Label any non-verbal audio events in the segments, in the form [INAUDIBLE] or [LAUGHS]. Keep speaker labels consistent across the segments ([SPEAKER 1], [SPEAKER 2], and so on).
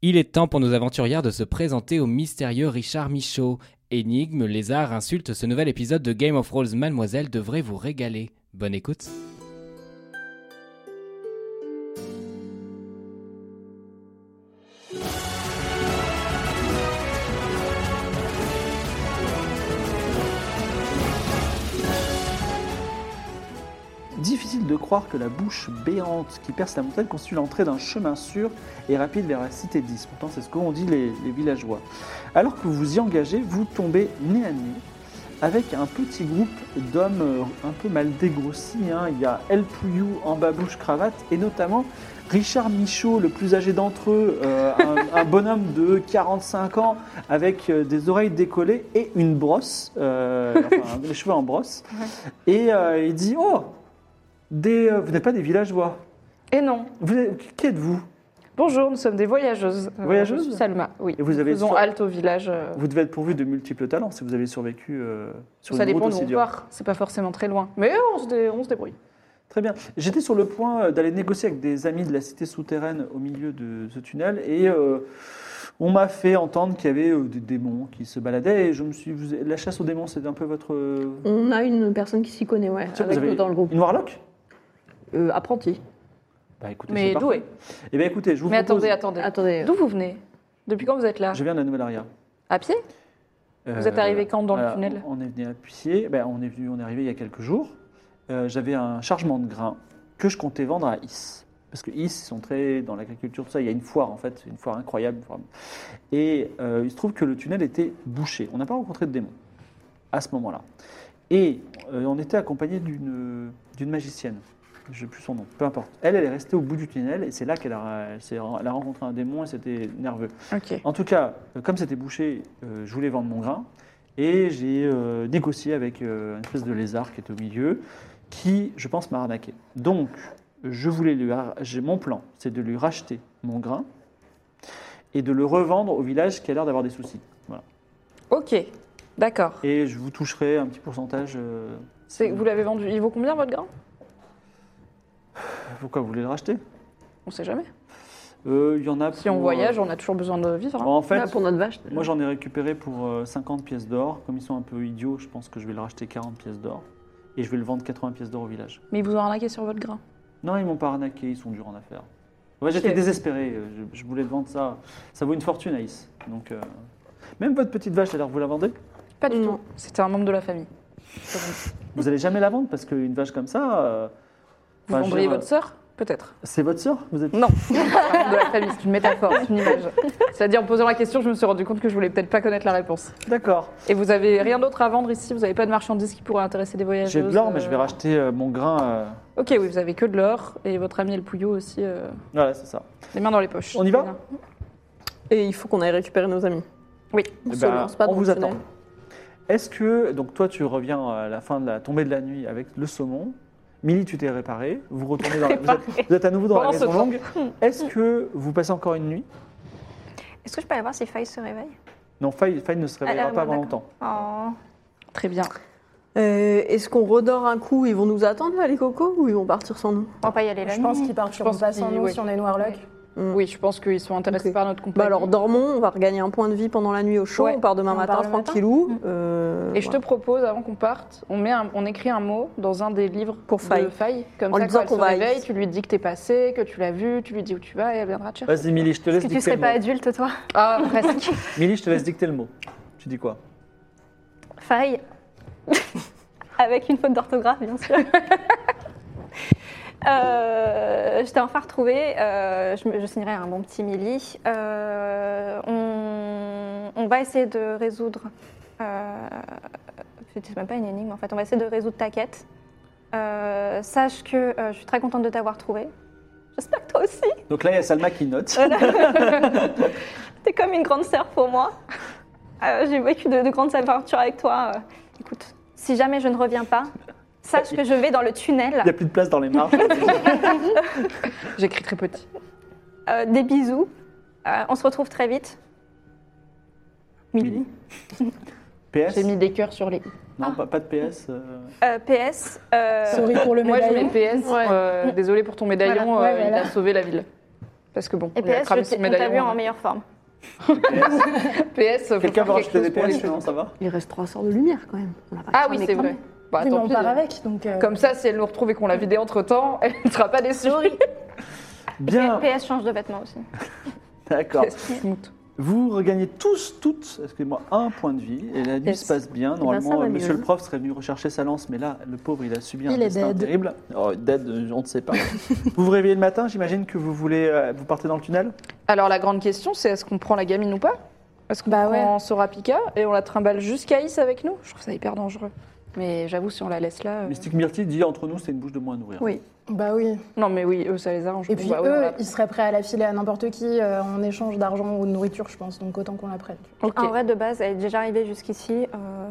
[SPEAKER 1] Il est temps pour nos aventurières de se présenter au mystérieux Richard Michaud. Énigmes, lézards, insultes, ce nouvel épisode de Game of Rolls Mademoiselle devrait vous régaler. Bonne écoute.
[SPEAKER 2] Difficile de croire que la bouche béante qui perce la montagne constitue l'entrée d'un chemin sûr et rapide vers la cité 10. Pourtant, c'est ce qu'ont dit les, les villageois. Alors que vous vous y engagez, vous tombez nez à nez avec un petit groupe d'hommes euh, un peu mal dégrossis. hein. Il y a El Pouillou en babouche cravate et notamment Richard Michaud, le plus âgé d'entre eux, euh, un, un bonhomme de 45 ans avec euh, des oreilles décollées et une brosse, euh, enfin, les cheveux en brosse. Et euh, il dit Oh des, euh, vous n'êtes pas des villageois.
[SPEAKER 3] Et non.
[SPEAKER 2] Vous êtes- qui êtes-vous
[SPEAKER 3] Bonjour, nous sommes des voyageuses. Euh,
[SPEAKER 2] Voyageuses
[SPEAKER 3] je suis Salma, oui.
[SPEAKER 2] Et vous avez
[SPEAKER 3] Faisons
[SPEAKER 2] sur-
[SPEAKER 3] halte au village. euh,
[SPEAKER 2] Vous devez être pourvu de multiples talents si vous avez survécu euh, sur
[SPEAKER 3] ça
[SPEAKER 2] une route
[SPEAKER 3] dépend d'où
[SPEAKER 2] aussi
[SPEAKER 3] on
[SPEAKER 2] dure.
[SPEAKER 3] part. C'est pas forcément très loin. Mais euh, on se, dé- on se débrouille.
[SPEAKER 2] Très bien. J'étais sur le point euh, d'aller négocier avec des amis de la cité souterraine au milieu de ce tunnel et euh, on m'a fait entendre qu'il y avait euh, des démons qui se baladaient et je me suis vous- la chasse aux démons c'était un peu votre euh,
[SPEAKER 4] On a une personne qui s'y connaît, ouais,
[SPEAKER 2] Tiens,
[SPEAKER 4] avec
[SPEAKER 2] vous avez
[SPEAKER 4] nous dans le groupe.
[SPEAKER 2] une warlock
[SPEAKER 4] Euh, apprenti.
[SPEAKER 2] Bah écoutez,
[SPEAKER 3] Mais
[SPEAKER 2] c'est
[SPEAKER 3] doué.
[SPEAKER 2] parfait. Eh bien écoutez, je vous
[SPEAKER 3] Mais
[SPEAKER 2] propose-
[SPEAKER 3] attendez, attendez.
[SPEAKER 4] Attendez.
[SPEAKER 3] D'où vous venez Depuis quand vous êtes là
[SPEAKER 2] Je viens de la Nouvelle-Aria.
[SPEAKER 3] À pied Vous
[SPEAKER 2] Euh,
[SPEAKER 3] êtes arrivé quand dans le tunnel
[SPEAKER 2] On est venu à pied. Ben, on est venu, on est arrivé il y a quelques jours. Euh, J'avais un chargement de grains que je comptais vendre à Is. Parce que Is, ils sont très dans l'agriculture, tout ça. Il y a une foire en fait, une foire incroyable. vraiment. Et euh, il se trouve que le tunnel était bouché. On n'a pas rencontré de démon à ce moment-là. Et euh, on était accompagné d'une d'une magicienne. Je n'ai plus son nom, peu importe. Elle, elle est restée au bout du tunnel et c'est là qu'elle a, elle s'est- elle a rencontré un démon et c'était nerveux.
[SPEAKER 3] Ok.
[SPEAKER 2] En tout cas, euh, comme c'était bouché, euh, je voulais vendre mon grain et j'ai euh, négocié avec euh, une espèce de lézard qui est au milieu, qui, je pense, m'a arnaqué. Donc, je voulais lui, ar- j'ai mon plan, c'est de lui racheter mon grain et de le revendre au village qui a l'air d'avoir des soucis. Voilà.
[SPEAKER 3] Ok. D'accord.
[SPEAKER 2] Et je vous toucherai un petit pourcentage. euh,
[SPEAKER 3] C'est- Vous l'avez vendu. Il vaut combien votre grain
[SPEAKER 2] pourquoi vous voulez le racheter
[SPEAKER 3] On sait jamais.
[SPEAKER 2] Euh, Il y en a.
[SPEAKER 3] Si on
[SPEAKER 2] pour,
[SPEAKER 3] voyage,
[SPEAKER 2] euh,
[SPEAKER 3] on a toujours besoin de vivre. hein.
[SPEAKER 2] en
[SPEAKER 4] Là,
[SPEAKER 2] fait,
[SPEAKER 4] pour notre vache.
[SPEAKER 2] moi j'en ai récupéré pour euh, 50 pièces d'or. Comme ils sont un peu idiots, je pense que je vais le racheter 40 pièces d'or et je vais le vendre 80 pièces d'or au village.
[SPEAKER 3] Mais ils vous ont arnaqué sur votre grain.
[SPEAKER 2] Non, ils m'ont pas arnaqué, ils sont durs en affaires. Ouais, J'étais
[SPEAKER 3] Ok.
[SPEAKER 2] désespéré, euh, je, je voulais te vendre ça. Ça vaut une fortune, Aïs. Donc, euh, Même votre petite vache, alors vous la vendez
[SPEAKER 3] Pas du
[SPEAKER 4] Non.
[SPEAKER 3] tout. C'était un membre de la famille.
[SPEAKER 2] Vous allez jamais la vendre parce qu'une vache comme ça, euh,
[SPEAKER 3] Vous
[SPEAKER 2] Enfin, je veux
[SPEAKER 3] vendriez
[SPEAKER 2] dire,
[SPEAKER 3] votre sœur Mm. Peut-être.
[SPEAKER 2] c'est votre sœur Vous êtes
[SPEAKER 3] Non, [LAUGHS] c'est un membre de la famille, c'est une métaphore, c'est une image. C'est-à-dire, en posant la question, je me suis rendu compte que je voulais peut-être pas connaître la réponse.
[SPEAKER 2] d'accord.
[SPEAKER 3] Et vous avez rien d'autre à vendre ici Vous n'avez pas de marchandises qui pourraient intéresser des voyageurs
[SPEAKER 2] J'ai de l'or, mais je vais racheter euh, mon grain. euh,
[SPEAKER 3] Ok, oui, vous avez que de l'or et votre ami El Pouillot aussi, euh,
[SPEAKER 2] Voilà, c'est ça.
[SPEAKER 3] les mains dans les poches.
[SPEAKER 2] On y va
[SPEAKER 3] Bien.
[SPEAKER 4] Et il faut qu'on aille récupérer nos amis.
[SPEAKER 3] Oui.
[SPEAKER 4] On
[SPEAKER 2] Eh
[SPEAKER 4] se
[SPEAKER 2] ben,
[SPEAKER 4] lance pas
[SPEAKER 2] on
[SPEAKER 4] dans le
[SPEAKER 2] vous attend.
[SPEAKER 4] tunnel.
[SPEAKER 2] Est-ce que, donc toi, tu reviens à la fin de la tombée de la nuit avec le saumon Milly, tu t'es réparé. Vous retournez dans la... vous, êtes, vous êtes à nouveau dans
[SPEAKER 3] Pendant
[SPEAKER 2] la
[SPEAKER 3] ce
[SPEAKER 2] maison
[SPEAKER 3] temps.
[SPEAKER 2] longue. Est-ce que vous passez encore une nuit
[SPEAKER 5] Est-ce que je peux aller voir si Faye se réveille
[SPEAKER 2] Non, Faye, Faye ne se réveillera
[SPEAKER 5] Elle
[SPEAKER 2] pas
[SPEAKER 5] arrive,
[SPEAKER 2] avant
[SPEAKER 5] d'accord.
[SPEAKER 2] longtemps.
[SPEAKER 5] Oh.
[SPEAKER 3] Très bien.
[SPEAKER 4] Euh, Est-ce qu'on redort un coup Ils vont nous attendre, là, les cocos, ou ils vont partir sans nous
[SPEAKER 5] On va pas y aller là.
[SPEAKER 6] Je pense qu'ils partiront
[SPEAKER 3] pense
[SPEAKER 6] pas sans
[SPEAKER 3] qu'ils-
[SPEAKER 6] nous
[SPEAKER 3] oui.
[SPEAKER 6] si on est Noirlock.
[SPEAKER 4] Mm.
[SPEAKER 3] Oui, je pense qu'ils sont intéressés
[SPEAKER 4] Ok.
[SPEAKER 3] par notre compagnie.
[SPEAKER 4] Bah alors, dormons, on va regagner un point de vie pendant la nuit au chaud,
[SPEAKER 3] Ouais.
[SPEAKER 4] on part demain
[SPEAKER 6] On
[SPEAKER 4] matin
[SPEAKER 6] part le matin.
[SPEAKER 4] tranquillou.
[SPEAKER 6] Mm.
[SPEAKER 4] euh,
[SPEAKER 3] et je te
[SPEAKER 4] voilà.
[SPEAKER 3] propose, avant qu'on parte, on, met un- on écrit un mot dans un des livres
[SPEAKER 4] Pour
[SPEAKER 3] de
[SPEAKER 4] Faye.
[SPEAKER 3] Faye. Comme
[SPEAKER 4] En
[SPEAKER 3] ça,
[SPEAKER 4] lui disant
[SPEAKER 3] quand elle
[SPEAKER 4] qu'on
[SPEAKER 3] se
[SPEAKER 4] va-
[SPEAKER 3] réveille, tu lui dis que t'es passé, que tu l'as vu, tu lui dis où tu vas et elle viendra te chercher.
[SPEAKER 2] Vas-y, Milly, je te laisse
[SPEAKER 5] Est-ce que
[SPEAKER 2] dicter
[SPEAKER 5] tu serais
[SPEAKER 2] le
[SPEAKER 5] pas
[SPEAKER 2] mot.
[SPEAKER 5] adulte, toi
[SPEAKER 3] Ah, presque.
[SPEAKER 2] Milly, je te laisse dicter le mot. Tu dis quoi
[SPEAKER 5] Faille. [LAUGHS] Avec une faute d'orthographe, bien
[SPEAKER 6] [LAUGHS]
[SPEAKER 5] sûr. Euh, je t'ai enfin retrouvé. euh, je, me- je signerai un bon petit Milly. Euh, on, on va essayer de résoudre. euh, c'est même pas une énigme en fait. On va essayer de résoudre ta quête. Euh, sache que euh, je suis très contente de t'avoir trouvé. J'espère que toi aussi.
[SPEAKER 2] Donc là, il y a Salma qui note.
[SPEAKER 5] T'es comme une grande sœur pour moi. Euh, J'ai vécu de, de grandes aventures avec toi. Euh, écoute, si jamais je ne reviens pas, sache que je vais dans le tunnel.
[SPEAKER 2] Il n'y a plus de place dans les marges.
[SPEAKER 3] [LAUGHS] J'écris très petit.
[SPEAKER 5] Euh, des bisous. Euh, on se retrouve très vite. Milly.
[SPEAKER 2] PS
[SPEAKER 3] J'ai mis des cœurs sur les.
[SPEAKER 2] Non, pas, pas de PS. euh,
[SPEAKER 5] Euh, PS. euh,
[SPEAKER 6] Sorry pour le
[SPEAKER 3] Moi, je mets
[SPEAKER 6] médaillon.
[SPEAKER 3] PS. euh, désolé pour ton médaillon,
[SPEAKER 6] Voilà.
[SPEAKER 3] euh,
[SPEAKER 6] Ouais, voilà.
[SPEAKER 3] il a sauvé la ville. Parce que bon,
[SPEAKER 5] et
[SPEAKER 3] on a
[SPEAKER 5] PS, je
[SPEAKER 3] cramé
[SPEAKER 5] t'ai-
[SPEAKER 3] son
[SPEAKER 5] on t'a
[SPEAKER 3] médaillon.
[SPEAKER 5] vu en meilleure forme.
[SPEAKER 2] PS.
[SPEAKER 3] PS, faut
[SPEAKER 2] Quelqu'un
[SPEAKER 3] faire
[SPEAKER 2] veut
[SPEAKER 3] quelque
[SPEAKER 2] rajouter
[SPEAKER 3] chose
[SPEAKER 2] des
[SPEAKER 3] pour les
[SPEAKER 2] PS
[SPEAKER 3] gens.
[SPEAKER 2] Sinon, ça va
[SPEAKER 4] Il reste trois sorts de lumière quand même. On l'a pas
[SPEAKER 3] Ah oui,
[SPEAKER 4] cramé
[SPEAKER 3] c'est
[SPEAKER 4] quand
[SPEAKER 3] vrai.
[SPEAKER 4] même.
[SPEAKER 3] Bah,
[SPEAKER 6] Oui, mais
[SPEAKER 3] tant
[SPEAKER 6] on
[SPEAKER 3] pis.
[SPEAKER 6] part avec, donc. euh,
[SPEAKER 3] Comme ça, si elle nous retrouve et qu'on l'a vidée entre temps, [LAUGHS] elle ne sera pas déçue.
[SPEAKER 2] Bien,
[SPEAKER 5] PS change de vêtements aussi.
[SPEAKER 2] d'accord.
[SPEAKER 3] Smooth.
[SPEAKER 2] Vous regagnez tous, toutes, excusez-moi, un point de vie et la nuit
[SPEAKER 6] Yes.
[SPEAKER 2] se passe bien.
[SPEAKER 4] ben,
[SPEAKER 2] Normalement,
[SPEAKER 4] ça va
[SPEAKER 2] euh,
[SPEAKER 4] mieux.
[SPEAKER 2] monsieur le prof serait venu rechercher sa lance, mais là, le pauvre, il a subi un
[SPEAKER 6] Il est
[SPEAKER 2] destin
[SPEAKER 6] dead.
[SPEAKER 2] terrible. Oh, dead, euh, on ne sait pas. vous vous réveillez le matin, j'imagine que vous voulez, euh, vous partez dans le tunnel
[SPEAKER 3] Alors, la grande question, c'est est-ce qu'on prend la gamine ou pas Est-ce qu'on
[SPEAKER 6] Bah ouais.
[SPEAKER 3] prend Sorapika et on la trimballe jusqu'à Is avec nous Je trouve ça hyper dangereux. Mais j'avoue, si on la laisse là. euh,
[SPEAKER 2] Mystique Myrtille dit entre nous, c'est une bouche de moins à nourrir.
[SPEAKER 4] Oui.
[SPEAKER 6] Bah oui.
[SPEAKER 3] Non, mais oui, eux, ça les arrange.
[SPEAKER 6] Et
[SPEAKER 3] Bon,
[SPEAKER 6] puis
[SPEAKER 3] bah oui, on
[SPEAKER 6] eux,
[SPEAKER 3] la-
[SPEAKER 6] ils seraient prêts à la filer à n'importe qui euh, en échange d'argent ou de nourriture, je pense. Donc autant qu'on la prenne.
[SPEAKER 3] Ok.
[SPEAKER 5] En vrai, de base, elle est déjà arrivée jusqu'ici. euh,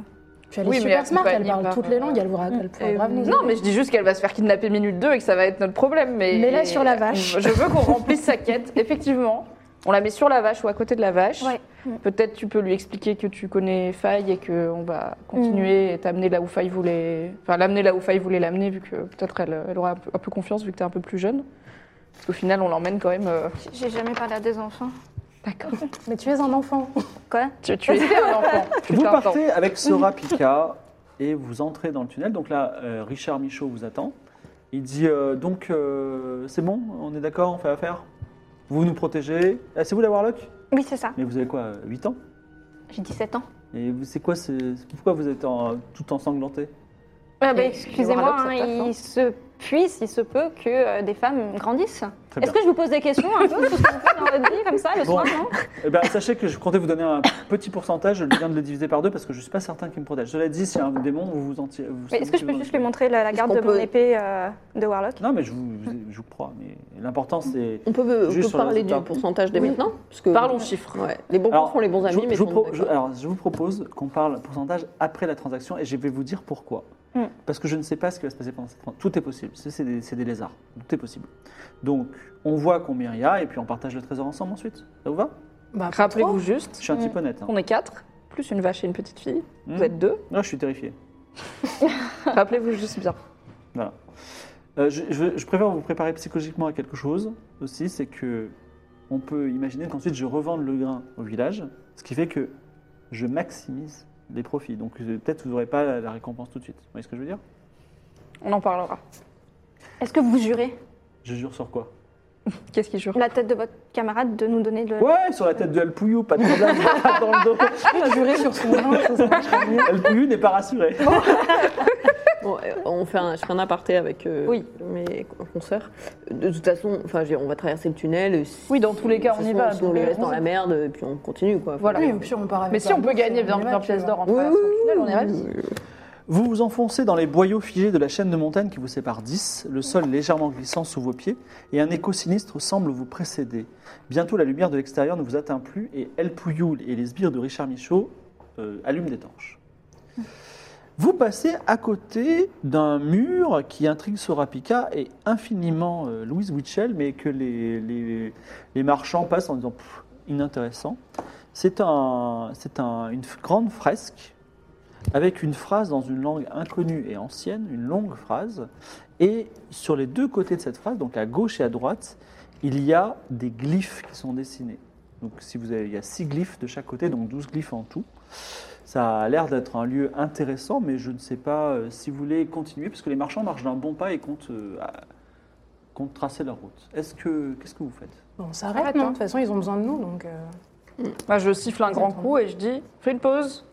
[SPEAKER 6] Puis elle est
[SPEAKER 3] Oui, mais
[SPEAKER 6] super
[SPEAKER 3] elle peut
[SPEAKER 6] smart,
[SPEAKER 3] pas
[SPEAKER 6] elle
[SPEAKER 3] venir
[SPEAKER 6] parle
[SPEAKER 3] par- Mm.
[SPEAKER 6] toutes les langues, elle vous rappelle.
[SPEAKER 4] Et-
[SPEAKER 6] Bravo, nous
[SPEAKER 3] Non, mais je dis juste qu'elle va se faire kidnapper minute 2 et que ça va être notre problème. Mais,
[SPEAKER 6] Mets-la sur la vache.
[SPEAKER 3] Je veux qu'on remplisse sa
[SPEAKER 6] [LAUGHS]
[SPEAKER 3] quête, effectivement. On la met sur la vache ou à côté de la vache.
[SPEAKER 5] Ouais.
[SPEAKER 3] Peut-être tu peux lui expliquer que tu connais Faille et qu'on va
[SPEAKER 6] Mm.
[SPEAKER 3] continuer et t'amener là où Faille voulait. Enfin, l'amener là où Faille voulait l'amener, vu que peut-être elle, elle aura un peu, un peu confiance vu que t'es un peu plus jeune. Parce qu'au final, on l'emmène quand même. euh,
[SPEAKER 5] j- J'ai jamais parlé à des enfants.
[SPEAKER 3] D'accord.
[SPEAKER 6] Mais tu es un
[SPEAKER 3] [LAUGHS]
[SPEAKER 6] enfant.
[SPEAKER 5] Quoi
[SPEAKER 3] Tu, tu étais [LAUGHS] un
[SPEAKER 2] [LAUGHS]
[SPEAKER 3] enfant. Tu
[SPEAKER 2] Vous
[SPEAKER 3] étais un enfant.
[SPEAKER 2] partez
[SPEAKER 5] [LAUGHS]
[SPEAKER 2] avec Sora Pika et vous entrez dans le tunnel. Donc là, euh, Richard Michaud vous attend. Il dit euh, donc euh, c'est bon, on est d'accord, on fait affaire. Vous nous protégez. Ah, c'est vous la Warlock
[SPEAKER 5] Oui, c'est ça.
[SPEAKER 2] Mais vous avez quoi, euh, 8 ans
[SPEAKER 5] J'ai 17 ans.
[SPEAKER 2] Et vous- c'est quoi ce- Pourquoi vous êtes en- tout ensanglanté
[SPEAKER 5] Ah bah,
[SPEAKER 3] Et-
[SPEAKER 5] Excusez-moi,
[SPEAKER 3] Warlock, ça
[SPEAKER 5] hein,
[SPEAKER 3] passe, hein.
[SPEAKER 5] il se puisse, il se peut que euh, des femmes grandissent.
[SPEAKER 2] Très
[SPEAKER 5] Est-ce que je vous pose des questions un peu sur ce qu'on fait dans votre vie, comme ça, le
[SPEAKER 2] Bon.
[SPEAKER 5] soir, non
[SPEAKER 2] Eh ben, sachez que je comptais vous donner un petit pourcentage, je viens de le diviser par deux parce que je ne suis pas certain qu'il me protège. Cela dit, s'il y a un démon, vous vous en tirez. vous-
[SPEAKER 5] Mais Est-ce que je peux
[SPEAKER 2] vous-
[SPEAKER 5] juste lui montrer la, la
[SPEAKER 4] Est-ce
[SPEAKER 5] garde
[SPEAKER 4] qu'on
[SPEAKER 5] de mon
[SPEAKER 4] peut-
[SPEAKER 5] épée euh, de Warlock
[SPEAKER 2] Non, mais je vous, je vous crois. Mais l'important, c'est.
[SPEAKER 4] On peut, on
[SPEAKER 2] Juste
[SPEAKER 4] peut
[SPEAKER 2] sur le
[SPEAKER 4] parler du
[SPEAKER 2] résultat.
[SPEAKER 4] pourcentage dès maintenant parce que,
[SPEAKER 3] Parlons chiffres.
[SPEAKER 4] Ouais. Les bons
[SPEAKER 2] Alors,
[SPEAKER 4] potes font les bons
[SPEAKER 2] Je,
[SPEAKER 4] amis, mais
[SPEAKER 2] je vous
[SPEAKER 4] tout le
[SPEAKER 2] pro-
[SPEAKER 4] monde est
[SPEAKER 2] je-
[SPEAKER 4] d'accord.
[SPEAKER 2] alors, je vous propose qu'on parle pourcentage après la transaction et je vais vous dire pourquoi.
[SPEAKER 5] Mm.
[SPEAKER 4] Hmm.
[SPEAKER 2] Parce que je ne sais pas ce qui va se passer pendant cette transaction. Tout est possible. C'est c'est des, c'est des lézards. Tout est possible. Donc, on voit combien il y a et puis on partage le trésor ensemble ensuite. Ça vous va
[SPEAKER 6] Bah, pas
[SPEAKER 3] Rappelez-vous
[SPEAKER 6] trop.
[SPEAKER 2] Je
[SPEAKER 3] juste, Mm.
[SPEAKER 2] suis un
[SPEAKER 4] Hmm.
[SPEAKER 2] petit peu honnête. hein.
[SPEAKER 3] on est quatre, plus une vache et une petite fille.
[SPEAKER 2] Mm.
[SPEAKER 3] Vous êtes
[SPEAKER 2] [LAUGHS]
[SPEAKER 3] deux.
[SPEAKER 2] Non, je suis terrifié.
[SPEAKER 3] Rappelez-vous juste bien.
[SPEAKER 2] Voilà. Euh, je, je- je préfère vous préparer psychologiquement à quelque chose aussi, c'est que on peut imaginer qu'ensuite je revende le grain au village, ce qui fait que je maximise les profits. Donc euh, peut-être vous n'aurez pas la, la récompense tout de suite. Vous voyez ce que je veux dire
[SPEAKER 3] On en parlera.
[SPEAKER 5] Est-ce que vous jurez
[SPEAKER 2] Je jure sur quoi
[SPEAKER 3] Qu'est-ce qui jure
[SPEAKER 5] la tête de votre camarade de nous donner de...
[SPEAKER 2] Ouais, sur la tête de El Pouillou, pas de problème, pas dans le
[SPEAKER 6] [LAUGHS]
[SPEAKER 2] dos.
[SPEAKER 6] Il a juré sur [LAUGHS] son bras, Ah, ça, ça marche.
[SPEAKER 2] El Pouillou n'est pas rassuré.
[SPEAKER 4] Bon, euh, on fait un, je fais un aparté avec euh,
[SPEAKER 3] Oui.
[SPEAKER 4] mes co- consoeurs. De toute façon, enfin, je veux dire, on va traverser le tunnel. euh, si-
[SPEAKER 3] Oui, dans tous les cas,
[SPEAKER 4] de toute
[SPEAKER 3] on y
[SPEAKER 4] façon,
[SPEAKER 3] va,
[SPEAKER 4] Si on
[SPEAKER 3] donc,
[SPEAKER 4] les
[SPEAKER 3] euh,
[SPEAKER 4] laisse
[SPEAKER 3] on
[SPEAKER 4] dans
[SPEAKER 3] y
[SPEAKER 4] la
[SPEAKER 3] va.
[SPEAKER 4] merde, euh, puis on continue quoi. Enfin,
[SPEAKER 3] Voilà.
[SPEAKER 6] Oui, puis on part avec
[SPEAKER 3] Mais si on
[SPEAKER 6] un
[SPEAKER 3] peut
[SPEAKER 6] bouffe,
[SPEAKER 3] gagner
[SPEAKER 6] on y
[SPEAKER 3] 20
[SPEAKER 6] va,
[SPEAKER 3] 20
[SPEAKER 6] tu
[SPEAKER 3] pièces
[SPEAKER 6] vois.
[SPEAKER 3] d'or en
[SPEAKER 4] Oui,
[SPEAKER 3] traversant
[SPEAKER 4] oui,
[SPEAKER 3] le tunnel, on est ravis.
[SPEAKER 4] euh,
[SPEAKER 2] Vous vous enfoncez dans les boyaux filés de la chaîne de montagne qui vous sépare 10, le sol légèrement glissant sous vos pieds, et un écho sinistre semble vous précéder. Bientôt, la lumière de l'extérieur ne vous atteint plus, et El Pouyoul et les sbires de Richard Michaud euh, allument des torches. Vous passez à côté d'un mur qui intrigue Sorapika et infiniment euh, Louise Witchell, mais que les, les- les marchands passent en disant Pff, inintéressant. C'est un, c'est un- une f- grande fresque avec une phrase dans une langue inconnue et ancienne, une longue phrase. Et sur les deux côtés de cette phrase, donc à gauche et à droite, il y a des glyphes qui sont dessinés. Donc si vous avez, il y a six glyphes de chaque côté, donc 12 glyphes en tout. Ça a l'air d'être un lieu intéressant, mais je ne sais pas euh, si vous voulez continuer, parce que les marchands marchent d'un bon pas et comptent, euh, à- comptent tracer leur route. Est-ce que qu'est-ce que vous faites
[SPEAKER 6] Bon, ça arrête,
[SPEAKER 3] hein.
[SPEAKER 6] non hein. De toute façon, ils ont besoin de nous, donc. euh,
[SPEAKER 3] Moi, je siffle un grand coup et je dis fais une pause,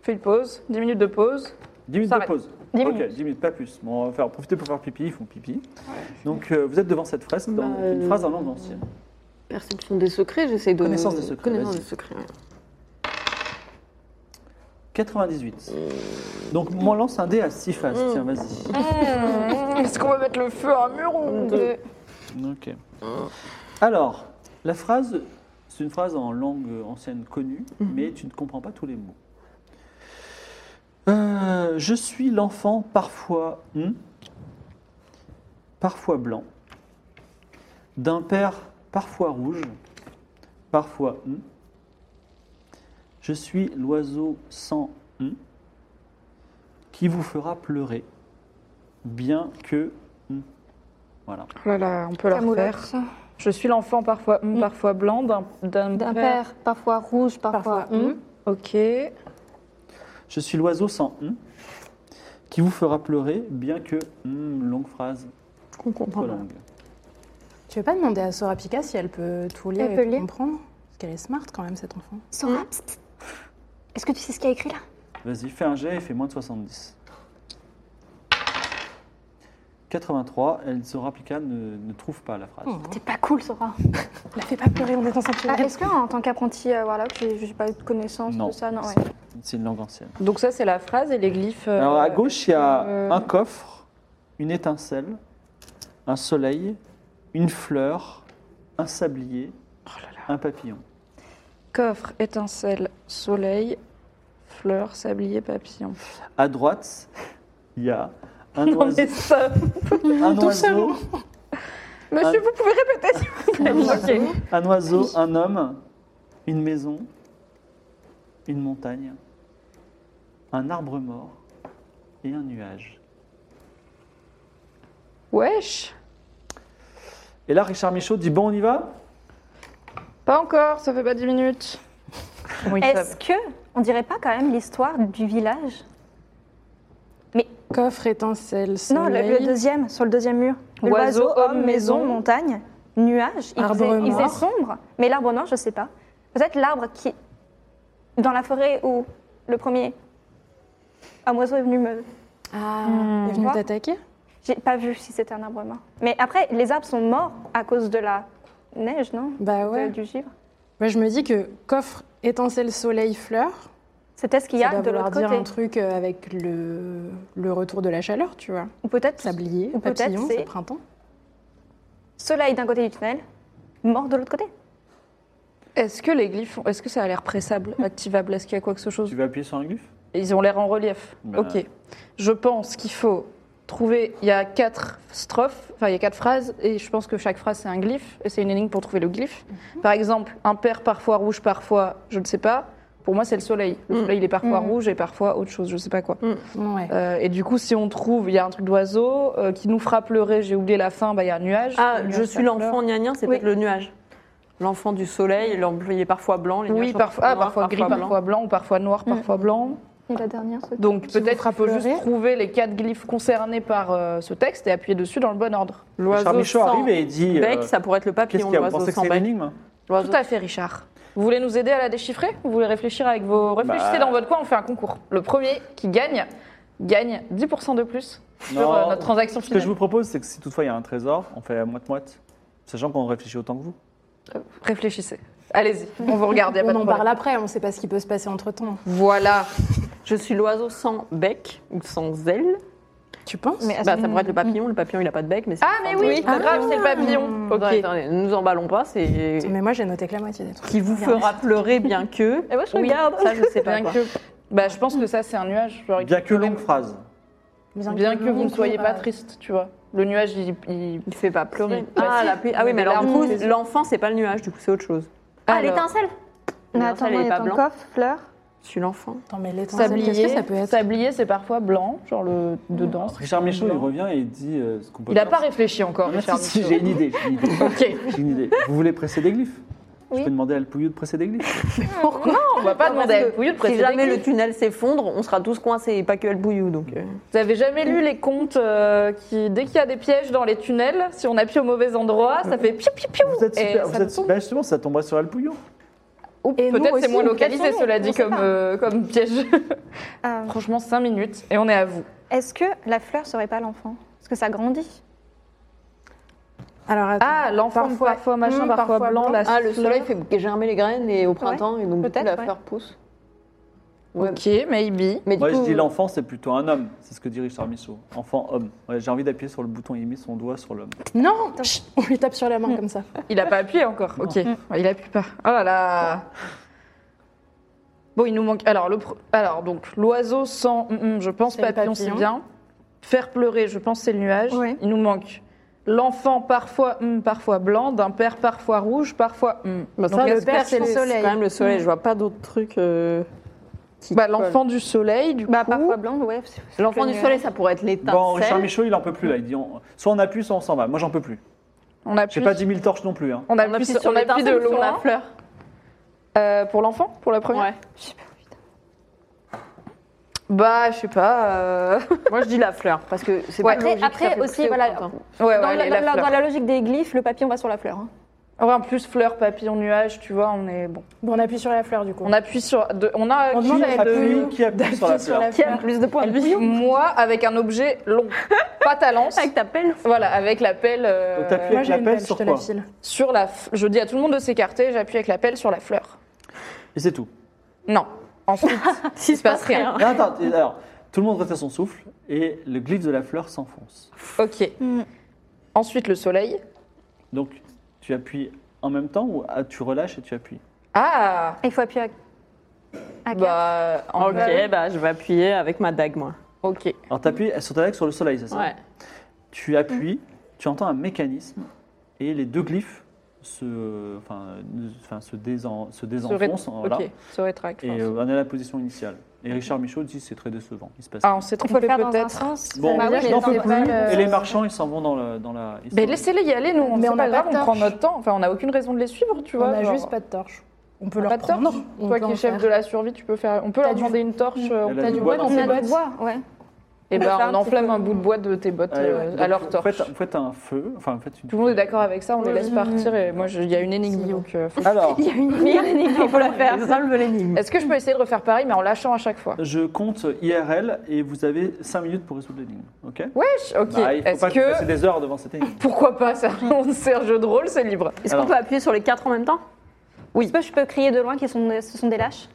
[SPEAKER 3] fais une pause, 10 minutes de pause.
[SPEAKER 2] 10 minutes de
[SPEAKER 3] S'arrête.
[SPEAKER 2] pause.
[SPEAKER 3] Dix
[SPEAKER 2] ok,
[SPEAKER 3] minutes.
[SPEAKER 2] 10 minutes, pas plus. Bon, on va faire profiter pour faire pipi, ils font pipi. Donc euh, vous êtes devant cette fresque, dans-
[SPEAKER 4] Bah,
[SPEAKER 2] une
[SPEAKER 4] euh,
[SPEAKER 2] phrase en langue ancienne.
[SPEAKER 4] Perception des secrets, j'essaie de.
[SPEAKER 2] Connaissance des secrets,
[SPEAKER 4] Connaissance
[SPEAKER 2] vas-y.
[SPEAKER 4] des secrets. ouais.
[SPEAKER 2] 98.
[SPEAKER 3] euh,
[SPEAKER 2] Donc moi lance un dé à 6 faces, tiens vas-y.
[SPEAKER 3] Est-ce qu'on va mettre le feu à un mur ou
[SPEAKER 4] Deux.
[SPEAKER 2] Ok. Alors, la phrase, c'est une phrase en langue ancienne connue, mais tu ne comprends pas tous les mots. Euh, je suis l'enfant parfois hum, parfois blanc, d'un père parfois rouge, parfois hum. Je suis l'oiseau sans hum, qui vous fera pleurer, bien que hum. Voilà.
[SPEAKER 3] Oh là là, on peut la
[SPEAKER 5] Camelot.
[SPEAKER 3] refaire. Je suis l'enfant parfois, hum, parfois blanc d'un-
[SPEAKER 5] Mm. D'un père, parfois rouge, parfois.
[SPEAKER 3] Parfois
[SPEAKER 4] hmm,
[SPEAKER 3] hum. Ok.
[SPEAKER 2] Je suis l'oiseau sans hum, qui vous fera pleurer, bien que hum, longue phrase,
[SPEAKER 4] On
[SPEAKER 2] trop
[SPEAKER 4] comprend pas.
[SPEAKER 2] longue.
[SPEAKER 6] Tu veux pas demander à Sorapika si elle peut tout lire
[SPEAKER 5] Elle
[SPEAKER 6] et
[SPEAKER 5] peut
[SPEAKER 6] tout
[SPEAKER 5] lire.
[SPEAKER 6] comprendre Parce qu'elle est smart quand même, cet enfant.
[SPEAKER 5] Sora, psst, psst. est-ce que tu sais ce qu'il y a écrit là
[SPEAKER 2] Vas-y, fais un jet et fais moins de 70. 83, elle sera applicable, ne, ne trouve pas la phrase.
[SPEAKER 5] T'es pas cool, Sora.
[SPEAKER 6] La fais pas pleurer, on est dans un
[SPEAKER 5] Ah,
[SPEAKER 6] sanctuaire.
[SPEAKER 5] est-ce qu'en tant qu'apprenti euh, Warlock, j'ai j'ai pas eu de connaissance
[SPEAKER 2] Non.
[SPEAKER 5] de ça Non, ouais.
[SPEAKER 2] C'est une langue ancienne.
[SPEAKER 3] Donc ça, c'est la phrase et les glyphes. euh,
[SPEAKER 2] Alors à gauche, il y a
[SPEAKER 3] euh,
[SPEAKER 2] un coffre, une étincelle, un soleil, une fleur, un sablier, un papillon.
[SPEAKER 3] Coffre, étincelle, soleil, fleur, sablier, papillon.
[SPEAKER 2] À droite, il y a
[SPEAKER 3] [LAUGHS]
[SPEAKER 2] un
[SPEAKER 3] Non
[SPEAKER 2] oiseau.
[SPEAKER 3] mais ça...
[SPEAKER 2] Un oiseau,
[SPEAKER 3] seulement. Monsieur,
[SPEAKER 2] Un-
[SPEAKER 3] vous pouvez répéter s'il vous plaît Ok.
[SPEAKER 2] un oiseau, un homme, une maison, une montagne, un arbre mort et un nuage.
[SPEAKER 3] Wesh
[SPEAKER 2] Et là, Richard Michaud dit Bon, on y va
[SPEAKER 3] Pas encore, ça fait pas 10 minutes. [LAUGHS] Oui, ça-
[SPEAKER 5] Est-ce que on dirait pas quand même l'histoire du village
[SPEAKER 6] Coffre, étincelle,
[SPEAKER 5] Ah. Non,
[SPEAKER 6] soleil.
[SPEAKER 5] le, le deuxième, sur le deuxième mur. De
[SPEAKER 3] Oiseau,
[SPEAKER 5] L'oiseau, homme, maison, montagne, nuage. Il,
[SPEAKER 6] Arbre
[SPEAKER 5] faisait, il
[SPEAKER 6] noir.
[SPEAKER 5] faisait sombre, mais l'arbre noir, je sais pas. Peut-être l'arbre qui, dans la forêt où le premier, un oiseau est venu me...
[SPEAKER 6] Ah, il est venu
[SPEAKER 5] Quoi
[SPEAKER 6] t'attaquer
[SPEAKER 5] J'ai pas vu si c'était un arbre mort. Mais après, les arbres sont morts à cause de la neige, non
[SPEAKER 6] Bah
[SPEAKER 5] De-
[SPEAKER 6] ouais.
[SPEAKER 5] Du givre.
[SPEAKER 6] Moi, je me dis que coffre, étincelle, soleil, fleur,
[SPEAKER 5] C'était ce qu'il y
[SPEAKER 6] ça
[SPEAKER 5] a
[SPEAKER 6] doit
[SPEAKER 5] de
[SPEAKER 6] vouloir
[SPEAKER 5] l'autre
[SPEAKER 6] dire
[SPEAKER 5] côté.
[SPEAKER 6] un truc euh, avec le, le retour de la chaleur, tu vois.
[SPEAKER 5] Ou peut-être
[SPEAKER 6] Sablier,
[SPEAKER 5] Ou peut-être
[SPEAKER 6] papillon,
[SPEAKER 5] c'est-
[SPEAKER 6] c'est printemps.
[SPEAKER 5] soleil d'un côté du tunnel, mort de l'autre côté.
[SPEAKER 3] Est-ce que les glyphes, ont- est-ce que ça a l'air [LAUGHS] pressable, activable Est-ce qu'il y a quelque chose
[SPEAKER 2] Tu veux appuyer sur un glyphe
[SPEAKER 3] Ils ont l'air en relief.
[SPEAKER 2] Bah.
[SPEAKER 3] Ok. Je pense qu'il faut trouver. Il y a quatre strophes, enfin il y a quatre phrases, et je pense que chaque phrase c'est un glyphe, et c'est une énigme pour trouver le glyphe. Par exemple, un père parfois rouge, parfois je ne sais pas. Pour moi, c'est le soleil. Le soleil, il est parfois rouge et parfois autre chose, je ne sais pas quoi.
[SPEAKER 6] Ouais.
[SPEAKER 3] Euh, et du coup, si on trouve, il y a un truc d'oiseau euh, qui nous fera pleurer. J'ai oublié la fin. Bah, il y a un nuage. Le
[SPEAKER 4] Ah,
[SPEAKER 3] nuage,
[SPEAKER 4] je
[SPEAKER 3] ça
[SPEAKER 4] suis l'enfant
[SPEAKER 3] pleure.
[SPEAKER 4] gna gna, c'est
[SPEAKER 3] Oui.
[SPEAKER 4] peut-être le nuage. L'enfant du soleil, l'employé parfois blanc, les
[SPEAKER 3] Oui,
[SPEAKER 4] nuages
[SPEAKER 3] parfois, ah,
[SPEAKER 4] noirs,
[SPEAKER 3] parfois gris,
[SPEAKER 4] blanc.
[SPEAKER 3] parfois blanc, ou parfois noir, parfois blanc.
[SPEAKER 5] Et la dernière, c'est
[SPEAKER 3] Donc
[SPEAKER 6] Qui
[SPEAKER 3] peut-être
[SPEAKER 6] vous
[SPEAKER 3] qu'il faut
[SPEAKER 6] fera
[SPEAKER 3] juste
[SPEAKER 6] pleurer.
[SPEAKER 3] trouver les quatre glyphes concernés par euh, ce texte et appuyer dessus dans le bon ordre.
[SPEAKER 2] Richard
[SPEAKER 4] L'oiseau
[SPEAKER 2] Michaud
[SPEAKER 4] sans
[SPEAKER 2] arrive et il dit
[SPEAKER 4] bec,
[SPEAKER 2] euh,
[SPEAKER 4] ça pourrait être le
[SPEAKER 2] Qu'est-ce
[SPEAKER 4] papillon,
[SPEAKER 2] qu'il y a Vous
[SPEAKER 4] l'oiseau
[SPEAKER 2] pensez que
[SPEAKER 4] sans
[SPEAKER 2] c'est une
[SPEAKER 4] bec.
[SPEAKER 2] énigme
[SPEAKER 4] L'oiseau-
[SPEAKER 3] Tout à fait, Richard. Vous voulez nous aider à la déchiffrer Vous voulez réfléchir avec vos... Réfléchissez
[SPEAKER 2] Bah.
[SPEAKER 3] dans votre coin, on fait un concours. Le premier qui gagne, gagne 10% de plus sur
[SPEAKER 2] Non.
[SPEAKER 3] euh, notre transaction
[SPEAKER 2] Ce que
[SPEAKER 3] finale.
[SPEAKER 2] je vous propose, c'est que si toutefois il y a un trésor, on fait moite-moite. Sachant qu'on réfléchit autant que vous.
[SPEAKER 3] Réfléchissez. Allez-y, on vous regarde, y a pas
[SPEAKER 6] On
[SPEAKER 3] de
[SPEAKER 6] en
[SPEAKER 3] problème.
[SPEAKER 6] parle après, on sait pas ce qui peut se passer entre temps.
[SPEAKER 3] Voilà.
[SPEAKER 4] Je suis l'oiseau sans bec ou sans aile.
[SPEAKER 6] Tu penses
[SPEAKER 4] Bah, ça pourrait être le papillon, le papillon il a pas de bec, mais c'est
[SPEAKER 3] Ah mais oui,
[SPEAKER 4] Ah, Hmm.
[SPEAKER 3] grave, c'est le papillon.
[SPEAKER 6] Mmh.
[SPEAKER 3] Ok.
[SPEAKER 4] attendez, attendez, ne nous emballons pas, c'est
[SPEAKER 6] Mais moi, j'ai noté que la moitié des trucs.
[SPEAKER 4] qui vous fera pleurer bien que.
[SPEAKER 5] Eh
[SPEAKER 3] Et moi, je
[SPEAKER 4] [LAUGHS] Oui, Ah,
[SPEAKER 3] regarde.
[SPEAKER 4] Ça je sais pas.
[SPEAKER 3] Bien
[SPEAKER 4] quoi.
[SPEAKER 3] que... Bah, je pense que ça, c'est un nuage. genre, il-
[SPEAKER 2] Bien que longue phrase.
[SPEAKER 3] Bien que vous ne soyez pas
[SPEAKER 6] triste.
[SPEAKER 3] triste, tu vois. Le nuage, il... il-
[SPEAKER 4] Il fait pas pleurer.
[SPEAKER 3] Si. Bah,
[SPEAKER 4] Ah,
[SPEAKER 3] si.
[SPEAKER 4] la pluie- ah oui, mais alors du
[SPEAKER 3] Larmes
[SPEAKER 4] coup,
[SPEAKER 3] aux yeux.
[SPEAKER 4] l'enfant c'est pas le nuage, du coup c'est autre chose.
[SPEAKER 5] Ah,
[SPEAKER 3] Alors,
[SPEAKER 5] l'étincelle Mais
[SPEAKER 4] L'étincelle,
[SPEAKER 5] attends,
[SPEAKER 4] elle est
[SPEAKER 5] il est
[SPEAKER 4] pas
[SPEAKER 5] en
[SPEAKER 4] blanc.
[SPEAKER 5] coffre, fleur.
[SPEAKER 4] Je suis l'enfant.
[SPEAKER 6] Attends, mais l'étincelle, qu'est-ce
[SPEAKER 3] Sablier,
[SPEAKER 6] que ça peut être
[SPEAKER 3] sablier, c'est parfois blanc, genre le dedans. c'est
[SPEAKER 2] Ah, Richard Michaud, il
[SPEAKER 3] blanc.
[SPEAKER 2] revient et il dit euh, ce qu'on peut
[SPEAKER 3] Il n'a
[SPEAKER 2] faire.
[SPEAKER 3] pas réfléchi encore,
[SPEAKER 2] Ah, si,
[SPEAKER 3] Richard.
[SPEAKER 2] si,
[SPEAKER 3] Michaud.
[SPEAKER 2] j'ai une idée. J'ai une idée.
[SPEAKER 3] Ok,
[SPEAKER 2] j'ai une idée. Vous voulez presser des glyphes Je
[SPEAKER 5] Oui.
[SPEAKER 2] peux demander à le Pouillou de presser des glyphes.
[SPEAKER 3] on va pas
[SPEAKER 4] Non,
[SPEAKER 3] demander à
[SPEAKER 4] parce que
[SPEAKER 3] Pouillou de
[SPEAKER 4] Si
[SPEAKER 3] préciser.
[SPEAKER 4] jamais
[SPEAKER 3] qui.
[SPEAKER 4] le tunnel s'effondre, on sera tous coincés et pas que El Bouillou. Donc, euh,
[SPEAKER 3] Vous avez jamais lu les contes euh, qui, dès qu'il y a des pièges dans les tunnels, si on appuie au mauvais endroit, ça fait piou piou piou.
[SPEAKER 2] Vous êtes
[SPEAKER 3] Et
[SPEAKER 2] super.
[SPEAKER 3] ça
[SPEAKER 2] Vous êtes,
[SPEAKER 3] tombe.
[SPEAKER 2] bah, justement, ça tomberait sur le Pouillou.
[SPEAKER 3] Ou
[SPEAKER 5] Et nous
[SPEAKER 3] Peut-être c'est
[SPEAKER 5] aussi,
[SPEAKER 3] moins
[SPEAKER 5] nous
[SPEAKER 3] localisé,
[SPEAKER 5] cassons,
[SPEAKER 3] cela
[SPEAKER 5] on
[SPEAKER 3] dit,
[SPEAKER 5] sait
[SPEAKER 3] comme,
[SPEAKER 5] pas.
[SPEAKER 3] euh, comme piège.
[SPEAKER 5] Euh,
[SPEAKER 3] Franchement, 5 minutes et on est à vous.
[SPEAKER 5] Est-ce que la fleur serait pas l'enfant Parce que ça grandit.
[SPEAKER 6] Alors, attends.
[SPEAKER 3] Ah, l'enfant, parfois, parfois machin,
[SPEAKER 6] Mmh,
[SPEAKER 3] parfois,
[SPEAKER 6] parfois
[SPEAKER 3] blanc,
[SPEAKER 6] blanc.
[SPEAKER 3] la
[SPEAKER 4] Ah, le
[SPEAKER 3] fleur.
[SPEAKER 4] soleil fait germer les graines et au printemps, et donc du coup,
[SPEAKER 5] Peut-être,
[SPEAKER 4] la
[SPEAKER 5] ouais.
[SPEAKER 4] fleur pousse. Ouais.
[SPEAKER 3] Ok, maybe.
[SPEAKER 4] Mais du
[SPEAKER 2] Moi,
[SPEAKER 4] coup,
[SPEAKER 2] je dis l'enfant, c'est plutôt un homme. C'est ce que dit Richard Michaud. Enfant, homme. Ouais, J'ai envie d'appuyer sur le bouton. Il met son doigt sur l'homme.
[SPEAKER 6] Non Chut, On lui tape sur la
[SPEAKER 3] Hmm.
[SPEAKER 6] main comme ça.
[SPEAKER 3] Il a pas appuyé encore. Ok, il appuie pas. Oh là là. Bon, il nous manque. Alors, le pr- Alors donc, l'oiseau sans. hum, hum, je pense
[SPEAKER 6] C'est le
[SPEAKER 3] papillon, c'est
[SPEAKER 6] papillon.
[SPEAKER 3] bien. Faire pleurer, je pense c'est le nuage.
[SPEAKER 5] Ouais.
[SPEAKER 3] Il nous manque l'enfant parfois hum, parfois blanc, d'un père parfois rouge, parfois hum.
[SPEAKER 4] bah,
[SPEAKER 3] Donc,
[SPEAKER 4] ça,
[SPEAKER 3] est-ce
[SPEAKER 4] le
[SPEAKER 3] que
[SPEAKER 4] père,
[SPEAKER 3] c'est
[SPEAKER 4] c'est
[SPEAKER 3] le
[SPEAKER 4] c'est quand même le soleil. Je vois pas d'autres trucs. euh, qui
[SPEAKER 3] Bah,
[SPEAKER 4] collent.
[SPEAKER 3] l'enfant du soleil, du
[SPEAKER 5] Bah,
[SPEAKER 3] coup.
[SPEAKER 5] parfois blanc, ouais. c'est- c'est
[SPEAKER 4] L'enfant
[SPEAKER 5] que
[SPEAKER 4] du
[SPEAKER 5] le
[SPEAKER 4] soleil,
[SPEAKER 5] nuage.
[SPEAKER 4] ça pourrait être l'étincelle.
[SPEAKER 2] Bon, Richard Michaud, il en peut plus là. Il dit on- soit on appuie, soit on s'en va. Moi, j'en peux plus.
[SPEAKER 3] On a
[SPEAKER 2] J'ai pas 10 000 torches non plus. hein.
[SPEAKER 3] On
[SPEAKER 4] on
[SPEAKER 3] appuie,
[SPEAKER 4] appuie sur
[SPEAKER 3] on appuie de
[SPEAKER 4] l'étincelle ou sur la
[SPEAKER 3] loin.
[SPEAKER 4] fleur.
[SPEAKER 3] Euh, pour l'enfant Pour la première
[SPEAKER 4] Ouais.
[SPEAKER 3] Bah, je sais pas. euh,
[SPEAKER 4] Moi, je dis la fleur parce que c'est
[SPEAKER 3] Ouais.
[SPEAKER 4] pas
[SPEAKER 5] Après,
[SPEAKER 4] logique, ça
[SPEAKER 5] après
[SPEAKER 4] fait
[SPEAKER 5] aussi,
[SPEAKER 4] plus
[SPEAKER 5] voilà.
[SPEAKER 4] autant.
[SPEAKER 3] Ouais, ouais,
[SPEAKER 5] dans, la,
[SPEAKER 3] allez,
[SPEAKER 5] dans
[SPEAKER 3] la
[SPEAKER 5] la-
[SPEAKER 3] fleur.
[SPEAKER 5] dans la logique des glyphes, le papier, on va sur la fleur. hein.
[SPEAKER 3] Ouais, en plus, fleur, papillon, nuage, tu vois, on est bon.
[SPEAKER 6] Bon, on appuie sur la fleur du coup.
[SPEAKER 3] On appuie sur. de- on a.
[SPEAKER 6] On
[SPEAKER 3] qui
[SPEAKER 6] demande
[SPEAKER 3] a
[SPEAKER 6] à
[SPEAKER 3] de-
[SPEAKER 2] Euh, Appuie, qui appuie sur la
[SPEAKER 6] d'appuyer
[SPEAKER 2] fleur
[SPEAKER 6] sur la
[SPEAKER 4] Qui a
[SPEAKER 6] fleur.
[SPEAKER 4] le plus de points
[SPEAKER 3] Moi, avec un objet long, pas ta lance.
[SPEAKER 4] Avec ta pelle.
[SPEAKER 3] Voilà, avec la pelle. euh,
[SPEAKER 2] Donc, t'appuies
[SPEAKER 6] Moi
[SPEAKER 2] avec
[SPEAKER 6] j'ai
[SPEAKER 2] la
[SPEAKER 6] une
[SPEAKER 2] pelle
[SPEAKER 6] pelle, je
[SPEAKER 2] sur
[SPEAKER 6] te la
[SPEAKER 2] quoi
[SPEAKER 6] file.
[SPEAKER 3] sur la. f- Je dis à tout le monde de s'écarter, j'appuie avec la pelle sur la fleur.
[SPEAKER 2] Et c'est tout.
[SPEAKER 3] Non. Ensuite,
[SPEAKER 4] S'il
[SPEAKER 3] se passe rien.
[SPEAKER 2] Non, attends, et alors, tout le monde retient son souffle et le glyphe de la fleur s'enfonce.
[SPEAKER 3] ok. Ensuite, le soleil.
[SPEAKER 2] Donc, tu appuies en même temps ou ah, tu relâches et tu appuies
[SPEAKER 3] Ah
[SPEAKER 5] Il faut appuyer à. à quatre.
[SPEAKER 3] Bah. en-
[SPEAKER 4] Ok, bah je vais appuyer avec ma dague moi.
[SPEAKER 3] Ok.
[SPEAKER 2] Alors, tu appuies sur ta dague sur le soleil, c'est ça
[SPEAKER 4] Ouais.
[SPEAKER 2] Tu appuies, tu entends un mécanisme et les deux glyphes se, enfin, euh, enfin, se, désen- se
[SPEAKER 3] Se ré-
[SPEAKER 2] désenfoncent. voilà.
[SPEAKER 3] Ok, se rétracte.
[SPEAKER 2] Et euh, on est à la position initiale. Et Richard Michaud dit c'est très décevant. Il se passe.
[SPEAKER 3] Ah, Bah
[SPEAKER 2] rien.
[SPEAKER 3] on s'est
[SPEAKER 5] Il faut
[SPEAKER 3] trompé
[SPEAKER 5] le faire dans un
[SPEAKER 3] peut-être.
[SPEAKER 5] sens. Bah
[SPEAKER 2] Bon,
[SPEAKER 5] Ça veut dire
[SPEAKER 2] je
[SPEAKER 5] que
[SPEAKER 2] n'en
[SPEAKER 5] les
[SPEAKER 2] peux
[SPEAKER 5] temps-
[SPEAKER 2] plus.
[SPEAKER 6] euh,
[SPEAKER 2] Et les marchands, ils s'en vont dans la. Dans la ils
[SPEAKER 3] Mais
[SPEAKER 2] s'en-
[SPEAKER 3] Ben, laissez-les y aller, nous, on
[SPEAKER 6] Mais
[SPEAKER 3] c'est
[SPEAKER 6] on
[SPEAKER 3] pas
[SPEAKER 6] n'a pas
[SPEAKER 3] grave,
[SPEAKER 6] de
[SPEAKER 3] on prend
[SPEAKER 6] torche.
[SPEAKER 3] notre temps. Enfin, on n'a aucune raison de les suivre, tu vois.
[SPEAKER 6] on a
[SPEAKER 3] genre.
[SPEAKER 6] juste pas de torche. On
[SPEAKER 3] On
[SPEAKER 6] peut
[SPEAKER 3] a
[SPEAKER 6] leur
[SPEAKER 3] pas de
[SPEAKER 6] prendre.
[SPEAKER 3] torche.
[SPEAKER 6] on
[SPEAKER 3] Toi
[SPEAKER 6] peut
[SPEAKER 3] qui
[SPEAKER 6] en
[SPEAKER 3] es chef
[SPEAKER 6] faire.
[SPEAKER 3] de la survie, tu peux faire. On peut
[SPEAKER 6] T'as
[SPEAKER 3] leur
[SPEAKER 6] du-
[SPEAKER 3] demander une torche. euh,
[SPEAKER 2] Elle a
[SPEAKER 6] T'as
[SPEAKER 2] du
[SPEAKER 6] du
[SPEAKER 2] bois
[SPEAKER 6] bois
[SPEAKER 2] dans
[SPEAKER 6] dans
[SPEAKER 5] On
[SPEAKER 2] ses
[SPEAKER 6] tes
[SPEAKER 5] a du
[SPEAKER 6] bottes
[SPEAKER 5] bois, ouais.
[SPEAKER 3] Eh ben,
[SPEAKER 5] faire un
[SPEAKER 3] on
[SPEAKER 5] petit
[SPEAKER 3] enflamme
[SPEAKER 5] peu-
[SPEAKER 3] un bout de bois de tes bottes
[SPEAKER 6] Ah
[SPEAKER 2] Ouais,
[SPEAKER 3] euh,
[SPEAKER 2] ouais.
[SPEAKER 3] à
[SPEAKER 2] Donc,
[SPEAKER 3] leur torche.
[SPEAKER 2] Faites, faites un feu. Enfin, faites une-
[SPEAKER 3] Tout le monde est d'accord avec ça, on les
[SPEAKER 6] Oui,
[SPEAKER 3] laisse
[SPEAKER 6] oui.
[SPEAKER 3] partir et moi, je- il y a une énigme. Donc, euh, faut-
[SPEAKER 2] Alors,
[SPEAKER 3] [LAUGHS]
[SPEAKER 5] Il y a une meilleure énigme, il faut la faire.
[SPEAKER 4] Résolve l'énigme.
[SPEAKER 3] Est-ce que je peux essayer de refaire pareil, mais en lâchant à chaque fois
[SPEAKER 2] [LAUGHS] je compte IRL et vous avez 5 minutes pour résoudre l'énigme. Ok
[SPEAKER 3] Wesh Ok,
[SPEAKER 2] Bah, il faut
[SPEAKER 3] est-ce
[SPEAKER 2] pas que vous
[SPEAKER 3] que.
[SPEAKER 2] passiez des heures devant cette énigme.
[SPEAKER 3] Pourquoi pas ça [LAUGHS] On sait un jeu de rôle, c'est libre.
[SPEAKER 4] Est-ce qu'on
[SPEAKER 2] Alors.
[SPEAKER 4] peut appuyer sur les quatre en même temps
[SPEAKER 5] Oui. Je, sais pas, je peux crier de loin qu'ils sont, des- ce sont des lâches.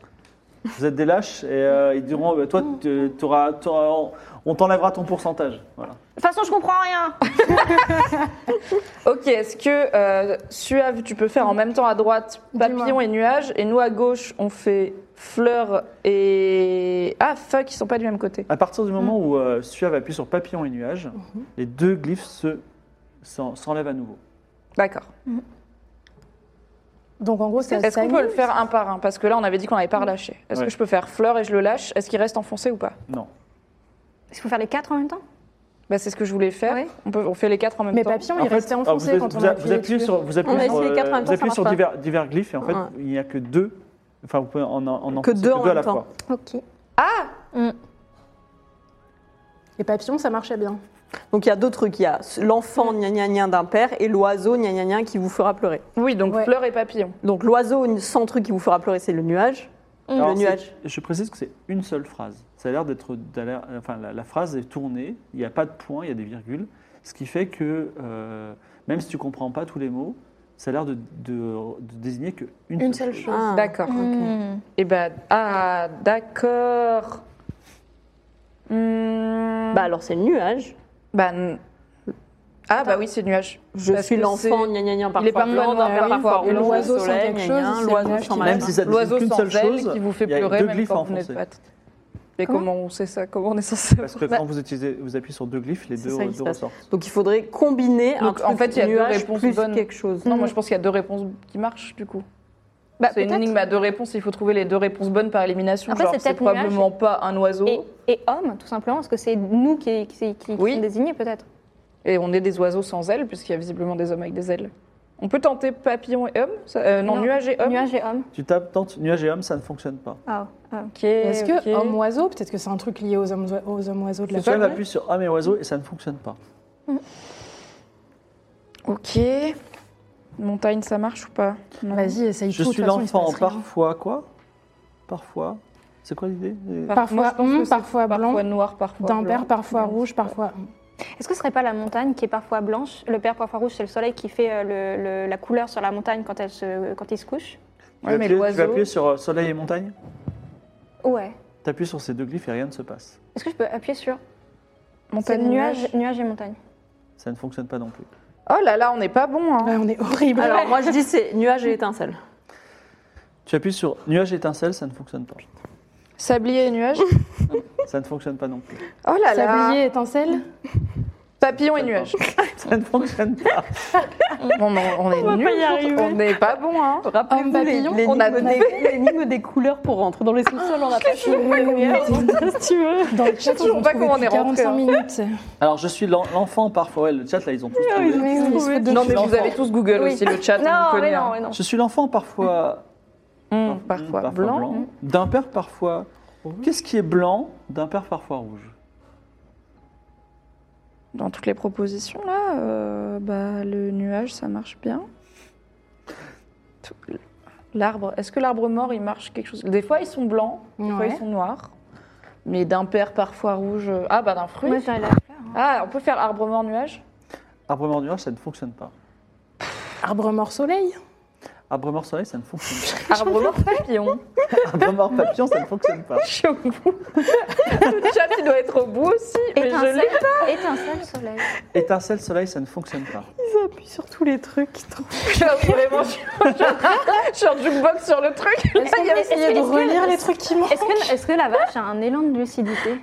[SPEAKER 2] Vous êtes des lâches et euh, ils diront euh,
[SPEAKER 4] Mm.
[SPEAKER 2] toi, tu- t'auras- t'auras- on- on t'enlèvera ton pourcentage. Voilà.
[SPEAKER 5] De toute façon, je comprends rien.
[SPEAKER 3] Ok, est-ce que euh, Suave, tu peux faire en même temps à droite papillon
[SPEAKER 6] Dis-moi.
[SPEAKER 3] et nuage et nous à gauche, on fait fleurs et. Ah fuck, ils sont pas du même côté.
[SPEAKER 2] À partir du moment
[SPEAKER 4] Mm.
[SPEAKER 2] où euh, Suave appuie sur papillon et nuage,
[SPEAKER 4] Mm-hmm.
[SPEAKER 2] les deux glyphes se- s'en- s'enlèvent à nouveau.
[SPEAKER 3] D'accord.
[SPEAKER 6] Donc en gros, Bah, ça
[SPEAKER 3] Est-ce qu'on peut le
[SPEAKER 6] s'annule.
[SPEAKER 3] faire un par un Parce que là, on avait dit qu'on n'avait pas relâché. Est-ce
[SPEAKER 2] Ouais.
[SPEAKER 3] que je peux faire fleur et je le lâche Est-ce qu'il reste enfoncé ou pas
[SPEAKER 2] Non.
[SPEAKER 5] Est-ce qu'il faut faire les quatre en même temps
[SPEAKER 3] bah, C'est ce que je voulais faire.
[SPEAKER 5] Ouais.
[SPEAKER 3] On, peut, on fait les quatre en même
[SPEAKER 6] Mais
[SPEAKER 3] temps.
[SPEAKER 6] papillon,
[SPEAKER 2] En
[SPEAKER 6] il
[SPEAKER 2] fait,
[SPEAKER 6] restait
[SPEAKER 2] alors,
[SPEAKER 6] enfoncé
[SPEAKER 2] vous,
[SPEAKER 6] quand on
[SPEAKER 2] vous,
[SPEAKER 6] a
[SPEAKER 2] vous appuyez sur, vous appuyez
[SPEAKER 4] On a
[SPEAKER 2] sur, euh,
[SPEAKER 4] essayé quatre en même
[SPEAKER 2] vous
[SPEAKER 4] temps, ça
[SPEAKER 2] appuyez sur
[SPEAKER 4] marche
[SPEAKER 2] divers, divers glyphes et en fait,
[SPEAKER 4] Ouais.
[SPEAKER 2] il n'y a que deux. Enfin, vous pouvez en, en, en
[SPEAKER 4] Que
[SPEAKER 2] enfoncer
[SPEAKER 4] deux en
[SPEAKER 2] à
[SPEAKER 4] même
[SPEAKER 2] la
[SPEAKER 4] temps.
[SPEAKER 2] fois.
[SPEAKER 5] Ok.
[SPEAKER 6] Ah
[SPEAKER 3] Hmm.
[SPEAKER 6] Les papillons, ça marchait bien.
[SPEAKER 4] Donc il y a deux trucs. Il y a l'enfant gna gna gna d'un père et l'oiseau gna gna gna qui vous fera pleurer.
[SPEAKER 3] Oui, donc
[SPEAKER 6] Ouais.
[SPEAKER 3] fleur et papillon.
[SPEAKER 4] Donc l'oiseau sans truc qui vous fera pleurer, c'est le nuage.
[SPEAKER 2] Alors,
[SPEAKER 4] Le
[SPEAKER 2] c'est-
[SPEAKER 4] nuage.
[SPEAKER 2] Je précise que c'est une seule phrase. Ça a l'air d'être. d'a l'air- Enfin, la, la phrase est tournée, il n'y a pas de point, il y a des virgules. Ce qui fait que, euh, même si tu ne comprends pas tous les mots, ça a l'air de, de- de désigner qu'une
[SPEAKER 6] Une seule chose.
[SPEAKER 4] Ah.
[SPEAKER 3] D'accord.
[SPEAKER 5] Hmm.
[SPEAKER 3] Et bah, ah, d'accord. Hmm,
[SPEAKER 4] Bah alors c'est le nuage.
[SPEAKER 3] bah, n- Ah, bah oui, c'est nuage.
[SPEAKER 4] Je
[SPEAKER 3] Parce
[SPEAKER 4] suis
[SPEAKER 3] que
[SPEAKER 4] l'enfant
[SPEAKER 3] c'est-
[SPEAKER 4] gna gna gna
[SPEAKER 3] Il est
[SPEAKER 4] parfois
[SPEAKER 3] pas
[SPEAKER 4] blanc,
[SPEAKER 3] noir,
[SPEAKER 4] d'un père
[SPEAKER 3] oui,
[SPEAKER 4] parfois rouge,
[SPEAKER 6] l'oiseau
[SPEAKER 4] le
[SPEAKER 6] sans
[SPEAKER 4] soleil
[SPEAKER 6] quelque
[SPEAKER 4] gna
[SPEAKER 6] chose,
[SPEAKER 4] gna,
[SPEAKER 6] c'est le
[SPEAKER 4] l'oiseau
[SPEAKER 6] nuage
[SPEAKER 4] sans
[SPEAKER 6] qui
[SPEAKER 4] machin.
[SPEAKER 2] Même si ça désigne
[SPEAKER 3] L'oiseau
[SPEAKER 2] qu'une
[SPEAKER 3] sans
[SPEAKER 2] seule
[SPEAKER 3] ailes
[SPEAKER 2] chose,
[SPEAKER 3] qui vous fait
[SPEAKER 2] il y a
[SPEAKER 3] pleurer
[SPEAKER 2] deux
[SPEAKER 3] même
[SPEAKER 2] glyphes à
[SPEAKER 3] quand vous n'êtes
[SPEAKER 2] enfoncer.
[SPEAKER 3] pas. Mais comment on sait ça Comment on est censé
[SPEAKER 2] Parce que quand vous, utilisez, vous appuyez sur deux glyphes, les
[SPEAKER 4] C'est
[SPEAKER 2] deux,
[SPEAKER 4] ça qui
[SPEAKER 2] deux
[SPEAKER 4] se passe.
[SPEAKER 2] ressortent.
[SPEAKER 4] Donc il faudrait combiner un
[SPEAKER 3] Donc,
[SPEAKER 4] truc
[SPEAKER 3] en fait, il y a deux
[SPEAKER 4] nuage
[SPEAKER 3] réponses
[SPEAKER 4] plus
[SPEAKER 3] bonnes.
[SPEAKER 4] quelque chose.
[SPEAKER 3] Non, moi je pense qu'il y a deux réponses qui marchent du coup.
[SPEAKER 5] Bah,
[SPEAKER 3] c'est une
[SPEAKER 5] peut-être.
[SPEAKER 3] énigme à deux réponses, il faut trouver les deux réponses bonnes par élimination.
[SPEAKER 5] Après,
[SPEAKER 3] Genre,
[SPEAKER 5] c'est
[SPEAKER 3] c'est
[SPEAKER 5] peut-être nuage.
[SPEAKER 3] probablement pas un oiseau
[SPEAKER 5] Et, et homme, tout simplement, parce que c'est nous qui, qui, qui- qui
[SPEAKER 3] Oui.
[SPEAKER 5] sommes désignés, peut-être.
[SPEAKER 3] et... on est des oiseaux sans ailes puisqu'il y a visiblement des hommes avec des ailes. On peut tenter papillon et homme ça- euh, non,
[SPEAKER 5] Non,
[SPEAKER 3] nuage et homme.
[SPEAKER 5] Nuage et homme.
[SPEAKER 2] Tu tapes, tente, nuage et homme, ça ne fonctionne pas.
[SPEAKER 5] Ah, ah.
[SPEAKER 3] Ok,
[SPEAKER 6] Est-ce
[SPEAKER 3] ok.
[SPEAKER 6] que homme-oiseau, peut-être que c'est un truc lié aux hommes, aux hommes oiseaux de la
[SPEAKER 2] Tu
[SPEAKER 6] forêt.
[SPEAKER 2] appuies sur homme et oiseau et ça ne fonctionne pas.
[SPEAKER 3] Ok. Montagne, ça marche ou pas Non.
[SPEAKER 6] Vas-y, essaye
[SPEAKER 2] Je
[SPEAKER 6] tout. de
[SPEAKER 2] suis
[SPEAKER 6] toute façon, il se
[SPEAKER 2] l'enfant
[SPEAKER 6] passe rien.
[SPEAKER 2] parfois quoi Parfois. C'est quoi l'idée
[SPEAKER 3] Moi,
[SPEAKER 6] Parfois
[SPEAKER 3] je pense que
[SPEAKER 6] on,
[SPEAKER 3] c'est
[SPEAKER 6] parfois
[SPEAKER 3] Parfois
[SPEAKER 6] blanc,
[SPEAKER 3] noir, parfois.
[SPEAKER 6] d'un
[SPEAKER 3] blanc.
[SPEAKER 6] père, parfois rouge, parfois.
[SPEAKER 5] Est-ce que ce serait pas la montagne qui est parfois blanche Le père parfois rouge, c'est le soleil qui fait euh, le- le- la couleur sur la montagne quand, elle se, quand il se couche
[SPEAKER 2] Tu
[SPEAKER 3] Ouais,
[SPEAKER 2] vas
[SPEAKER 3] mais
[SPEAKER 2] appuyer- Tu vas
[SPEAKER 3] l'oiseau.
[SPEAKER 2] appuyer sur euh, soleil et montagne
[SPEAKER 5] Ouais.
[SPEAKER 2] T'appuies sur ces deux glyphes et rien ne se passe.
[SPEAKER 5] Est-ce que je peux appuyer sur
[SPEAKER 3] Montagne
[SPEAKER 5] C'est
[SPEAKER 3] nuage.
[SPEAKER 5] nuage, nuage et montagne
[SPEAKER 2] Ça ne fonctionne pas non plus.
[SPEAKER 3] Oh là là, on n'est pas bon. hein.
[SPEAKER 6] Ouais, on est
[SPEAKER 4] [LAUGHS]
[SPEAKER 6] horrible.
[SPEAKER 4] Alors moi je dis c'est nuage et étincelle.
[SPEAKER 2] Tu appuies sur nuage étincelle, ça ne fonctionne pas.
[SPEAKER 3] Sablier et nuage.
[SPEAKER 2] Ça ne fonctionne pas non plus. [LAUGHS]
[SPEAKER 3] Oh
[SPEAKER 5] Ah
[SPEAKER 3] là là.
[SPEAKER 6] Sablier, étincelle.
[SPEAKER 3] Papillon et nuage.
[SPEAKER 2] Ça ne fonctionne pas.
[SPEAKER 3] on, ben, on est
[SPEAKER 4] va
[SPEAKER 3] nuls.
[SPEAKER 4] pas y arriver.
[SPEAKER 3] On n'est pas bon. Hein.
[SPEAKER 4] [LAUGHS] Rappelez-vous
[SPEAKER 6] Un
[SPEAKER 4] les-
[SPEAKER 6] papillon,
[SPEAKER 4] l'énigme
[SPEAKER 3] on a
[SPEAKER 4] des- l'énigme des couleurs pour rentrer dans les sous-sols. On a pas
[SPEAKER 6] [LAUGHS]
[SPEAKER 4] si tu veux.
[SPEAKER 6] Dans le chat,
[SPEAKER 3] Je sais
[SPEAKER 6] on
[SPEAKER 3] pas comment on est rentré,
[SPEAKER 6] 45
[SPEAKER 3] hein.
[SPEAKER 6] minutes.
[SPEAKER 2] Alors je suis l'en- l'enfant parfois. Ouais, le chat là, ils ont tous trouvé.
[SPEAKER 6] [LAUGHS] Oui, oui, ils se foutent de
[SPEAKER 3] Non,
[SPEAKER 6] nous.
[SPEAKER 3] Ah mais vous avez tous Google
[SPEAKER 5] Oui.
[SPEAKER 3] aussi, le chat. on
[SPEAKER 5] Non,
[SPEAKER 3] connaît,
[SPEAKER 5] mais non,
[SPEAKER 3] hein.
[SPEAKER 5] mais non.
[SPEAKER 2] Je suis l'enfant parfois, Mmh,
[SPEAKER 3] Hum, parfois, blanc.
[SPEAKER 2] d'un père parfois. Qu'est-ce qui est blanc d'un père parfois rouge
[SPEAKER 3] Dans toutes les propositions, là, euh, bah, le nuage, ça marche bien. Tout- L'arbre, est-ce que l'arbre mort, il marche quelque chose Des fois, ils sont blancs, des fois,
[SPEAKER 6] Ouais.
[SPEAKER 3] ils sont noirs. Mais d'un père parfois rouge. euh, Ah, bah d'un fruit.
[SPEAKER 5] Moi, j'aurais la fleur. hein.
[SPEAKER 3] Ah, on peut faire arbre mort nuage
[SPEAKER 2] Arbre mort nuage, ça ne fonctionne pas.
[SPEAKER 6] Arbre mort soleil.
[SPEAKER 2] Arbre mort soleil, ça ne
[SPEAKER 3] [LAUGHS]
[SPEAKER 2] fonctionne
[SPEAKER 3] Arbre mort
[SPEAKER 2] pas.
[SPEAKER 3] papillon.
[SPEAKER 2] Arbre mort papillon, ça ne fonctionne pas.
[SPEAKER 3] Je suis au [LAUGHS] bout. le chat, il doit être au bout aussi. Mais je l'ai.
[SPEAKER 5] Étincelle, étincelle, soleil.
[SPEAKER 2] Étincelle soleil, ça ne fonctionne pas.
[SPEAKER 4] Ils appuient sur tous les trucs. qu'ils trouvent.
[SPEAKER 3] Genre, vraiment, je suis en- je suis en jukebox sur le
[SPEAKER 6] [LAUGHS]
[SPEAKER 3] truc.
[SPEAKER 5] Est-ce que-
[SPEAKER 6] Il a essayé
[SPEAKER 5] est-ce
[SPEAKER 6] de
[SPEAKER 5] que-
[SPEAKER 6] relire les trucs qui manquent.
[SPEAKER 5] Est-ce que, est-ce que la vache a un élan de lucidité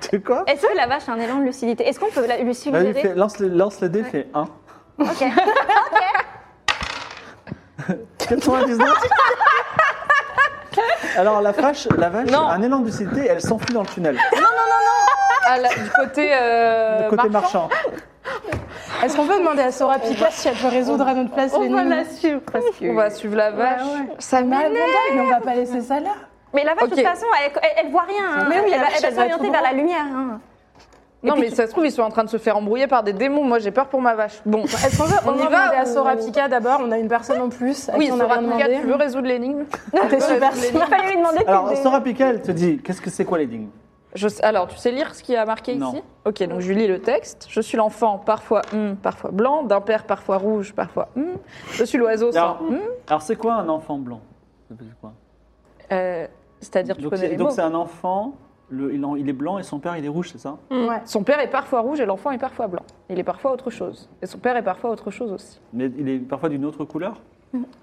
[SPEAKER 2] C'est quoi
[SPEAKER 5] Est-ce que la vache a un élan de lucidité Est-ce qu'on peut la- lui
[SPEAKER 2] Vas-y,
[SPEAKER 5] suggérer
[SPEAKER 2] fais- lance, le, lance le dé, fais 1.
[SPEAKER 5] Ok. [LAUGHS]
[SPEAKER 2] 99 Alors la vache, la vache
[SPEAKER 3] Non.
[SPEAKER 2] un élan de lucidité, elle s'enfuit dans le tunnel,
[SPEAKER 3] Ah, là, du côté, euh,
[SPEAKER 2] du côté
[SPEAKER 3] marchand.
[SPEAKER 2] marchand.
[SPEAKER 6] Est-ce qu'on peut demander à Sora Pika si elle peut résoudre à notre place les
[SPEAKER 5] suivre parce que.
[SPEAKER 3] On va suivre la vache.
[SPEAKER 6] Ça m'énerve. Oh, Mais on va pas laisser ça là.
[SPEAKER 5] Mais la vache,
[SPEAKER 3] Ok.
[SPEAKER 5] de toute façon, elle, elle, elle voit rien. hein.
[SPEAKER 6] Mais oui,
[SPEAKER 5] elle,
[SPEAKER 6] la
[SPEAKER 5] va-
[SPEAKER 6] vache,
[SPEAKER 5] elle va
[SPEAKER 6] elle va être
[SPEAKER 5] s'orienter
[SPEAKER 6] au
[SPEAKER 5] vers
[SPEAKER 6] droit.
[SPEAKER 5] la lumière. [LAUGHS] hein.
[SPEAKER 3] Non, mais ça se trouve, ils sont en train de se faire embrouiller par des démons. Moi, j'ai peur pour ma vache. Bon,
[SPEAKER 6] Est-ce qu'on peut
[SPEAKER 3] On
[SPEAKER 6] on
[SPEAKER 3] y
[SPEAKER 6] va
[SPEAKER 3] va
[SPEAKER 6] demander à
[SPEAKER 3] ou-
[SPEAKER 6] Sora Pika d'abord On a une personne en plus. À
[SPEAKER 3] oui,
[SPEAKER 6] qui on a
[SPEAKER 3] Sora
[SPEAKER 6] rien
[SPEAKER 3] Pika,
[SPEAKER 6] demandé.
[SPEAKER 3] tu veux résoudre l'énigme
[SPEAKER 6] [LAUGHS] T'es
[SPEAKER 3] Tu veux
[SPEAKER 6] super
[SPEAKER 3] résoudre
[SPEAKER 6] smart.
[SPEAKER 5] Il
[SPEAKER 3] l'énigme
[SPEAKER 5] fallait lui demander. que
[SPEAKER 2] Alors
[SPEAKER 5] Ah, des-
[SPEAKER 2] Sora Pika, elle te dit, qu'est-ce que c'est quoi les lignes
[SPEAKER 3] Je sais- Alors, tu sais lire ce qui a marqué
[SPEAKER 2] Non.
[SPEAKER 3] ici Ok, donc je lis le texte. Je suis l'enfant, parfois hum, parfois blanc, d'un père, parfois rouge, parfois hum. Je suis l'oiseau sans
[SPEAKER 2] Alors,
[SPEAKER 3] hum.
[SPEAKER 2] alors c'est quoi un enfant blanc Ça veut dire quoi
[SPEAKER 3] Euh, C'est-à-dire, tu
[SPEAKER 2] Donc
[SPEAKER 3] connais
[SPEAKER 2] c'est
[SPEAKER 3] les
[SPEAKER 2] donc
[SPEAKER 3] mots.
[SPEAKER 2] c'est un enfant, le- il en- il est blanc et son père il est rouge, c'est ça
[SPEAKER 6] Ouais.
[SPEAKER 3] Son père est parfois rouge et l'enfant est parfois blanc. Il est parfois autre chose. Et son père est parfois autre chose aussi.
[SPEAKER 2] Mais il est parfois d'une autre couleur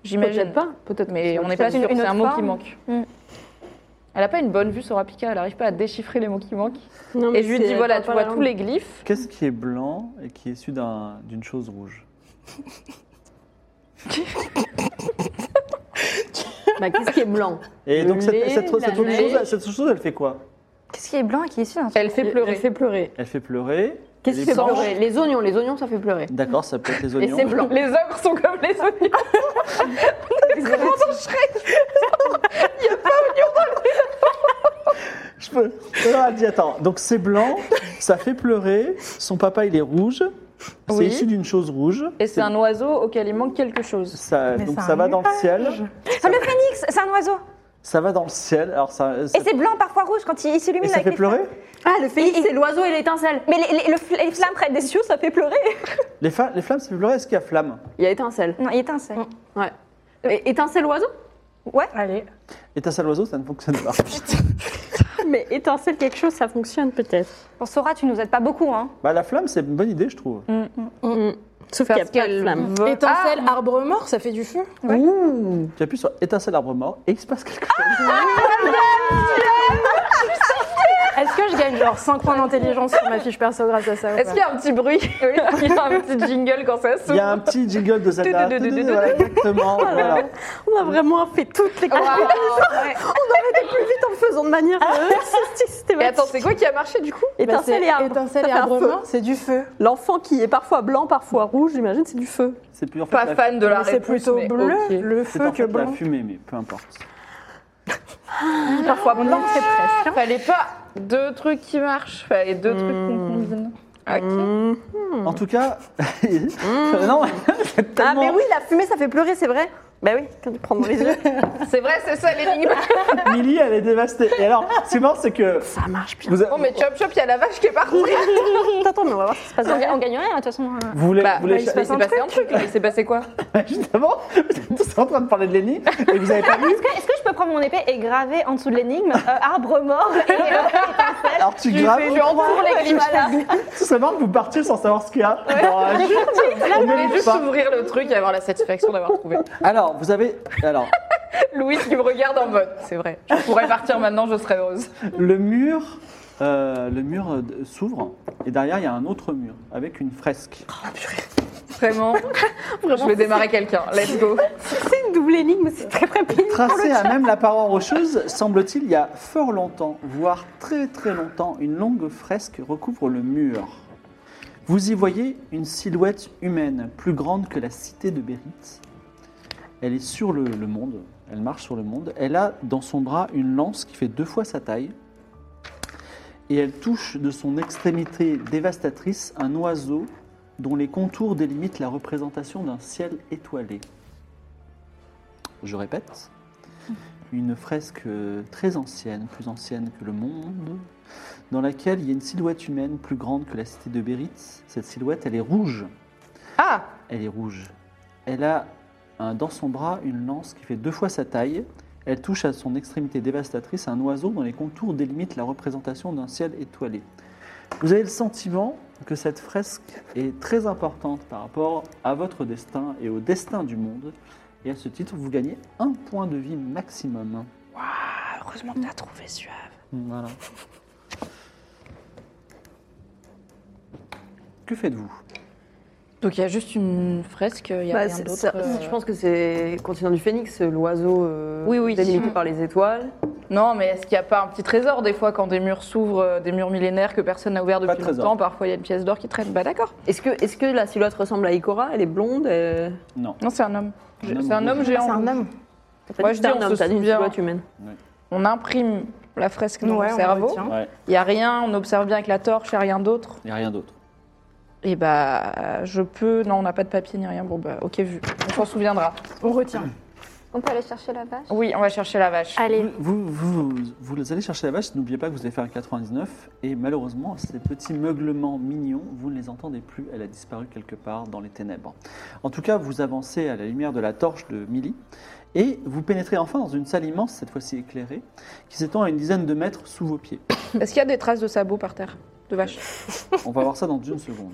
[SPEAKER 3] J'imagine.
[SPEAKER 4] pas. Peut-être.
[SPEAKER 3] Mais on n'est pas
[SPEAKER 5] peut-être
[SPEAKER 3] sûr,
[SPEAKER 5] une- une
[SPEAKER 3] c'est un
[SPEAKER 5] autre
[SPEAKER 3] mot qui
[SPEAKER 5] forme.
[SPEAKER 3] manque.
[SPEAKER 5] Mm.
[SPEAKER 3] Elle n'a pas une bonne vue, Sora Pika, elle n'arrive pas à déchiffrer les mots qui manquent.
[SPEAKER 4] Non, mais
[SPEAKER 3] Et je lui
[SPEAKER 4] c'est-
[SPEAKER 3] dis voilà,
[SPEAKER 4] elle
[SPEAKER 3] tu
[SPEAKER 4] parle
[SPEAKER 3] vois
[SPEAKER 4] pas la
[SPEAKER 3] tous les glyphes.
[SPEAKER 2] Qu'est-ce qui est blanc et qui est issu d'un- d'une chose rouge
[SPEAKER 4] langue. Bah, Qu'est-ce qui est [LAUGHS] blanc
[SPEAKER 2] Et
[SPEAKER 4] Le
[SPEAKER 2] donc cette,
[SPEAKER 4] lait,
[SPEAKER 2] cette-
[SPEAKER 4] la
[SPEAKER 2] cette autre
[SPEAKER 4] neige.
[SPEAKER 2] chose, cette autre chose, elle fait quoi
[SPEAKER 5] Qu'est-ce qui est blanc et qui est issu d'un
[SPEAKER 3] Elle fait pleurer.
[SPEAKER 4] Elle fait pleurer.
[SPEAKER 2] Elle fait pleurer.
[SPEAKER 4] Qu'est-ce
[SPEAKER 2] elle
[SPEAKER 4] qui
[SPEAKER 2] est
[SPEAKER 4] fait
[SPEAKER 2] blanche.
[SPEAKER 4] pleurer Les oignons. Les oignons, ça fait pleurer.
[SPEAKER 2] D'accord, ça peut être les
[SPEAKER 3] Et
[SPEAKER 2] oignons.
[SPEAKER 3] c'est blanc. Les ogres sont comme les
[SPEAKER 4] [LAUGHS]
[SPEAKER 3] oignons.
[SPEAKER 2] [LAUGHS] Je peux. Alors, elle dit attends. Donc c'est blanc, ça fait pleurer. Son papa il est rouge. C'est
[SPEAKER 3] Oui.
[SPEAKER 2] issu d'une chose rouge.
[SPEAKER 3] Et c'est un oiseau auquel il manque quelque chose.
[SPEAKER 2] Ça,
[SPEAKER 6] Mais
[SPEAKER 2] donc
[SPEAKER 6] c'est
[SPEAKER 2] ça
[SPEAKER 6] un
[SPEAKER 2] va dans le ciel.
[SPEAKER 5] Ah, le phénix, c'est un oiseau.
[SPEAKER 2] Ça va dans le ciel. Alors ça. ça-
[SPEAKER 5] Et c'est blanc, parfois rouge, quand il, il s'illumine
[SPEAKER 2] et ça
[SPEAKER 5] avec
[SPEAKER 2] fait
[SPEAKER 5] les
[SPEAKER 2] pleurer
[SPEAKER 5] flammes.
[SPEAKER 4] Ah, le phénix, c'est l'oiseau et l'étincelle.
[SPEAKER 5] Mais les, les- le fl- les flammes près des yeux, ça fait pleurer.
[SPEAKER 2] les, fa- les flammes, ça fait pleurer. Est-ce qu'il y a flamme
[SPEAKER 4] Il y a étincelle.
[SPEAKER 5] Non, il étincelle.
[SPEAKER 4] Ouais. Et- étincelle oiseau
[SPEAKER 6] Allez.
[SPEAKER 2] Étincelle oiseau, ça ne fonctionne pas.
[SPEAKER 4] [LAUGHS] Mais étincelle quelque chose, ça fonctionne peut-être.
[SPEAKER 5] Bon, Sora, tu nous aides pas beaucoup, hein.
[SPEAKER 2] bah la flamme, c'est une bonne idée, je trouve.
[SPEAKER 4] Mm. Sauf qu'il n'y a
[SPEAKER 3] Parce
[SPEAKER 4] pas de
[SPEAKER 3] qu'elle Ah,
[SPEAKER 4] flamme.
[SPEAKER 3] veut-
[SPEAKER 6] Étincelle, arbre mort, ça fait du feu.
[SPEAKER 2] Tu appuies sur étincelle arbre mort et il se passe quelque chose.
[SPEAKER 6] Est-ce que je gagne genre 5 points d'intelligence sur ma fiche perso grâce à ça ou
[SPEAKER 3] Est-ce
[SPEAKER 6] pas
[SPEAKER 3] qu'il y a un petit
[SPEAKER 5] [LAUGHS]
[SPEAKER 3] bruit [LAUGHS] Il y a un petit jingle quand ça
[SPEAKER 2] Il y a un
[SPEAKER 3] s'ouvre.
[SPEAKER 2] petit jingle de Zelda.
[SPEAKER 3] Tout, tout, tout, tout, tout.
[SPEAKER 2] Voilà, exactement. Voilà.
[SPEAKER 4] On a vraiment fait toutes les
[SPEAKER 3] Waouh.
[SPEAKER 4] cartes. [LAUGHS] plus vite en le faisant de manière euh, [LAUGHS]
[SPEAKER 3] Et attends,
[SPEAKER 4] systématique.
[SPEAKER 3] c'est quoi qui a marché du coup
[SPEAKER 6] Bah, c'est
[SPEAKER 4] Étincelle et arbre.
[SPEAKER 6] étincelle
[SPEAKER 4] Ça
[SPEAKER 6] et
[SPEAKER 4] fait un
[SPEAKER 6] arbre
[SPEAKER 4] feu.
[SPEAKER 6] mort, c'est du feu.
[SPEAKER 4] L'enfant qui est parfois blanc, parfois rouge, j'imagine, c'est du feu.
[SPEAKER 2] C'est plus en fait,
[SPEAKER 3] Pas
[SPEAKER 2] la-
[SPEAKER 3] fan de la
[SPEAKER 6] Mais C'est
[SPEAKER 3] réponse.
[SPEAKER 6] plutôt
[SPEAKER 3] mais
[SPEAKER 6] bleu,
[SPEAKER 3] ok.
[SPEAKER 6] le
[SPEAKER 2] c'est
[SPEAKER 6] feu
[SPEAKER 2] en
[SPEAKER 6] que
[SPEAKER 2] fait la
[SPEAKER 6] blanc.
[SPEAKER 2] fumée, mais peu importe.
[SPEAKER 4] Parfois blanc, c'est presque. hein.
[SPEAKER 3] Fallait pas deux trucs qui marchent, fallait deux trucs qu'on combine. Ok.
[SPEAKER 4] Mm.
[SPEAKER 2] En tout cas, [LAUGHS] non, [LAUGHS] c'est
[SPEAKER 4] Hmm. Ah, mais
[SPEAKER 2] tellement
[SPEAKER 4] oui, la fumée, ça fait pleurer, c'est vrai. Bah oui, quand tu prends dans les [LAUGHS] yeux.
[SPEAKER 3] C'est vrai, c'est ça l'énigme.
[SPEAKER 2] Millie, elle est dévastée. Et alors, ce qui est marrant, c'est que
[SPEAKER 4] ça marche bien.
[SPEAKER 2] vous,
[SPEAKER 3] Bon, mais chop chop, il y a la vache qui est partie.
[SPEAKER 4] Attends, mais on va voir ce qui se passe.
[SPEAKER 5] On, ga- on gagne rien, de toute façon. hein.
[SPEAKER 2] vous voulez,
[SPEAKER 3] Bah,
[SPEAKER 2] vous voulez
[SPEAKER 3] il s'est passé, un truc là. Il s'est passé quoi
[SPEAKER 2] [LAUGHS] justement, vous êtes tous en train de parler de Lenny et vous avez pas vu
[SPEAKER 5] [LAUGHS]
[SPEAKER 3] [LAUGHS]
[SPEAKER 5] Est-ce que je peux peux prendre mon épée et graver en dessous de l'énigme euh, [LAUGHS] arbre mort et euh, étincelle.
[SPEAKER 2] Alors tu
[SPEAKER 5] Je
[SPEAKER 2] graves.
[SPEAKER 5] fais genre [LAUGHS] pour les Himalayas.
[SPEAKER 2] Ce serait marrant que vous partiez sans savoir ce qu'il y a. Bon,
[SPEAKER 3] [LAUGHS]
[SPEAKER 2] juste, on
[SPEAKER 3] Je voulais
[SPEAKER 2] n'élit
[SPEAKER 3] juste
[SPEAKER 2] pas.
[SPEAKER 3] ouvrir le truc et avoir la satisfaction d'avoir trouvé.
[SPEAKER 2] Alors, vous avez. Alors,
[SPEAKER 3] Louis qui me regarde en mode, c'est vrai, je pourrais partir maintenant, je serais heureuse.
[SPEAKER 2] le mur, euh, le mur euh, d- s'ouvre et derrière il y a un autre mur avec une fresque.
[SPEAKER 3] Vraiment, je vais démarrer quelqu'un, let's go.
[SPEAKER 4] C'est une double énigme, c'est très très
[SPEAKER 5] [LAUGHS]
[SPEAKER 4] pénible.
[SPEAKER 2] Tracé à même la paroi rocheuse, semble-t-il, il y a fort longtemps, voire très très longtemps, une longue fresque recouvre le mur. Vous y voyez une silhouette humaine, plus grande que la cité de Bérite. Elle est sur le, le monde, elle marche sur le monde. Elle a dans son bras une lance qui fait deux fois sa taille. Et elle touche de son extrémité dévastatrice un oiseau dont les contours délimitent la représentation d'un ciel étoilé. Je répète, une fresque euh, très ancienne, plus ancienne que le monde, dans laquelle il y a une silhouette humaine plus grande que la cité de Béritz. Cette silhouette, elle est rouge.
[SPEAKER 3] Ah
[SPEAKER 2] Elle est rouge. Elle a un- dans son bras une lance qui fait deux fois sa taille. Elle touche à son extrémité dévastatrice un oiseau dont les contours délimitent la représentation d'un ciel étoilé. Vous avez le sentiment que cette fresque est très importante par rapport à votre destin et au destin du monde. Et à ce titre, vous gagnez un point de vie maximum.
[SPEAKER 3] Heureusement que t'as trouvé celui-là.
[SPEAKER 2] Voilà. Que faites-vous
[SPEAKER 3] Donc il y a juste une fresque, il y a
[SPEAKER 4] Bah,
[SPEAKER 3] rien
[SPEAKER 4] c'est-
[SPEAKER 3] d'autre.
[SPEAKER 4] ça-
[SPEAKER 3] euh,
[SPEAKER 4] Je pense que c'est continent du phénix, l'oiseau euh,
[SPEAKER 3] Oui, oui.
[SPEAKER 4] délimité par les étoiles.
[SPEAKER 3] Non, mais est-ce qu'il n'y a pas un petit trésor des fois quand des murs s'ouvrent, euh, des murs millénaires que personne n'a ouvert
[SPEAKER 2] Pas de
[SPEAKER 3] depuis
[SPEAKER 2] trésor.
[SPEAKER 3] longtemps Parfois il y a une pièce d'or qui traîne. Bah d'accord.
[SPEAKER 4] Est-ce que, est que la silhouette ressemble à Ikora Elle est blonde elle-
[SPEAKER 2] Non.
[SPEAKER 3] Non, c'est un homme.
[SPEAKER 2] Un homme
[SPEAKER 3] C'est un
[SPEAKER 2] rouge.
[SPEAKER 3] homme
[SPEAKER 6] C'est
[SPEAKER 3] géant.
[SPEAKER 6] un homme.
[SPEAKER 4] T'as pas
[SPEAKER 3] Moi,
[SPEAKER 4] dit
[SPEAKER 3] je
[SPEAKER 4] que
[SPEAKER 3] dis,
[SPEAKER 4] t'es un
[SPEAKER 3] on
[SPEAKER 4] homme,
[SPEAKER 3] se
[SPEAKER 4] t'as dit une
[SPEAKER 3] souvient.
[SPEAKER 4] silhouette humaine.
[SPEAKER 3] On imprime la fresque dans
[SPEAKER 6] Ouais,
[SPEAKER 3] le
[SPEAKER 6] on
[SPEAKER 3] cerveau.
[SPEAKER 6] retient.
[SPEAKER 2] Ouais,
[SPEAKER 3] Il n'y a rien, on observe bien avec la torche, il n'y a rien d'autre.
[SPEAKER 2] il n'y a rien d'autre.
[SPEAKER 3] Et bah je peux. Non, on n'a pas de papier ni rien. Bon bah ok, vu. On s'en souviendra.
[SPEAKER 6] On retient.
[SPEAKER 5] On peut aller chercher la vache
[SPEAKER 3] Oui, on va chercher la vache.
[SPEAKER 5] Allez.
[SPEAKER 2] Vous, vous, vous, vous allez chercher la vache, n'oubliez pas que vous allez faire un 99, et malheureusement, ces petits meuglements mignons, vous ne les entendez plus, elle a disparu quelque part dans les ténèbres. En tout cas, vous avancez à la lumière de la torche de Millie, et vous pénétrez enfin dans une salle immense, cette fois-ci éclairée, qui s'étend à une dizaine de mètres sous vos pieds.
[SPEAKER 3] Est-ce qu'il y a des traces de sabots par terre De vache
[SPEAKER 2] On va voir ça dans une seconde.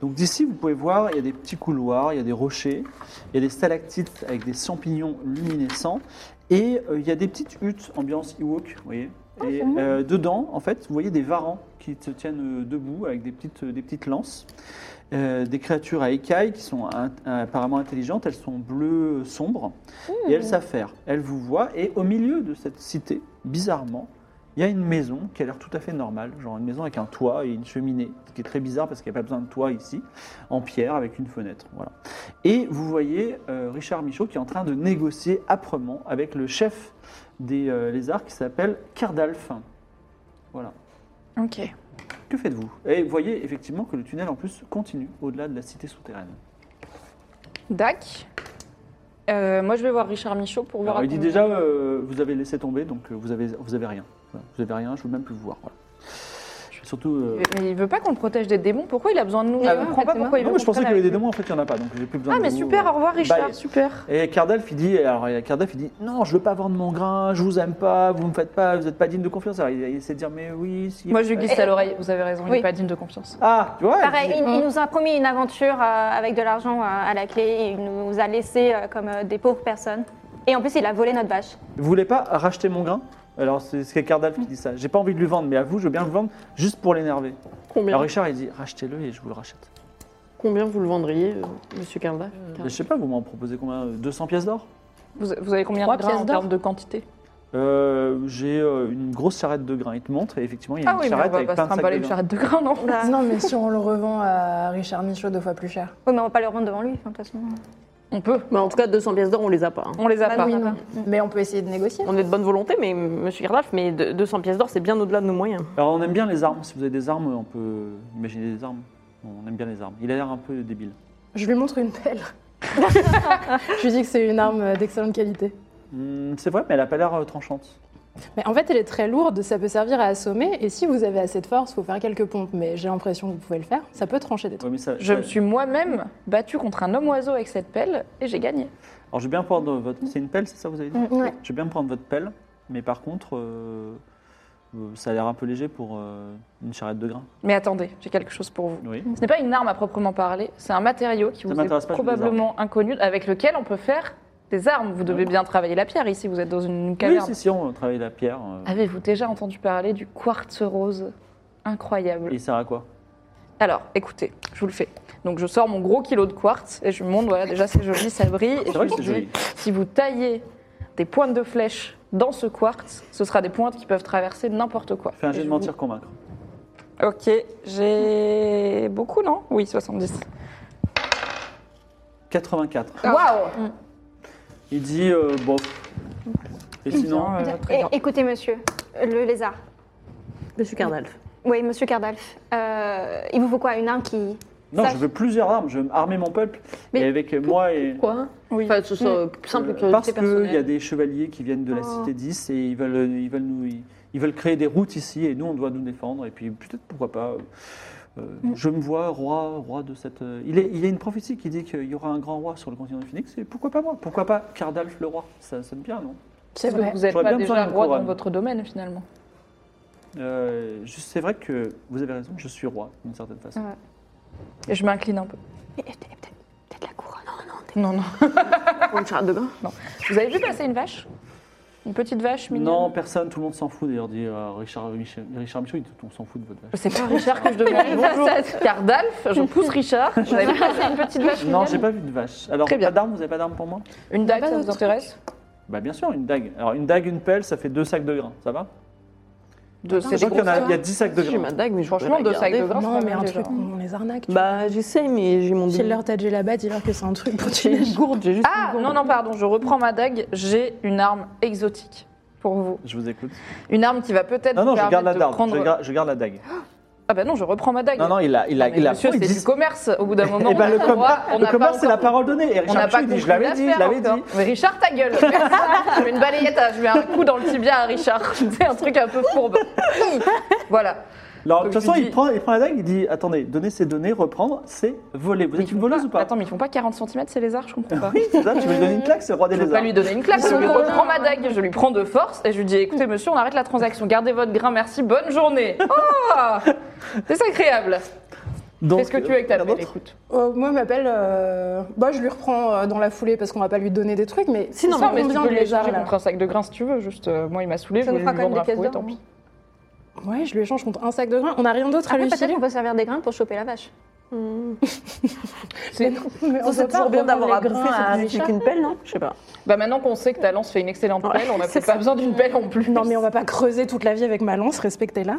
[SPEAKER 2] Donc d'ici, vous pouvez voir, il y a des petits couloirs, il y a des rochers, il y a des stalactites avec des champignons luminescents, et euh, il y a des petites huttes ambiance Ewok, vous voyez. Et euh, dedans, en fait, vous voyez des varans qui se tiennent euh, debout avec des petites, euh, des petites lances. Euh, des créatures à écailles qui sont in- apparemment intelligentes, elles sont bleues euh, sombres et elles savent faire. Elles vous voient et au milieu de cette cité, bizarrement, il y a une maison qui a l'air tout à fait normale, genre une maison avec un toit et une cheminée, ce qui est très bizarre parce qu'il n'y a pas besoin de toit ici, en pierre avec une fenêtre. Voilà. Et vous voyez euh, Richard Michaud qui est en train de négocier âprement avec le chef des euh, lézards qui s'appelle Kerdalf. Voilà.
[SPEAKER 3] Ok.
[SPEAKER 2] Que faites-vous Et vous voyez effectivement que le tunnel en plus continue au-delà de la cité souterraine.
[SPEAKER 3] Dac. Euh, moi, je vais voir Richard Michaud pour voir.
[SPEAKER 2] Alors,
[SPEAKER 3] à
[SPEAKER 2] il dit
[SPEAKER 3] combien-
[SPEAKER 2] déjà, euh, vous avez laissé tomber, donc euh, vous avez, vous avez rien. Voilà. Vous avez rien, je veux même plus vous voir. Voilà. Surtout. euh,
[SPEAKER 3] Mais il veut pas qu'on le protège des démons. Pourquoi il a besoin de nous
[SPEAKER 5] Ah
[SPEAKER 3] Je
[SPEAKER 5] ouais,
[SPEAKER 3] comprends
[SPEAKER 5] en fait,
[SPEAKER 3] pas
[SPEAKER 5] c'est
[SPEAKER 3] pourquoi il
[SPEAKER 2] Non,
[SPEAKER 3] veut
[SPEAKER 2] mais je
[SPEAKER 3] qu'on
[SPEAKER 2] pensais qu'il y
[SPEAKER 3] prenne
[SPEAKER 2] avait des
[SPEAKER 3] avec
[SPEAKER 2] démons, en fait, il n'y en a pas, donc j'ai plus
[SPEAKER 3] nous.
[SPEAKER 2] besoin
[SPEAKER 3] Ah,
[SPEAKER 2] de
[SPEAKER 3] mais
[SPEAKER 2] vous.
[SPEAKER 3] super, au revoir Richard,
[SPEAKER 2] Bye.
[SPEAKER 3] super.
[SPEAKER 2] Et Cardalf, il dit, alors euh, Cardalf, il dit, non, je veux pas vendre mon grain, je vous aime pas, vous me faites pas, vous n'êtes pas digne de confiance. Alors il, il essaie de dire, mais oui, si.
[SPEAKER 3] Moi, je lui glisse à l'oreille, vous avez raison, il
[SPEAKER 5] Oui.
[SPEAKER 3] est pas digne de confiance.
[SPEAKER 2] Ah, tu vois.
[SPEAKER 5] Pareil,
[SPEAKER 2] il dit-
[SPEAKER 5] il, il nous a promis une aventure euh, avec de l'argent euh, à la clé. Il nous a laissés euh, comme euh, des pauvres personnes. Et en plus, il a volé notre vache.
[SPEAKER 2] Vous voulez pas racheter mon grain Alors c'est c'est Cardalf qui dit ça. J'ai pas envie de lui vendre, mais à vous, je veux bien le vendre, juste pour l'énerver.
[SPEAKER 4] Combien,
[SPEAKER 2] Alors Richard, il dit, rachetez-le et je vous le rachète.
[SPEAKER 3] Ah
[SPEAKER 4] combien vous le vendriez, euh, monsieur Carla
[SPEAKER 2] Je sais pas, vous m'en proposez combien 200 pièces d'or
[SPEAKER 3] Vous, vous avez combien
[SPEAKER 4] Trois
[SPEAKER 3] de grains
[SPEAKER 4] pièces
[SPEAKER 3] en
[SPEAKER 4] d'or
[SPEAKER 3] termes de quantité
[SPEAKER 2] Euh, J'ai euh, une grosse charrette de grain. Il te montre et effectivement, il y a
[SPEAKER 3] Ah
[SPEAKER 2] une
[SPEAKER 3] oui, mais on
[SPEAKER 2] charrette
[SPEAKER 3] va
[SPEAKER 2] avec
[SPEAKER 3] pas
[SPEAKER 2] plein
[SPEAKER 3] se
[SPEAKER 2] de sacs
[SPEAKER 3] trimballer
[SPEAKER 2] de
[SPEAKER 3] une
[SPEAKER 2] grains.
[SPEAKER 3] charrette de grains, non
[SPEAKER 6] Non, mais si on le revend à Richard Michaud deux fois plus cher.
[SPEAKER 5] Oui, mais on va pas le rendre devant lui, enfin, de toute façon.
[SPEAKER 3] [LAUGHS] On peut.
[SPEAKER 4] Bah, en tout cas, 200 pièces d'or, on les a pas. hein.
[SPEAKER 3] On les a
[SPEAKER 5] Bah
[SPEAKER 3] pas.
[SPEAKER 5] oui,
[SPEAKER 6] non. Mm. Mais on peut essayer de négocier.
[SPEAKER 4] On est de bonne volonté, mais monsieur Carlaf, mais de- 200 pièces d'or, c'est bien au-delà de nos moyens.
[SPEAKER 2] Alors on aime bien les armes. Si vous avez des armes, on peut imaginer des armes. On aime bien les armes. Il a l'air un peu débile.
[SPEAKER 6] Je lui montre une [LAUGHS] pelle. je lui dis que c'est une arme d'excellente qualité.
[SPEAKER 2] Mm, Hmm, c'est vrai, mais elle a pas l'air euh, tranchante.
[SPEAKER 6] Mais en fait, elle est très lourde, ça peut servir à assommer. Et si vous avez assez de force, faut faire quelques pompes. Mais j'ai l'impression que vous pouvez le faire. Ça peut trancher des
[SPEAKER 2] Ouais,
[SPEAKER 6] trucs.
[SPEAKER 2] mais ça-
[SPEAKER 3] Je
[SPEAKER 2] ça-
[SPEAKER 3] me suis moi-même battue contre un homme oiseau avec cette pelle et j'ai gagné.
[SPEAKER 2] Alors, je vais bien prendre votre. C'est une pelle, c'est ça, vous avez dit
[SPEAKER 6] Mm, Ouais.
[SPEAKER 2] Je vais bien prendre votre pelle, mais par contre, euh, euh, ça a l'air un peu léger pour euh, une charrette de grains.
[SPEAKER 3] Mais attendez, j'ai quelque chose pour vous.
[SPEAKER 2] Oui.
[SPEAKER 3] Ce n'est pas une arme à proprement parler, c'est un matériau qui
[SPEAKER 2] Ça
[SPEAKER 3] vous
[SPEAKER 2] m'intéresse
[SPEAKER 3] est
[SPEAKER 2] pas, je veux des
[SPEAKER 3] probablement inconnu, avec lequel on peut faire des armes. Vous devez bien travailler la pierre ici, vous êtes dans une
[SPEAKER 2] Oui,
[SPEAKER 3] caverne. Ah,
[SPEAKER 2] si, si, on travaille la pierre. euh,
[SPEAKER 3] Avez-vous déjà entendu parler du quartz rose Incroyable.
[SPEAKER 2] Et ça sert à quoi
[SPEAKER 3] Alors, écoutez, je vous le fais. Donc, je sors mon gros kilo de quartz et je lui montre, voilà, déjà c'est joli, ça brille. Et
[SPEAKER 2] C'est vrai
[SPEAKER 3] je
[SPEAKER 2] que c'est
[SPEAKER 3] lui dis,
[SPEAKER 2] joli.
[SPEAKER 3] Si vous taillez des pointes de flèche dans ce quartz, ce sera des pointes qui peuvent traverser n'importe quoi.
[SPEAKER 2] Fais un
[SPEAKER 3] Et
[SPEAKER 2] jet de
[SPEAKER 3] je
[SPEAKER 2] mentir convaincre.
[SPEAKER 3] vous- Ok, j'ai beaucoup, non Oui, 70.
[SPEAKER 2] 84.
[SPEAKER 3] Waouh
[SPEAKER 2] Il dit, euh, bon. Et sinon,
[SPEAKER 3] Bien, euh, très bien.
[SPEAKER 5] Eh, écoutez, monsieur, le lézard.
[SPEAKER 4] Monsieur Cardalf.
[SPEAKER 5] Oui, monsieur Cardalf. euh, il vous faut quoi Une arme qui.
[SPEAKER 2] non,
[SPEAKER 5] ça-
[SPEAKER 2] je veux plusieurs armes, je veux armer mon peuple.
[SPEAKER 7] Mais
[SPEAKER 2] et avec moi et.
[SPEAKER 7] Quoi
[SPEAKER 3] Oui.
[SPEAKER 7] Enfin, que ce soit simple
[SPEAKER 2] Euh,
[SPEAKER 7] curiosité
[SPEAKER 2] parce qu'il
[SPEAKER 7] personnelle.
[SPEAKER 2] y a des chevaliers qui viennent de la
[SPEAKER 5] Oh.
[SPEAKER 2] cité 10 et ils veulent, ils veulent nous, ils, ils veulent créer des routes ici et nous on doit nous défendre et puis peut-être pourquoi pas. euh, euh, Je me vois roi, roi de cette. euh, il, est, il y a une prophétie qui dit qu'il y aura un grand roi sur le continent du Phoenix et pourquoi pas moi Pourquoi pas Cardalf le roi Ça sonne bien, non
[SPEAKER 3] C'est
[SPEAKER 6] vrai.
[SPEAKER 3] vrai. Vous n'êtes
[SPEAKER 2] J'aurais
[SPEAKER 3] pas
[SPEAKER 2] bien besoin
[SPEAKER 3] déjà
[SPEAKER 2] d'une
[SPEAKER 3] roi dans
[SPEAKER 2] couronne.
[SPEAKER 3] votre domaine finalement.
[SPEAKER 2] Euh, je- C'est vrai que vous avez raison, je suis roi d'une certaine façon.
[SPEAKER 3] Et je m'incline un peu.
[SPEAKER 5] Peut-être la couronne.
[SPEAKER 3] Non, non.
[SPEAKER 7] Pour une charrette de bain.
[SPEAKER 3] Vous avez vu passer une vache Une petite vache mignonne
[SPEAKER 2] Non,
[SPEAKER 3] [LAUGHS]
[SPEAKER 2] personne, tout le monde s'en fout d'ailleurs, dit euh, Richard, Michel- Richard Michaud, il dit, on s'en fout de votre vache.
[SPEAKER 3] C'est pas Richard que je
[SPEAKER 4] [LAUGHS]
[SPEAKER 3] demande. Bonjour. Cardalf, [LAUGHS] je pousse Richard. Vous avez vu passer une petite vache
[SPEAKER 2] Non,
[SPEAKER 3] mignonne
[SPEAKER 2] j'ai pas vu de vache. Alors,
[SPEAKER 3] Très bien.
[SPEAKER 2] pas d'armes, vous avez pas d'armes pour moi
[SPEAKER 3] Une dague, ça vous intéresse
[SPEAKER 2] Bah bien sûr, une dague. Alors une dague, une pelle, ça fait deux sacs de grains, ça va
[SPEAKER 3] De
[SPEAKER 2] Je
[SPEAKER 3] ces
[SPEAKER 2] crois qu'il y en a, il y a
[SPEAKER 3] grosses-
[SPEAKER 2] 10 sacs de
[SPEAKER 7] J'ai ma
[SPEAKER 2] grains.
[SPEAKER 7] dague, mais je
[SPEAKER 3] Franchement,
[SPEAKER 7] peux
[SPEAKER 3] deux
[SPEAKER 7] la
[SPEAKER 3] sacs de
[SPEAKER 7] garder.
[SPEAKER 3] grain, c'est
[SPEAKER 6] Non,
[SPEAKER 3] pas
[SPEAKER 6] mais
[SPEAKER 3] mal
[SPEAKER 6] un
[SPEAKER 3] déjà.
[SPEAKER 6] truc, on les arnaque.
[SPEAKER 7] Bah, j'essaye, mais j'ai mon
[SPEAKER 6] Si elle
[SPEAKER 7] billet.
[SPEAKER 6] leur t'a déjà la batte, dis-leur que c'est un truc [LAUGHS] pour
[SPEAKER 7] J'ai une
[SPEAKER 6] tuer.
[SPEAKER 7] gourde, j'ai juste
[SPEAKER 3] Ah,
[SPEAKER 7] une gourde.
[SPEAKER 3] non, non, pardon, je reprends ma dague. J'ai une arme exotique pour vous.
[SPEAKER 2] Je vous écoute.
[SPEAKER 3] Une arme qui va peut-être
[SPEAKER 2] Non,
[SPEAKER 3] vous
[SPEAKER 2] non, je
[SPEAKER 3] permettre
[SPEAKER 2] garde la
[SPEAKER 3] de
[SPEAKER 2] dague.
[SPEAKER 3] prendre...
[SPEAKER 2] Je, garde, je garde la dague.
[SPEAKER 3] Ah bah non, je reprends ma dague.
[SPEAKER 2] Non, non, il a, il a,
[SPEAKER 3] Mais
[SPEAKER 2] il a.
[SPEAKER 3] Monsieur,
[SPEAKER 2] il
[SPEAKER 3] c'est
[SPEAKER 2] dit-
[SPEAKER 3] du commerce. Au bout d'un moment,
[SPEAKER 2] Eh ben,
[SPEAKER 3] on
[SPEAKER 2] le
[SPEAKER 3] a droit,
[SPEAKER 2] commerce,
[SPEAKER 3] on
[SPEAKER 2] le
[SPEAKER 3] n'a pas
[SPEAKER 2] commerce, c'est la
[SPEAKER 3] encore-
[SPEAKER 2] parole donnée. Et
[SPEAKER 3] On n'a
[SPEAKER 2] Richard Michaud, il
[SPEAKER 3] pas
[SPEAKER 2] dit,
[SPEAKER 3] compris
[SPEAKER 2] je l'avais dit, je l'avais
[SPEAKER 3] l'affaire
[SPEAKER 2] dit.
[SPEAKER 3] encore. Mais Richard, ta
[SPEAKER 2] [LAUGHS]
[SPEAKER 3] gueule Je mets une balayette, à- je mets un coup dans le tibia à Richard. [LAUGHS] C'est un truc un peu
[SPEAKER 2] [LAUGHS]
[SPEAKER 3] fourbe. voilà.
[SPEAKER 2] Alors, de toute
[SPEAKER 3] Donc,
[SPEAKER 2] façon,
[SPEAKER 3] je
[SPEAKER 2] il
[SPEAKER 3] dis-
[SPEAKER 2] prend, il prend la dague, il dit, attendez, donner ces données, reprendre, c'est voler. Vous êtes une voleuse ou pas
[SPEAKER 3] Attends, mais ils font pas 40 cm ces lézards, je comprends pas.
[SPEAKER 2] Oui, c'est ça, tu veux lui donner une claque, c'est le roi des
[SPEAKER 3] Je vais pas
[SPEAKER 2] lézards.
[SPEAKER 3] lui donner une claque, je lui reprends ma dague, je lui prends de force et je lui dis écoutez monsieur, on arrête la transaction, gardez votre grain, merci, bonne journée. Oh C'est agréable.
[SPEAKER 2] Donc,
[SPEAKER 3] Qu'est-ce que tu veux avec ta
[SPEAKER 2] la
[SPEAKER 3] pelle
[SPEAKER 2] vôtre
[SPEAKER 3] Écoute.
[SPEAKER 6] Euh, moi, m'appelle. Euh... Bah, je lui reprends euh, dans la foulée parce qu'on va pas lui donner des trucs, mais
[SPEAKER 3] Non,
[SPEAKER 6] sinon,
[SPEAKER 3] mais tu
[SPEAKER 6] combien
[SPEAKER 3] peux
[SPEAKER 6] de
[SPEAKER 3] lui
[SPEAKER 6] lézards
[SPEAKER 3] échanger
[SPEAKER 6] là
[SPEAKER 3] contre un sac de grains si tu veux, juste euh, moi il m'a saoulé, je
[SPEAKER 7] Ça nous
[SPEAKER 3] voulais
[SPEAKER 7] fouet,
[SPEAKER 3] lui vendre un fouet, tant
[SPEAKER 7] hein.
[SPEAKER 3] pis.
[SPEAKER 6] Ouais, je lui échange contre un sac de grains. On a rien d'autre à
[SPEAKER 5] Après,
[SPEAKER 6] lui
[SPEAKER 5] peut-être
[SPEAKER 6] filer.
[SPEAKER 5] qu'on peut servir des grains pour choper la vache.
[SPEAKER 3] C'est-
[SPEAKER 6] Mais [LAUGHS]
[SPEAKER 7] Ça,
[SPEAKER 6] on
[SPEAKER 7] c'est
[SPEAKER 6] peut pas
[SPEAKER 7] toujours bien
[SPEAKER 6] revendre
[SPEAKER 7] d'avoir
[SPEAKER 6] les
[SPEAKER 7] à bouffer
[SPEAKER 6] grains à
[SPEAKER 7] cette visite
[SPEAKER 6] Richard.
[SPEAKER 7] avec une pelle, non Je sais pas.
[SPEAKER 3] Bah maintenant qu'on sait que ta lance fait une excellente
[SPEAKER 7] Ouais,
[SPEAKER 3] pelle, on n'a
[SPEAKER 7] c'est
[SPEAKER 3] peut-être pas
[SPEAKER 7] ça.
[SPEAKER 3] besoin d'une pelle en plus.
[SPEAKER 6] Non, mais on va pas creuser toute la vie avec ma lance, respectez-la.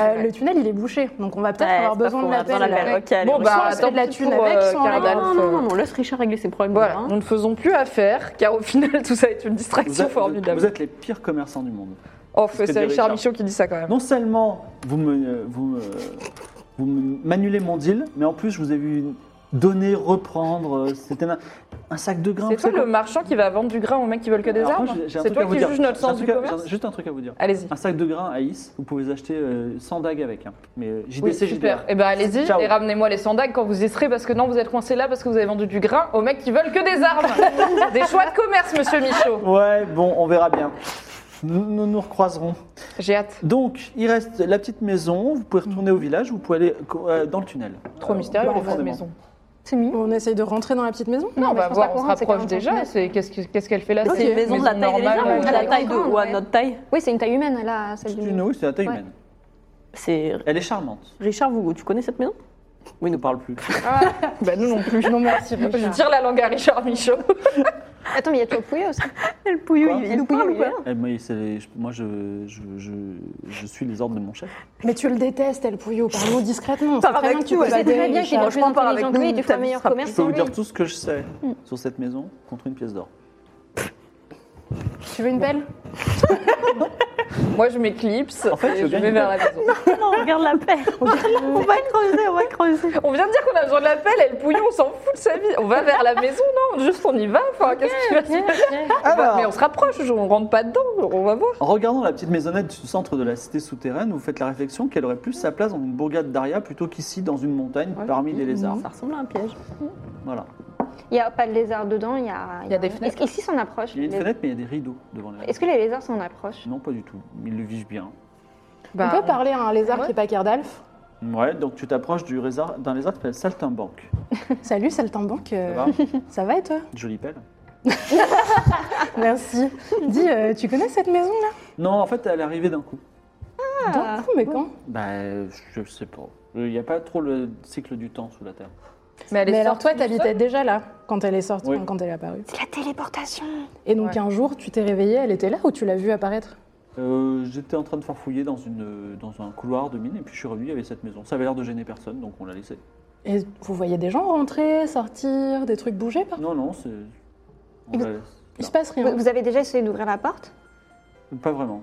[SPEAKER 6] Euh,
[SPEAKER 3] Ouais.
[SPEAKER 6] Le tunnel, il est bouché, donc on va peut-être
[SPEAKER 7] Ouais,
[SPEAKER 6] avoir
[SPEAKER 7] c'est pas
[SPEAKER 6] besoin
[SPEAKER 7] faux,
[SPEAKER 6] de
[SPEAKER 7] on a
[SPEAKER 6] la
[SPEAKER 7] besoin
[SPEAKER 6] pelle.
[SPEAKER 7] de la pelle.
[SPEAKER 6] là.
[SPEAKER 7] Ok, allez,
[SPEAKER 3] Bon
[SPEAKER 7] on
[SPEAKER 6] soit
[SPEAKER 3] bah
[SPEAKER 6] on se fait
[SPEAKER 3] attends,
[SPEAKER 6] de la thune avec, soit on la
[SPEAKER 7] Non,
[SPEAKER 6] Cardalf,
[SPEAKER 7] non, non, non, on laisse Richard régler ses problèmes.
[SPEAKER 3] euh, Voilà,
[SPEAKER 7] hein.
[SPEAKER 3] nous ne faisons plus affaire, car au final [LAUGHS] tout ça est une
[SPEAKER 2] Vous
[SPEAKER 3] distraction
[SPEAKER 2] êtes-
[SPEAKER 3] formidable.
[SPEAKER 2] vous êtes les pires commerçants du monde.
[SPEAKER 3] Oh,
[SPEAKER 2] c'est ce que
[SPEAKER 3] c'est
[SPEAKER 2] dit
[SPEAKER 3] Richard
[SPEAKER 2] Richard.
[SPEAKER 3] Michaud qui dit ça quand même.
[SPEAKER 2] Non seulement vous me, vous me- vous me- m'annulez mon deal, mais en plus je vous ai vu donner, reprendre. euh, C'était un, un sac de grains.
[SPEAKER 3] C'est
[SPEAKER 2] vous
[SPEAKER 3] toi
[SPEAKER 2] savez
[SPEAKER 3] le marchand qui va vendre du grain aux mecs qui veulent que des
[SPEAKER 2] Alors,
[SPEAKER 3] arbres
[SPEAKER 2] moi, j'ai- j'ai un
[SPEAKER 3] C'est
[SPEAKER 2] truc
[SPEAKER 3] toi
[SPEAKER 2] à vous
[SPEAKER 3] qui
[SPEAKER 2] dire.
[SPEAKER 3] juges notre
[SPEAKER 2] J'ai
[SPEAKER 3] sens
[SPEAKER 2] un
[SPEAKER 3] du
[SPEAKER 2] truc à-
[SPEAKER 3] commerce
[SPEAKER 2] j'ai Ah, un- Juste un truc à vous dire.
[SPEAKER 3] Allez-y.
[SPEAKER 2] Un sac de grains à Is, vous pouvez les acheter euh, sans dague avec. hein. Mais euh, JDC,
[SPEAKER 3] Oui,
[SPEAKER 2] JDR.
[SPEAKER 3] super. Eh ben allez-y
[SPEAKER 2] Ciao.
[SPEAKER 3] et ramenez-moi les sandags quand vous y serez parce que non, vous êtes coincés là parce que vous avez vendu du grain aux mecs qui veulent que des
[SPEAKER 2] [LAUGHS]
[SPEAKER 3] arbres. des choix de commerce, monsieur Michaud.
[SPEAKER 2] Ouais, bon, on verra bien. Nous nous, nous recroiserons.
[SPEAKER 3] J'ai hâte.
[SPEAKER 2] Donc, il reste la petite maison. Vous pouvez retourner au village. Vous pouvez aller euh, dans le tunnel.
[SPEAKER 3] Trop
[SPEAKER 2] Euh,
[SPEAKER 3] mystérieux,
[SPEAKER 2] plus
[SPEAKER 3] les vraies
[SPEAKER 2] profondément.
[SPEAKER 3] maisons.
[SPEAKER 5] C'est mignon.
[SPEAKER 6] On essaye de rentrer dans la petite maison
[SPEAKER 3] Non, on
[SPEAKER 5] mais
[SPEAKER 3] va
[SPEAKER 5] je pense
[SPEAKER 3] voir,
[SPEAKER 5] pas
[SPEAKER 3] on
[SPEAKER 5] qu'on
[SPEAKER 3] se
[SPEAKER 5] rentre, c'est
[SPEAKER 3] rapproche
[SPEAKER 5] 40
[SPEAKER 3] déjà.
[SPEAKER 5] mètres.
[SPEAKER 3] C'est Qu'est-ce que- qu'est-ce qu'elle fait là
[SPEAKER 7] C'est une maison de la taille des
[SPEAKER 3] normale, euh,
[SPEAKER 7] lézards,
[SPEAKER 5] ouais,
[SPEAKER 7] à la
[SPEAKER 5] ouais.
[SPEAKER 7] taille de. ou à
[SPEAKER 5] Ouais.
[SPEAKER 7] notre taille.
[SPEAKER 5] Oui, c'est une taille humaine, là, celle
[SPEAKER 2] C'est
[SPEAKER 5] du
[SPEAKER 2] une oui, c'est la taille
[SPEAKER 5] Ouais.
[SPEAKER 2] humaine.
[SPEAKER 7] C'est.
[SPEAKER 2] Elle est charmante.
[SPEAKER 7] Richard, vous, tu connais cette maison
[SPEAKER 2] Oui, ne parle plus.
[SPEAKER 3] Bah, nous non plus. [LAUGHS]
[SPEAKER 6] Non, merci.
[SPEAKER 3] [LAUGHS] Je
[SPEAKER 6] Richard.
[SPEAKER 3] tire la langue à Richard
[SPEAKER 2] [LAUGHS]
[SPEAKER 3] Michaud.
[SPEAKER 5] Attends, mais il y a toujours Pouillot aussi.
[SPEAKER 7] Elle pouillou,
[SPEAKER 2] Quoi
[SPEAKER 7] il,
[SPEAKER 5] Elle
[SPEAKER 7] nous parle ou
[SPEAKER 5] pouillou,
[SPEAKER 7] quoi
[SPEAKER 2] Eh, moi, c'est- je- moi, je, je, je, je suis les ordres de mon chef.
[SPEAKER 6] Mais tu le détestes, El Pouillot, parle-nous discrètement.
[SPEAKER 7] Par
[SPEAKER 6] C'est très
[SPEAKER 7] avec
[SPEAKER 6] bien que tu
[SPEAKER 7] nous,
[SPEAKER 6] peux
[SPEAKER 7] elle
[SPEAKER 6] pas
[SPEAKER 7] sait très
[SPEAKER 6] aider
[SPEAKER 7] bien
[SPEAKER 6] Richard.
[SPEAKER 5] Bah,
[SPEAKER 7] qu'il est- Franchement, par avec
[SPEAKER 5] intelligent que lui,
[SPEAKER 7] nous,
[SPEAKER 5] tu feras
[SPEAKER 7] ta vie
[SPEAKER 5] meilleur
[SPEAKER 7] sera
[SPEAKER 2] Je
[SPEAKER 5] commerce
[SPEAKER 2] peux vous
[SPEAKER 5] que
[SPEAKER 2] dire
[SPEAKER 5] lui.
[SPEAKER 2] tout ce que je sais sur cette maison contre une pièce d'or.
[SPEAKER 6] Tu veux une pelle
[SPEAKER 3] Moi, je m'éclipse
[SPEAKER 2] En fait,
[SPEAKER 3] et
[SPEAKER 2] je
[SPEAKER 3] je,
[SPEAKER 2] gagne
[SPEAKER 3] vais vers la maison.
[SPEAKER 7] Non, regarde la paire. on va creuser, on va creuser.
[SPEAKER 3] On vient de dire qu'on a besoin de l'appel, elle pouillon, on s'en fout de sa vie. On va vers la maison, non Juste on y va, enfin, qu'est-ce que tu vas
[SPEAKER 2] Alors,
[SPEAKER 3] Ah bah, Mais on se rapproche, on rentre pas dedans, on va voir.
[SPEAKER 2] en regardant la petite maisonnette du centre de la cité souterraine, vous faites la réflexion qu'elle aurait plus sa place dans une bourgade d'Aria plutôt qu'ici dans une montagne parmi les lézards.
[SPEAKER 4] Mm.
[SPEAKER 7] Ça ressemble à un piège.
[SPEAKER 2] Voilà.
[SPEAKER 5] Il n'y a pas de lézard dedans, il y a.
[SPEAKER 3] Il y a des fenêtres.
[SPEAKER 5] Est-ce qu'ici s'en approche
[SPEAKER 2] Il y a une fenêtre, mais il y a des rideaux devant les
[SPEAKER 5] Est-ce que les lézards s'en approchent
[SPEAKER 2] Non, pas du tout. Ils le vivent bien.
[SPEAKER 3] Bah,
[SPEAKER 6] On peut parler à un lézard
[SPEAKER 3] ouais.
[SPEAKER 6] qui est pas Kerdalf
[SPEAKER 2] Ouais, donc tu t'approches du lézard- d'un lézard qui s'appelle Saltimbanque.
[SPEAKER 6] Salut, saltimbanque.
[SPEAKER 2] Ça
[SPEAKER 6] euh,
[SPEAKER 2] va
[SPEAKER 6] Ça va et toi
[SPEAKER 2] [LAUGHS] Jolie pelle.
[SPEAKER 6] Merci. Dis, euh, tu connais cette maison là
[SPEAKER 2] Non, en fait, elle est arrivée d'un coup.
[SPEAKER 6] D'un coup, mais quand
[SPEAKER 2] Bah, je sais pas. Il n'y a pas trop le cycle du temps sous la Terre.
[SPEAKER 3] Mais, elle est
[SPEAKER 6] Mais alors
[SPEAKER 3] sortie
[SPEAKER 6] toi,
[SPEAKER 3] toute
[SPEAKER 6] t'habitais déjà là quand elle est sortie,
[SPEAKER 2] Oui.
[SPEAKER 6] enfin, quand elle est apparue.
[SPEAKER 5] C'est la téléportation
[SPEAKER 6] Et donc
[SPEAKER 3] Ouais.
[SPEAKER 6] un jour, tu t'es réveillée, elle était là ou tu l'as vue apparaître
[SPEAKER 2] Euh, J'étais en train de farfouiller dans, une, dans un couloir de mine et puis je suis revenu, il y avait cette maison. Ça avait l'air de gêner personne, donc on l'a laissé.
[SPEAKER 6] Et vous voyez des gens rentrer, sortir, des trucs bouger par
[SPEAKER 2] Non, non, c'est. On
[SPEAKER 5] Et
[SPEAKER 2] la laisse.
[SPEAKER 6] Il se passe rien.
[SPEAKER 5] Vous vous avez déjà essayé d'ouvrir la porte
[SPEAKER 2] Non, Pas vraiment.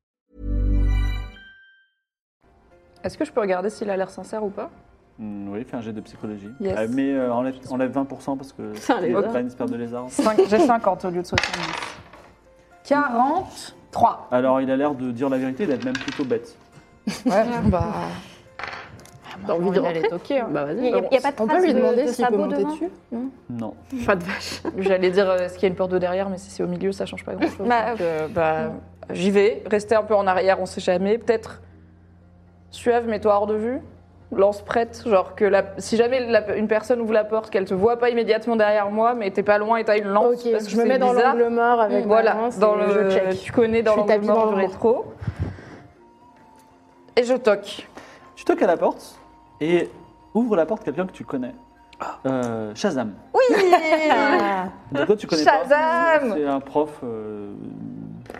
[SPEAKER 3] Est-ce que je peux regarder s'il a l'air sincère ou pas
[SPEAKER 2] Mm, oui, fais un jet de psychologie.
[SPEAKER 3] Yes.
[SPEAKER 2] Euh, mais euh, enlève, enlève 20% parce que
[SPEAKER 7] C'est [LAUGHS] un
[SPEAKER 2] c'est
[SPEAKER 7] lézard.
[SPEAKER 2] pas une espèce de lézard.
[SPEAKER 3] J'ai 50 au lieu de 70. 43.
[SPEAKER 2] Alors, il a l'air de dire la vérité, d'être même plutôt bête.
[SPEAKER 3] Ouais, [LAUGHS] Ah, bah.
[SPEAKER 7] T'as envie de rentrer
[SPEAKER 3] toquer. hein.
[SPEAKER 7] Bah
[SPEAKER 5] Il n'y
[SPEAKER 7] vas-y.
[SPEAKER 5] a, il y a pas de
[SPEAKER 6] On
[SPEAKER 5] trace
[SPEAKER 6] peut lui
[SPEAKER 5] Ah, de-
[SPEAKER 6] demander
[SPEAKER 5] de
[SPEAKER 6] s'il peut
[SPEAKER 5] sabots
[SPEAKER 6] monter
[SPEAKER 5] devant
[SPEAKER 6] dessus.
[SPEAKER 2] Non.
[SPEAKER 7] Pas de vache.
[SPEAKER 3] J'allais dire euh, est-ce qu'il y a une porte de derrière, mais si c'est au milieu, ça change pas grand-chose.
[SPEAKER 5] Bah,
[SPEAKER 3] Donc, euh, bah, j'y vais. Rester un peu en arrière, on sait jamais. Peut-être suave, mais toi hors de vue. Lance prête, genre que la- si jamais la- une personne ouvre la porte, qu'elle te voit pas immédiatement derrière moi, mais t'es pas loin et t'as une lance.
[SPEAKER 6] Ah, Ok,
[SPEAKER 3] parce que
[SPEAKER 6] je me
[SPEAKER 3] c'est
[SPEAKER 6] mets dans
[SPEAKER 3] bizarre.
[SPEAKER 6] l'angle mort avec
[SPEAKER 3] Voilà,
[SPEAKER 6] ma lance
[SPEAKER 3] dans
[SPEAKER 6] et
[SPEAKER 3] le,
[SPEAKER 6] je check.
[SPEAKER 3] tu connais dans
[SPEAKER 6] Je suis
[SPEAKER 3] l'angle
[SPEAKER 6] tapis dans
[SPEAKER 3] mort du
[SPEAKER 6] le mort.
[SPEAKER 3] rétro. Et je toque.
[SPEAKER 2] Tu toques à la porte et ouvre la porte quelqu'un que tu connais.
[SPEAKER 7] Ah.
[SPEAKER 2] Euh, Shazam. De quoi Bah, tu connais pas
[SPEAKER 3] Shazam
[SPEAKER 2] C'est un prof euh,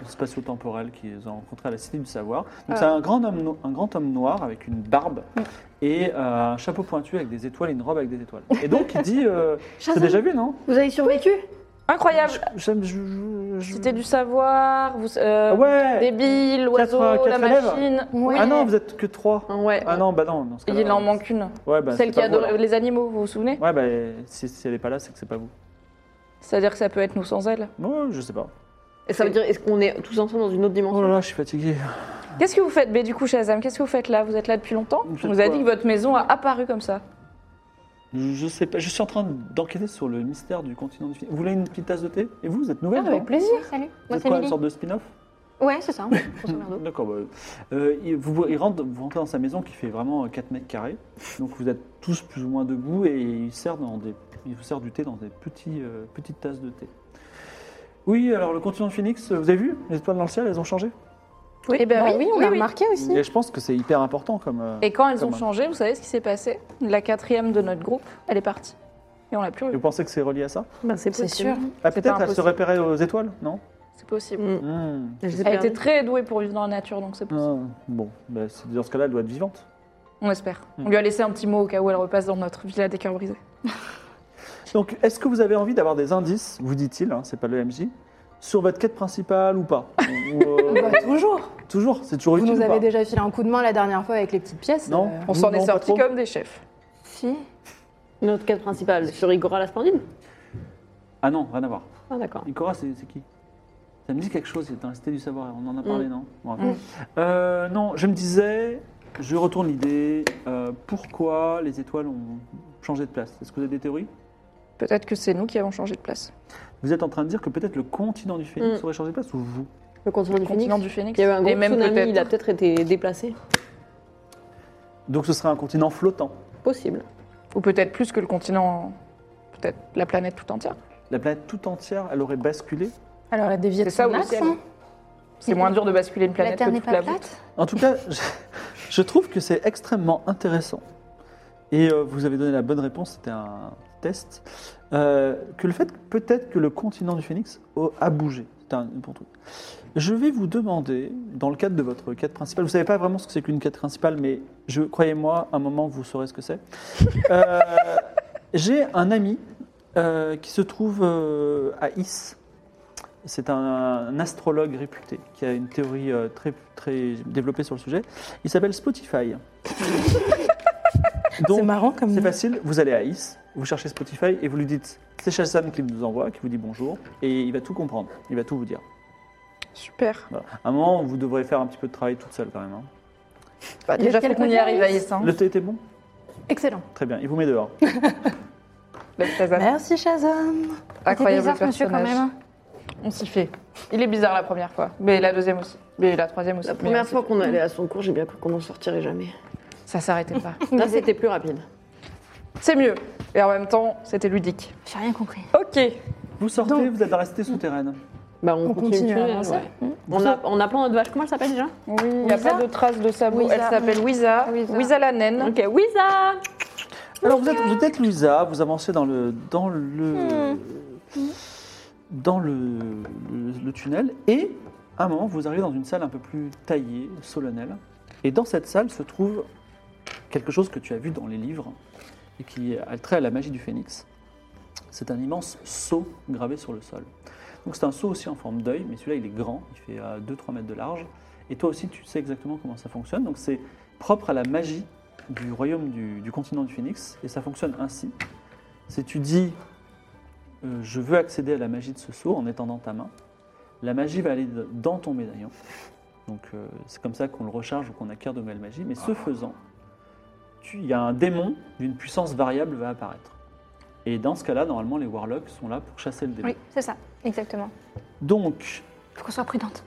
[SPEAKER 2] spatio-temporel qu'ils ont rencontré à la Cité du Savoir.
[SPEAKER 3] Ah.
[SPEAKER 2] Donc c'est un grand, homme no- un grand homme noir avec une barbe
[SPEAKER 3] Mm.
[SPEAKER 2] et euh, un chapeau pointu avec des étoiles et une robe avec des étoiles. Et donc il dit,
[SPEAKER 3] [LAUGHS]
[SPEAKER 2] euh, t'as
[SPEAKER 7] Shazam.
[SPEAKER 2] déjà vu non
[SPEAKER 7] Vous avez survécu
[SPEAKER 3] Incroyable.
[SPEAKER 2] Je- je- je- je-
[SPEAKER 3] C'était du savoir, vous, euh,
[SPEAKER 2] Ah ouais
[SPEAKER 3] débile,
[SPEAKER 2] Quatre-
[SPEAKER 3] oiseau,
[SPEAKER 6] euh,
[SPEAKER 2] quatre
[SPEAKER 3] la
[SPEAKER 2] élèves.
[SPEAKER 3] machine.
[SPEAKER 2] Ah non, vous êtes que trois.
[SPEAKER 3] Ouais.
[SPEAKER 2] Ah non, bah non. dans ce cas-là,
[SPEAKER 3] Il en manque une.
[SPEAKER 2] Ouais, bah, c'est
[SPEAKER 3] Celle qui
[SPEAKER 2] pas vous,
[SPEAKER 3] adore
[SPEAKER 2] alors.
[SPEAKER 3] les animaux, vous vous souvenez
[SPEAKER 2] Ouais, bah si, si elle est pas là, c'est que c'est pas vous.
[SPEAKER 3] C'est-à-dire que ça peut être nous sans elle.
[SPEAKER 2] Moi, je sais pas.
[SPEAKER 7] Et ça veut dire, est-ce qu'on est tous ensemble dans une autre
[SPEAKER 2] Oh
[SPEAKER 7] dimension
[SPEAKER 2] là là, je suis fatigué.
[SPEAKER 3] Qu'est-ce que vous faites Mais du coup, Shazam, qu'est-ce que vous faites là Vous êtes là depuis longtemps
[SPEAKER 2] Vous faites
[SPEAKER 3] On vous a
[SPEAKER 2] quoi
[SPEAKER 3] dit que votre maison a apparu comme ça.
[SPEAKER 2] Je sais pas, je suis en train d'enquêter sur le mystère du continent du Vous voulez une petite tasse de thé Et vous, vous êtes nouvelle
[SPEAKER 6] Ah, avec
[SPEAKER 2] non
[SPEAKER 6] plaisir.
[SPEAKER 5] Salut,
[SPEAKER 2] Vous
[SPEAKER 5] moi
[SPEAKER 2] êtes
[SPEAKER 5] c'est
[SPEAKER 2] quoi, une
[SPEAKER 5] Lily.
[SPEAKER 2] sorte de spin-off
[SPEAKER 5] Ouais, c'est ça. grosso merdo.
[SPEAKER 7] Mm.
[SPEAKER 2] D'accord. bah, euh, il- vous, il rentre, vous rentrez dans sa maison qui fait vraiment euh, 4 mètres carrés. Donc vous êtes tous plus ou moins debout et il, sert dans des, il vous sert du thé dans des petits, euh, petites tasses de thé. Oui, alors le continent de Phoenix, euh, vous avez vu Les étoiles dans le ciel, elles ont changé.
[SPEAKER 6] Oui, eh ben,
[SPEAKER 3] Bah
[SPEAKER 6] oui,
[SPEAKER 3] oui,
[SPEAKER 6] on
[SPEAKER 3] oui,
[SPEAKER 6] a
[SPEAKER 3] oui.
[SPEAKER 6] remarqué aussi.
[SPEAKER 2] Et je pense que c'est hyper important comme. euh,
[SPEAKER 3] Et quand elles
[SPEAKER 2] Comme
[SPEAKER 3] ont
[SPEAKER 2] un-
[SPEAKER 3] changé, vous savez ce qui s'est passé La quatrième de notre groupe, elle est partie. Et on l'a
[SPEAKER 2] et
[SPEAKER 3] plus revue.
[SPEAKER 2] vous pensez que c'est relié à ça
[SPEAKER 7] Bah, c'est
[SPEAKER 6] C'est sûr.
[SPEAKER 7] possible.
[SPEAKER 2] Ah,
[SPEAKER 3] C'est
[SPEAKER 2] peut-être
[SPEAKER 3] pas
[SPEAKER 2] elle se
[SPEAKER 3] impossible.
[SPEAKER 2] repérait aux étoiles, non
[SPEAKER 3] C'est possible.
[SPEAKER 7] Mm.
[SPEAKER 2] Hmm.
[SPEAKER 7] Je sais
[SPEAKER 3] Elle
[SPEAKER 7] pas.
[SPEAKER 3] était très douée pour vivre dans la nature, donc c'est possible.
[SPEAKER 2] Ah, Bon, bah, c'est- dans ce cas-là, elle doit être vivante.
[SPEAKER 3] On espère.
[SPEAKER 2] Mm.
[SPEAKER 3] On lui a laissé un petit mot au cas où elle repasse dans notre villa des cœurs brisés.
[SPEAKER 2] Donc, est-ce que vous avez envie d'avoir des indices, vous dit-il, hein, c'est pas le MJ, sur votre quête principale ou pas Ou, euh,
[SPEAKER 6] [LAUGHS] Bah, toujours.
[SPEAKER 2] Toujours, c'est toujours
[SPEAKER 6] Vous
[SPEAKER 2] utile.
[SPEAKER 6] nous
[SPEAKER 2] ou pas
[SPEAKER 6] avez déjà filé un coup de main la dernière fois avec les petites pièces.
[SPEAKER 2] Non.
[SPEAKER 6] euh,
[SPEAKER 3] On
[SPEAKER 2] Vous,
[SPEAKER 3] s'en
[SPEAKER 2] non,
[SPEAKER 3] est
[SPEAKER 2] pas
[SPEAKER 3] sortis
[SPEAKER 2] trop
[SPEAKER 3] comme des chefs.
[SPEAKER 5] Si.
[SPEAKER 7] Notre quête principale, sur Igora la Splendide
[SPEAKER 2] Ah non, rien à voir.
[SPEAKER 7] Ah d'accord.
[SPEAKER 2] Ikora, c'est c'est qui Ça me dit quelque chose, c'est dans la cité du savoir, on en a parlé, non Bon,
[SPEAKER 3] Mm.
[SPEAKER 2] euh, Non, je me disais, je retourne l'idée, euh, pourquoi les étoiles ont changé de place Est-ce que vous avez des théories
[SPEAKER 3] Peut-être que c'est nous qui avons changé de place.
[SPEAKER 2] Vous êtes en train de dire que peut-être le continent du Phénix
[SPEAKER 7] Mm.
[SPEAKER 2] aurait changé de place ou vous
[SPEAKER 7] Le continent
[SPEAKER 3] Le
[SPEAKER 7] du Phoenix.
[SPEAKER 3] continent du Phénix.
[SPEAKER 7] Il y avait un
[SPEAKER 3] Et
[SPEAKER 7] gros
[SPEAKER 3] même
[SPEAKER 7] tsunami, il a
[SPEAKER 3] peut-être.
[SPEAKER 7] peut-être été déplacé.
[SPEAKER 2] Donc ce serait un continent flottant.
[SPEAKER 7] Possible.
[SPEAKER 3] Ou peut-être plus que le continent. Peut-être la planète tout entière.
[SPEAKER 2] La planète tout entière, elle aurait basculé
[SPEAKER 6] Alors, elle a dévié de
[SPEAKER 3] C'est ça
[SPEAKER 6] son
[SPEAKER 3] ou le
[SPEAKER 6] axe.
[SPEAKER 3] ciel
[SPEAKER 6] hein.
[SPEAKER 3] C'est moins dur de basculer une
[SPEAKER 7] La
[SPEAKER 3] planète
[SPEAKER 7] Terre
[SPEAKER 3] que
[SPEAKER 7] n'est
[SPEAKER 3] toute la
[SPEAKER 7] pas
[SPEAKER 3] voûte.
[SPEAKER 7] plate
[SPEAKER 2] En tout cas, je, je trouve que c'est extrêmement intéressant. Et euh, vous avez donné la bonne réponse, c'était un test. Euh, que le fait, que- peut-être que le continent du phénix au- a bougé. C'est un bon truc. Je vais vous demander, dans le cadre de votre quête principale, vous savez pas vraiment ce que c'est qu'une quête principale, mais je croyez-moi, un moment vous saurez ce que c'est. Euh, [LAUGHS] J'ai un ami euh, qui se trouve euh, à Is. C'est un, un astrologue réputé qui a une théorie euh, très, très développée sur le sujet. Il s'appelle
[SPEAKER 6] [LAUGHS]
[SPEAKER 2] Spotify.
[SPEAKER 6] C'est
[SPEAKER 2] Donc,
[SPEAKER 6] marrant comme.
[SPEAKER 2] c'est facile, vous allez à Is, vous cherchez Spotify et vous lui dites c'est Shazam qui nous envoie, qui vous dit bonjour, et il va tout comprendre, il va tout vous dire.
[SPEAKER 3] Super.
[SPEAKER 2] Voilà. À un moment, vous devrez faire un petit peu de travail toute seule quand même. hein.
[SPEAKER 3] Bah, déjà, faut qu'on y arrive à Yes. Hein.
[SPEAKER 2] Le thé était bon
[SPEAKER 6] Excellent.
[SPEAKER 2] Très bien, il vous met dehors.
[SPEAKER 3] La Shazam.
[SPEAKER 6] Merci Shazam.
[SPEAKER 7] C'était
[SPEAKER 3] Incroyable
[SPEAKER 7] bizarre, ce monsieur, quand
[SPEAKER 3] personnage.
[SPEAKER 7] même.
[SPEAKER 3] On s'y fait. Il est bizarre la première fois, mais la deuxième aussi, mais la troisième aussi.
[SPEAKER 8] La
[SPEAKER 3] mais on
[SPEAKER 8] première
[SPEAKER 3] s'y
[SPEAKER 8] fois
[SPEAKER 3] fait.
[SPEAKER 8] qu'on allait à son cours, j'ai bien cru qu'on n'en sortirait
[SPEAKER 4] [LAUGHS]
[SPEAKER 8] jamais.
[SPEAKER 3] ça s'arrêtait pas.
[SPEAKER 8] Là, c'était plus rapide.
[SPEAKER 3] C'est mieux. Et en même temps, c'était ludique.
[SPEAKER 7] J'ai rien compris.
[SPEAKER 3] Ok.
[SPEAKER 2] Vous sortez, vous êtes dans la cité souterraine.
[SPEAKER 8] Bah, on,
[SPEAKER 6] On
[SPEAKER 8] continue,
[SPEAKER 6] continue à
[SPEAKER 8] plus,
[SPEAKER 6] avancer.
[SPEAKER 8] ouais.
[SPEAKER 4] Mmh.
[SPEAKER 8] En, a- en appelant notre vache, comment elle s'appelle déjà
[SPEAKER 3] Oui, il n'y a pas de traces de sabot. Elle s'appelle Wiza.
[SPEAKER 7] Wiza.
[SPEAKER 3] Wiza la naine.
[SPEAKER 8] Ok, Wiza
[SPEAKER 2] Alors vous êtes, vous êtes Louisa, vous avancez dans le dans le dans le, le- le tunnel et à un moment vous arrivez dans une salle un peu plus taillée, solennelle. Et dans cette salle se trouve quelque chose que tu as vu dans les livres et qui a trait à la magie du phénix. C'est un immense seau gravé sur le sol. Donc c'est un seau aussi en forme d'œil, mais celui-là il est grand, il fait 2-3 mètres de large. Et toi aussi tu sais exactement comment ça fonctionne. Donc c'est propre à la magie du royaume du, du continent du phénix, et ça fonctionne ainsi. Si tu dis euh, je veux accéder à la magie de ce sceau en étendant ta main, la magie va aller de- dans ton médaillon. Donc euh, c'est comme ça qu'on le recharge ou qu'on acquiert de nouvelles magies, mais ce faisant, tu- il y a un démon d'une puissance variable va apparaître. Et dans ce cas-là, normalement, les warlocks sont là pour chasser le démon.
[SPEAKER 5] Oui, c'est ça, exactement.
[SPEAKER 2] Donc,
[SPEAKER 7] Faut qu'on soit prudente.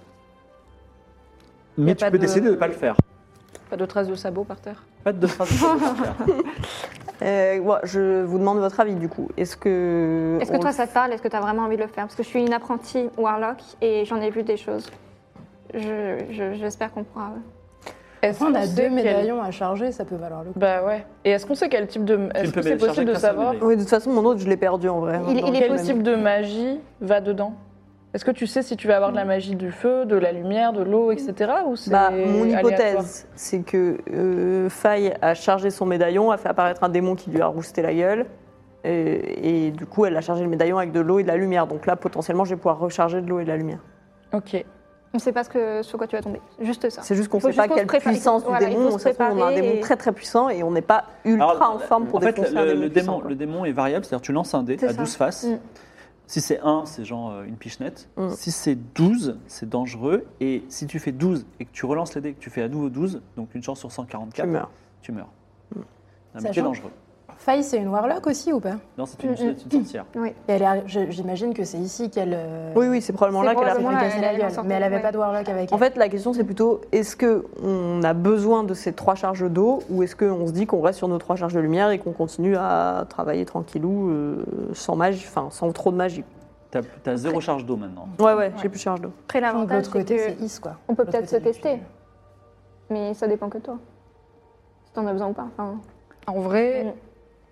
[SPEAKER 3] Y a
[SPEAKER 2] mais tu
[SPEAKER 3] pas
[SPEAKER 2] peux
[SPEAKER 3] de-
[SPEAKER 2] décider de ne pas le faire.
[SPEAKER 3] Pas de traces de sabots par terre.
[SPEAKER 2] Pas de phrase. de faire.
[SPEAKER 4] Euh, ouais, je vous demande votre avis du coup. Est-ce que.
[SPEAKER 7] Est-ce que
[SPEAKER 4] on-
[SPEAKER 7] toi, ça te parle Est-ce que t'as vraiment envie de le faire Parce que je suis une apprentie warlock et j'en ai vu des choses. Je- je- J'espère qu'on pourra. hein.
[SPEAKER 3] Est-ce
[SPEAKER 6] On
[SPEAKER 3] qu'on
[SPEAKER 6] a
[SPEAKER 3] sait
[SPEAKER 6] deux
[SPEAKER 3] quel-
[SPEAKER 6] médaillons à charger, ça peut valoir le coup.
[SPEAKER 3] Bah ouais. Et est-ce qu'on sait quel type de. Est-ce
[SPEAKER 2] peux
[SPEAKER 3] que c'est
[SPEAKER 2] charger
[SPEAKER 3] possible de
[SPEAKER 2] qu'un seul
[SPEAKER 3] savoir
[SPEAKER 2] médaillon.
[SPEAKER 4] Oui, de toute façon, mon autre, je l'ai perdu en vrai.
[SPEAKER 7] Il-
[SPEAKER 4] Dans
[SPEAKER 7] il est
[SPEAKER 4] lequel-
[SPEAKER 3] quel type de magie va dedans Est-ce que tu sais si tu vas avoir de la magie du feu, de la lumière, de l'eau, etc. Ou c'est
[SPEAKER 4] Bah, mon
[SPEAKER 3] aléatoire
[SPEAKER 4] hypothèse, c'est que euh, Faye a chargé son médaillon, a fait apparaître un démon qui lui a rousté la gueule. Et, et du coup, elle a chargé le médaillon avec de l'eau et de la lumière. Donc là, potentiellement, je vais pouvoir recharger de l'eau et de la lumière.
[SPEAKER 3] Ok.
[SPEAKER 7] On ne sait pas ce que, sur quoi tu vas tomber. Juste ça.
[SPEAKER 4] C'est juste qu'on
[SPEAKER 7] Il faut
[SPEAKER 4] sait pas
[SPEAKER 7] juste qu'on se
[SPEAKER 4] quelle
[SPEAKER 7] prépare.
[SPEAKER 4] puissance
[SPEAKER 7] Voilà, il
[SPEAKER 4] du
[SPEAKER 7] faut
[SPEAKER 4] démon.
[SPEAKER 7] se
[SPEAKER 4] Ça se trouve, on a un
[SPEAKER 7] préparer
[SPEAKER 4] démon
[SPEAKER 7] et-
[SPEAKER 4] très très puissant et on n'est pas ultra
[SPEAKER 2] Alors,
[SPEAKER 4] en forme pour
[SPEAKER 2] en fait,
[SPEAKER 4] défoncer un
[SPEAKER 2] le,
[SPEAKER 4] démon
[SPEAKER 2] le
[SPEAKER 4] puissant,
[SPEAKER 2] démon,
[SPEAKER 4] hein, quoi.
[SPEAKER 2] le démon est variable, c'est-à-dire tu lances un dé
[SPEAKER 7] C'est
[SPEAKER 2] à
[SPEAKER 7] ça.
[SPEAKER 2] 12 faces.
[SPEAKER 7] Mm.
[SPEAKER 2] Si c'est 1, c'est genre euh, une pichenette.
[SPEAKER 4] Mm.
[SPEAKER 2] Si c'est 12, c'est dangereux. Et si tu fais 12 et que tu relances les dés et que tu fais à nouveau 12, donc une chance sur
[SPEAKER 4] Tu
[SPEAKER 2] 144,
[SPEAKER 4] meurs.
[SPEAKER 2] tu meurs. C'est un
[SPEAKER 6] Ça
[SPEAKER 2] métier
[SPEAKER 6] change.
[SPEAKER 2] dangereux.
[SPEAKER 6] Faye, c'est une warlock aussi ou pas
[SPEAKER 2] Non, c'est une,
[SPEAKER 7] Mm,
[SPEAKER 2] c'est une sorcière.
[SPEAKER 6] Et elle est arri- je- J'imagine que c'est ici qu'elle. euh,
[SPEAKER 4] Oui, oui, c'est probablement
[SPEAKER 7] C'est
[SPEAKER 4] là qu'elle a
[SPEAKER 7] probablement
[SPEAKER 6] lui
[SPEAKER 7] là,
[SPEAKER 6] casser
[SPEAKER 7] elle-
[SPEAKER 6] la
[SPEAKER 7] elle
[SPEAKER 6] gueule.
[SPEAKER 7] en sortait,
[SPEAKER 6] Mais elle avait
[SPEAKER 7] ouais.
[SPEAKER 6] pas de warlock avec
[SPEAKER 4] En
[SPEAKER 6] elle.
[SPEAKER 4] fait, la question, c'est plutôt est-ce qu'on a besoin de ces trois charges d'eau ou est-ce qu'on se dit qu'on reste sur nos trois charges de lumière et qu'on continue à travailler tranquillou euh, sans magie, enfin sans trop de magie
[SPEAKER 2] T'as as zéro charge d'eau maintenant.
[SPEAKER 4] Ouais, ouais, j'ai plus de charge d'eau.
[SPEAKER 7] Après,
[SPEAKER 6] de
[SPEAKER 7] l'avantage,
[SPEAKER 6] l'autre
[SPEAKER 7] c'est
[SPEAKER 6] côté, c'est
[SPEAKER 7] que
[SPEAKER 6] Is, quoi.
[SPEAKER 7] on peut
[SPEAKER 6] De l'autre
[SPEAKER 7] peut-être se
[SPEAKER 6] côté du
[SPEAKER 7] tester.
[SPEAKER 6] tunnel.
[SPEAKER 7] Mais ça dépend que de toi. Si t'en as besoin ou pas. Enfin,
[SPEAKER 3] En vrai,
[SPEAKER 7] Mm.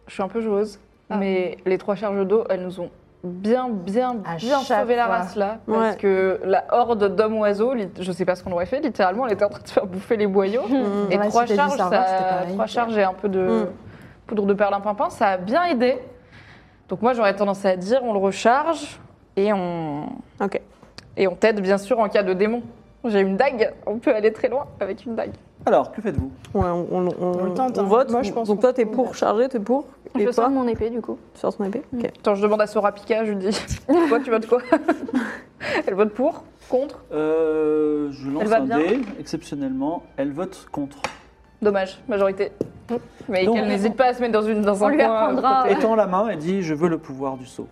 [SPEAKER 3] je suis un peu joueuse, mais les trois charges d'eau, elles nous ont bien, bien,
[SPEAKER 6] À
[SPEAKER 3] bien
[SPEAKER 6] chaque
[SPEAKER 3] sauvé la
[SPEAKER 6] fois.
[SPEAKER 3] race là.
[SPEAKER 4] Ouais.
[SPEAKER 3] Parce que la horde d'hommes-oiseaux, lit- je sais pas ce qu'on aurait fait, littéralement, elle était en train de se faire bouffer les boyaux.
[SPEAKER 7] Hmm.
[SPEAKER 4] Mmh.
[SPEAKER 3] Et
[SPEAKER 6] Ouais,
[SPEAKER 3] trois,
[SPEAKER 6] si t'as dit
[SPEAKER 3] charges,
[SPEAKER 6] ça,
[SPEAKER 3] ça-
[SPEAKER 6] c'était pareil.
[SPEAKER 3] trois charges et un peu de
[SPEAKER 4] Mm.
[SPEAKER 3] poudre de perlimpinpin, ça a bien aidé. Donc moi, j'aurais tendance à dire, on le recharge et on,
[SPEAKER 4] Ok.
[SPEAKER 3] et on t'aide, bien sûr, en cas de démon. J'ai une dague, on peut aller très loin avec une dague.
[SPEAKER 2] Alors, que faites-vous
[SPEAKER 4] Ouais, on, on- on-
[SPEAKER 6] On le tente,
[SPEAKER 4] on
[SPEAKER 6] hein.
[SPEAKER 4] vote.
[SPEAKER 6] Moi, je pense
[SPEAKER 4] donc
[SPEAKER 6] qu'on-
[SPEAKER 4] toi, t'es pour charger, t'es pour
[SPEAKER 7] je
[SPEAKER 4] Et
[SPEAKER 7] Hmm.
[SPEAKER 4] toi
[SPEAKER 7] sors mon épée, du coup.
[SPEAKER 4] Tu sors ton épée Ok.
[SPEAKER 3] Attends, je demande à Sora Pika, je lui dis Toi, tu votes quoi Elle vote pour Contre
[SPEAKER 2] Euh, Je lance
[SPEAKER 3] Elle va
[SPEAKER 2] un
[SPEAKER 3] bien
[SPEAKER 2] dé, exceptionnellement. Elle vote contre.
[SPEAKER 3] Dommage, majorité. Mais
[SPEAKER 2] Donc-
[SPEAKER 3] qu'elle n'hésite pas à se mettre dans, une, dans un
[SPEAKER 7] lui
[SPEAKER 3] coin,
[SPEAKER 7] apprendra.
[SPEAKER 3] euh,
[SPEAKER 2] [LAUGHS]
[SPEAKER 3] protégé.
[SPEAKER 2] Étend la main, elle dit Je veux le pouvoir du saut.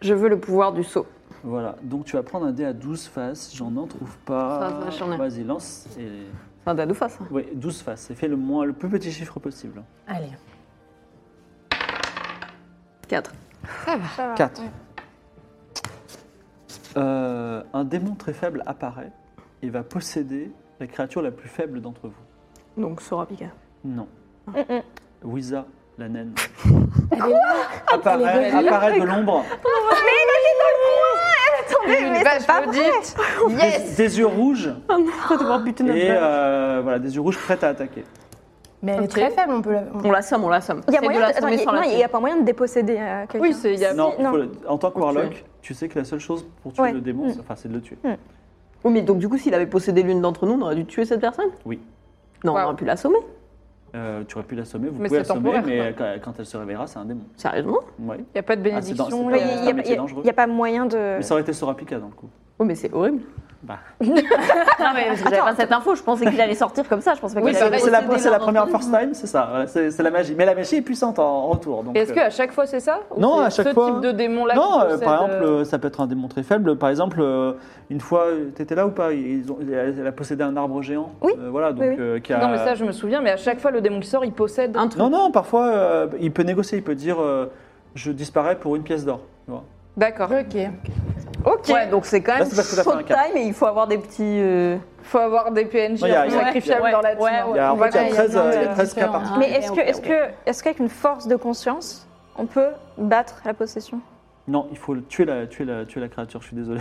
[SPEAKER 4] Je veux le pouvoir du saut.
[SPEAKER 2] Voilà, donc tu vas prendre un dé à 12 faces. J'en en trouve pas.
[SPEAKER 8] Ça, ça, j'en ai.
[SPEAKER 2] Vas-y, lance. Et...
[SPEAKER 4] C'est un dado face. hein.
[SPEAKER 2] Oui, 12 faces. Et fais le, moins, le plus petit chiffre possible.
[SPEAKER 6] Allez.
[SPEAKER 4] 4.
[SPEAKER 2] Quatre. Euh, un démon très faible apparaît et va posséder la créature la plus faible d'entre vous.
[SPEAKER 4] Donc [LAUGHS] Sorapika.
[SPEAKER 2] Non.
[SPEAKER 5] Mm, mm.
[SPEAKER 2] Wiza, la naine,
[SPEAKER 6] [LAUGHS] Elle est là.
[SPEAKER 2] apparaît,
[SPEAKER 6] Elle est
[SPEAKER 2] apparaît de l'ombre,
[SPEAKER 7] [LAUGHS]
[SPEAKER 5] Attendez, mais c'est pas vrai.
[SPEAKER 2] des, des yeux rouges
[SPEAKER 4] Faut devoir buter notre
[SPEAKER 2] et
[SPEAKER 4] père.
[SPEAKER 2] euh, voilà, des yeux rouges prêtes à attaquer.
[SPEAKER 6] Mais elle est très faible, on peut la. on-
[SPEAKER 4] On l'assomme, on l'assomme.
[SPEAKER 5] Il y a
[SPEAKER 4] Essaye de
[SPEAKER 5] moyen de- attends,
[SPEAKER 4] l'assommer
[SPEAKER 5] il y a-
[SPEAKER 4] sans
[SPEAKER 5] non,
[SPEAKER 4] la
[SPEAKER 5] il n'y a pas moyen de déposséder euh, quelqu'un.
[SPEAKER 3] Oui, c'est- il y a-
[SPEAKER 5] Si,
[SPEAKER 2] non,
[SPEAKER 5] non.
[SPEAKER 2] faut le- en tant que
[SPEAKER 4] Faut le
[SPEAKER 2] warlock, tu sais que la seule chose pour tuer
[SPEAKER 5] Ouais.
[SPEAKER 2] le démon,
[SPEAKER 5] Mm.
[SPEAKER 2] c'est- enfin, c'est de le tuer.
[SPEAKER 4] Oui, mais donc du coup, s'il avait possédé l'une d'entre nous, on aurait dû tuer cette personne
[SPEAKER 2] Oui.
[SPEAKER 4] Non, on
[SPEAKER 3] Waouh.
[SPEAKER 4] aurait pu l'assommer.
[SPEAKER 2] Euh, tu aurais pu l'assommer, vous
[SPEAKER 3] Mais
[SPEAKER 2] pouvez
[SPEAKER 3] c'est
[SPEAKER 2] l'assommer,
[SPEAKER 3] temporaire,
[SPEAKER 2] mais quand, quand elle se réveillera, c'est un démon.
[SPEAKER 4] Sérieusement
[SPEAKER 2] Ouais.
[SPEAKER 3] Il n'y a pas de
[SPEAKER 2] Ah, c'est dans- c'est
[SPEAKER 3] bénédiction.
[SPEAKER 2] pas-
[SPEAKER 5] Oui,
[SPEAKER 2] c'est
[SPEAKER 5] il
[SPEAKER 2] un
[SPEAKER 5] n'y a,
[SPEAKER 2] métier
[SPEAKER 5] il y a-
[SPEAKER 2] dangereux.
[SPEAKER 5] il y a pas moyen de.
[SPEAKER 2] Mais ça aurait été Sorapika dans le coup.
[SPEAKER 4] Oui, Oh, mais c'est horrible.
[SPEAKER 2] Bah.
[SPEAKER 8] Non, mais parce que j'avais pas cette info, je pensais qu'il allait sortir comme ça, je pensais pas
[SPEAKER 3] Oui,
[SPEAKER 8] qu'il
[SPEAKER 3] c'est
[SPEAKER 8] allait
[SPEAKER 3] vrai,
[SPEAKER 2] C'est la,
[SPEAKER 8] posséder
[SPEAKER 2] c'est la
[SPEAKER 8] l'un d'entre
[SPEAKER 2] première
[SPEAKER 8] nous.
[SPEAKER 2] first
[SPEAKER 3] Mm.
[SPEAKER 2] time, c'est ça. Voilà, c'est c'est la magie. Mais la magie est puissante en, en retour. donc,
[SPEAKER 3] Et Est-ce
[SPEAKER 2] euh,
[SPEAKER 3] qu'à chaque fois c'est ça Ou
[SPEAKER 2] Non,
[SPEAKER 3] c'est
[SPEAKER 2] à chaque
[SPEAKER 3] ce
[SPEAKER 2] fois.
[SPEAKER 3] type de démon-là
[SPEAKER 2] Non,
[SPEAKER 3] qui
[SPEAKER 2] euh,
[SPEAKER 3] possède,
[SPEAKER 2] par exemple,
[SPEAKER 3] euh,
[SPEAKER 2] euh, ça peut être un démon très faible. Par exemple, euh, une fois, euh, t'étais là ou pas Ils ont, Elle elle a possédé un arbre géant.
[SPEAKER 5] Oui.
[SPEAKER 2] Euh, voilà, donc,
[SPEAKER 5] Oui, oui.
[SPEAKER 2] euh, qui a-
[SPEAKER 3] Non, mais ça je me souviens, mais à chaque fois le démon qui sort il possède.
[SPEAKER 8] Un truc.
[SPEAKER 2] non, non, parfois, euh, il peut négocier. Il peut dire euh, Je disparais pour une pièce d'or. Tu vois.
[SPEAKER 3] D'accord.
[SPEAKER 6] Ok.
[SPEAKER 4] Ok. Ouais, donc c'est quand
[SPEAKER 2] Là,
[SPEAKER 4] même
[SPEAKER 2] Bah, c'est parce que t'as fait un
[SPEAKER 4] showtime et il faut avoir des petits. euh,
[SPEAKER 3] Faut avoir des PNJ
[SPEAKER 2] Non, il y a- il y a-
[SPEAKER 3] sacrifiables
[SPEAKER 4] ouais,
[SPEAKER 3] dans la team.
[SPEAKER 4] ouais,
[SPEAKER 2] Il y a, en
[SPEAKER 3] On va-
[SPEAKER 2] fait, il y a
[SPEAKER 6] ouais,
[SPEAKER 2] 13,
[SPEAKER 6] il y en a
[SPEAKER 2] euh, il y a
[SPEAKER 6] un
[SPEAKER 2] 13 cas
[SPEAKER 6] différent.
[SPEAKER 2] par
[SPEAKER 6] Ah,
[SPEAKER 5] Mais
[SPEAKER 6] ok,
[SPEAKER 5] est-ce que,
[SPEAKER 6] ok,
[SPEAKER 5] est-ce
[SPEAKER 6] ok.
[SPEAKER 5] que, est-ce qu'avec une force de conscience, on peut battre la possession
[SPEAKER 2] Non, il faut le- tuer la, tuer, la, tuer la créature, je suis désolé.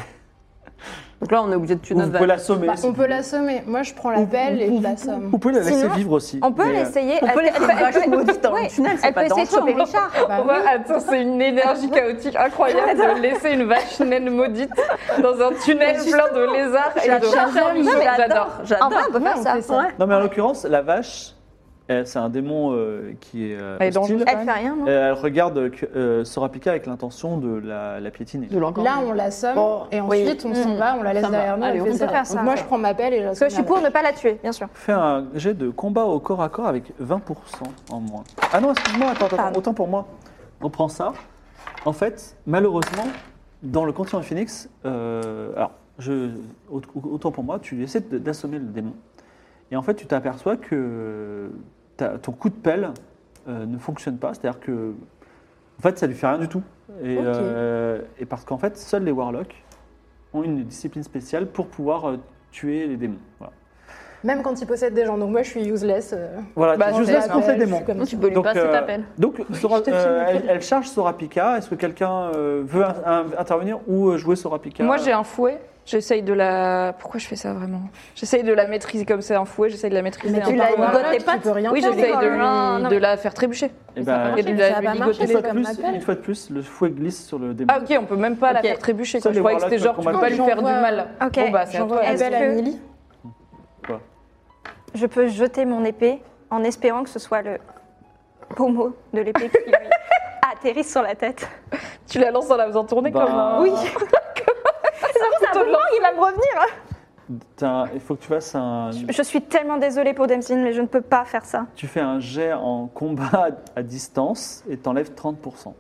[SPEAKER 4] Donc là, on est obligé de tuer
[SPEAKER 2] Ou vous
[SPEAKER 4] notre
[SPEAKER 2] pouvez
[SPEAKER 4] vache.
[SPEAKER 2] l'assommer.
[SPEAKER 6] Bah,
[SPEAKER 2] si
[SPEAKER 6] on
[SPEAKER 2] vous
[SPEAKER 6] peut
[SPEAKER 2] voulez.
[SPEAKER 6] l'assommer. Moi, je prends
[SPEAKER 2] Ou-
[SPEAKER 6] la pelle et
[SPEAKER 2] ou-
[SPEAKER 6] je
[SPEAKER 2] ou-
[SPEAKER 6] l'assomme.
[SPEAKER 2] Vous pouvez la laisser
[SPEAKER 5] Sinon,
[SPEAKER 2] vivre aussi.
[SPEAKER 5] On peut
[SPEAKER 2] mais, euh,
[SPEAKER 5] l'essayer.
[SPEAKER 4] On peut
[SPEAKER 5] elle-
[SPEAKER 4] laisser
[SPEAKER 5] elle-
[SPEAKER 4] une vache
[SPEAKER 5] elle-
[SPEAKER 4] maudite dans
[SPEAKER 5] ouais,
[SPEAKER 4] le tunnel, c'est
[SPEAKER 5] Elle
[SPEAKER 4] pas
[SPEAKER 5] peut essayer de
[SPEAKER 4] dangereux.
[SPEAKER 5] choper Richard.
[SPEAKER 6] Bah
[SPEAKER 3] on va- Attends, c'est une énergie chaotique incroyable de laisser une vache naine maudite [LAUGHS] dans un tunnel plein de lézards et de
[SPEAKER 4] J'adore,
[SPEAKER 3] J'adore. J'adore.
[SPEAKER 4] j'adore,
[SPEAKER 5] En vrai,
[SPEAKER 4] j'adore.
[SPEAKER 5] on peut faire
[SPEAKER 6] on
[SPEAKER 5] ça.
[SPEAKER 6] fait ça.
[SPEAKER 4] Ouais.
[SPEAKER 2] Non, mais en l'occurrence, la vache, elle- c'est un démon euh, qui est euh,
[SPEAKER 3] Elle est
[SPEAKER 2] hostile.
[SPEAKER 3] dangereuse.
[SPEAKER 5] Elle fait rien, non
[SPEAKER 2] Euh, elle regarde que- euh, Sorapika avec l'intention de la, la piétiner.
[SPEAKER 8] De l'encore.
[SPEAKER 6] Là, on l'assomme
[SPEAKER 8] Bon,
[SPEAKER 6] et
[SPEAKER 8] oui.
[SPEAKER 6] ensuite, on s'en va, on la laisse
[SPEAKER 8] Ça va.
[SPEAKER 6] derrière nous.
[SPEAKER 8] Allez,
[SPEAKER 6] on
[SPEAKER 8] on
[SPEAKER 6] fait
[SPEAKER 8] peut
[SPEAKER 6] ça.
[SPEAKER 5] faire ça.
[SPEAKER 6] Donc moi, je prends ma pelle et je
[SPEAKER 5] Parce que je suis pour ne pas la tuer, bien sûr.
[SPEAKER 2] Fais un jet de combat au corps à corps avec 20% en moins. Ah non, excuse-moi, attends, attends,
[SPEAKER 5] Pardon.
[SPEAKER 2] autant pour moi. On prend ça. En fait, malheureusement, dans le continent Phoenix, euh, alors, je, au- autant pour moi, tu essaies de- d'assommer le démon. Et en fait, tu t'aperçois que ta- ton coup de pelle euh, ne fonctionne pas. C'est-à-dire que, en fait, ça lui fait rien du tout. Et,
[SPEAKER 6] Ok.
[SPEAKER 2] euh, et parce qu'en fait, seuls les warlocks ont une discipline spéciale pour pouvoir euh, tuer les démons. Voilà.
[SPEAKER 6] Même quand il possède des gens. Donc moi, je suis useless. euh,
[SPEAKER 2] Voilà,
[SPEAKER 3] Bah,
[SPEAKER 2] tu
[SPEAKER 3] c'est
[SPEAKER 2] uses laisse
[SPEAKER 3] normal,
[SPEAKER 2] contre les
[SPEAKER 6] je suis
[SPEAKER 2] démons.
[SPEAKER 6] comme ça.
[SPEAKER 8] Tu peux lui passer
[SPEAKER 2] euh,
[SPEAKER 8] ta pelle.
[SPEAKER 2] donc Sora-
[SPEAKER 6] je te
[SPEAKER 2] euh,
[SPEAKER 6] filme.
[SPEAKER 2] elle, elle charge Sorapika. Est-ce que quelqu'un euh, veut un- un- intervenir ou euh, jouer Sorapika
[SPEAKER 3] Moi j'ai un fouet. J'essaye de la. Pourquoi je fais ça vraiment J'essaye de la maîtriser comme c'est un fouet. J'essaye de la maîtriser. un
[SPEAKER 4] tu
[SPEAKER 3] peu.
[SPEAKER 4] l'as
[SPEAKER 3] Voilà.
[SPEAKER 4] ligoté.
[SPEAKER 6] Tu peux rien
[SPEAKER 3] Oui,
[SPEAKER 6] faire.
[SPEAKER 3] j'essaye de,
[SPEAKER 5] Non,
[SPEAKER 3] lui-
[SPEAKER 5] non,
[SPEAKER 3] de
[SPEAKER 5] mais-
[SPEAKER 3] la faire trébucher.
[SPEAKER 2] Eh ben,
[SPEAKER 3] Et de la
[SPEAKER 6] Ça va
[SPEAKER 3] lui
[SPEAKER 2] une,
[SPEAKER 3] ligoter
[SPEAKER 6] marcher,
[SPEAKER 3] les
[SPEAKER 2] fois
[SPEAKER 6] c'est
[SPEAKER 2] de
[SPEAKER 3] pattes.
[SPEAKER 6] comme
[SPEAKER 2] plus,
[SPEAKER 6] ma pelle.
[SPEAKER 2] une fois de plus, le fouet glisse sur le démon.
[SPEAKER 3] Ah ok, on peut même pas
[SPEAKER 8] Ok.
[SPEAKER 3] la faire trébucher. Quoi.
[SPEAKER 2] Seuls
[SPEAKER 3] Je
[SPEAKER 2] les
[SPEAKER 3] croyais que c'était genre
[SPEAKER 2] warlocks
[SPEAKER 3] tu
[SPEAKER 2] peuvent
[SPEAKER 3] peux pas lui faire du
[SPEAKER 6] combattre.
[SPEAKER 3] mal.
[SPEAKER 5] Ok.
[SPEAKER 3] Bon bah c'est à
[SPEAKER 5] J'envoie
[SPEAKER 3] toi.
[SPEAKER 5] la
[SPEAKER 6] Ma
[SPEAKER 5] Est-ce
[SPEAKER 6] pelle à
[SPEAKER 5] que-
[SPEAKER 6] Milly.
[SPEAKER 5] Je peux jeter mon épée en espérant que ce soit le pommeau de l'épée qui lui atterrisse sur la tête.
[SPEAKER 3] Tu la lances en la faisant tourner
[SPEAKER 2] Bah,
[SPEAKER 3] comme un.
[SPEAKER 2] Oui.
[SPEAKER 5] C'est un peu long, il va me revenir.
[SPEAKER 2] T'as- Il faut que tu fasses un.
[SPEAKER 5] hein. Je suis tellement désolée pour Dempsey, mais je ne peux pas faire ça.
[SPEAKER 2] Tu fais un jet en combat à distance et t'enlèves 30%.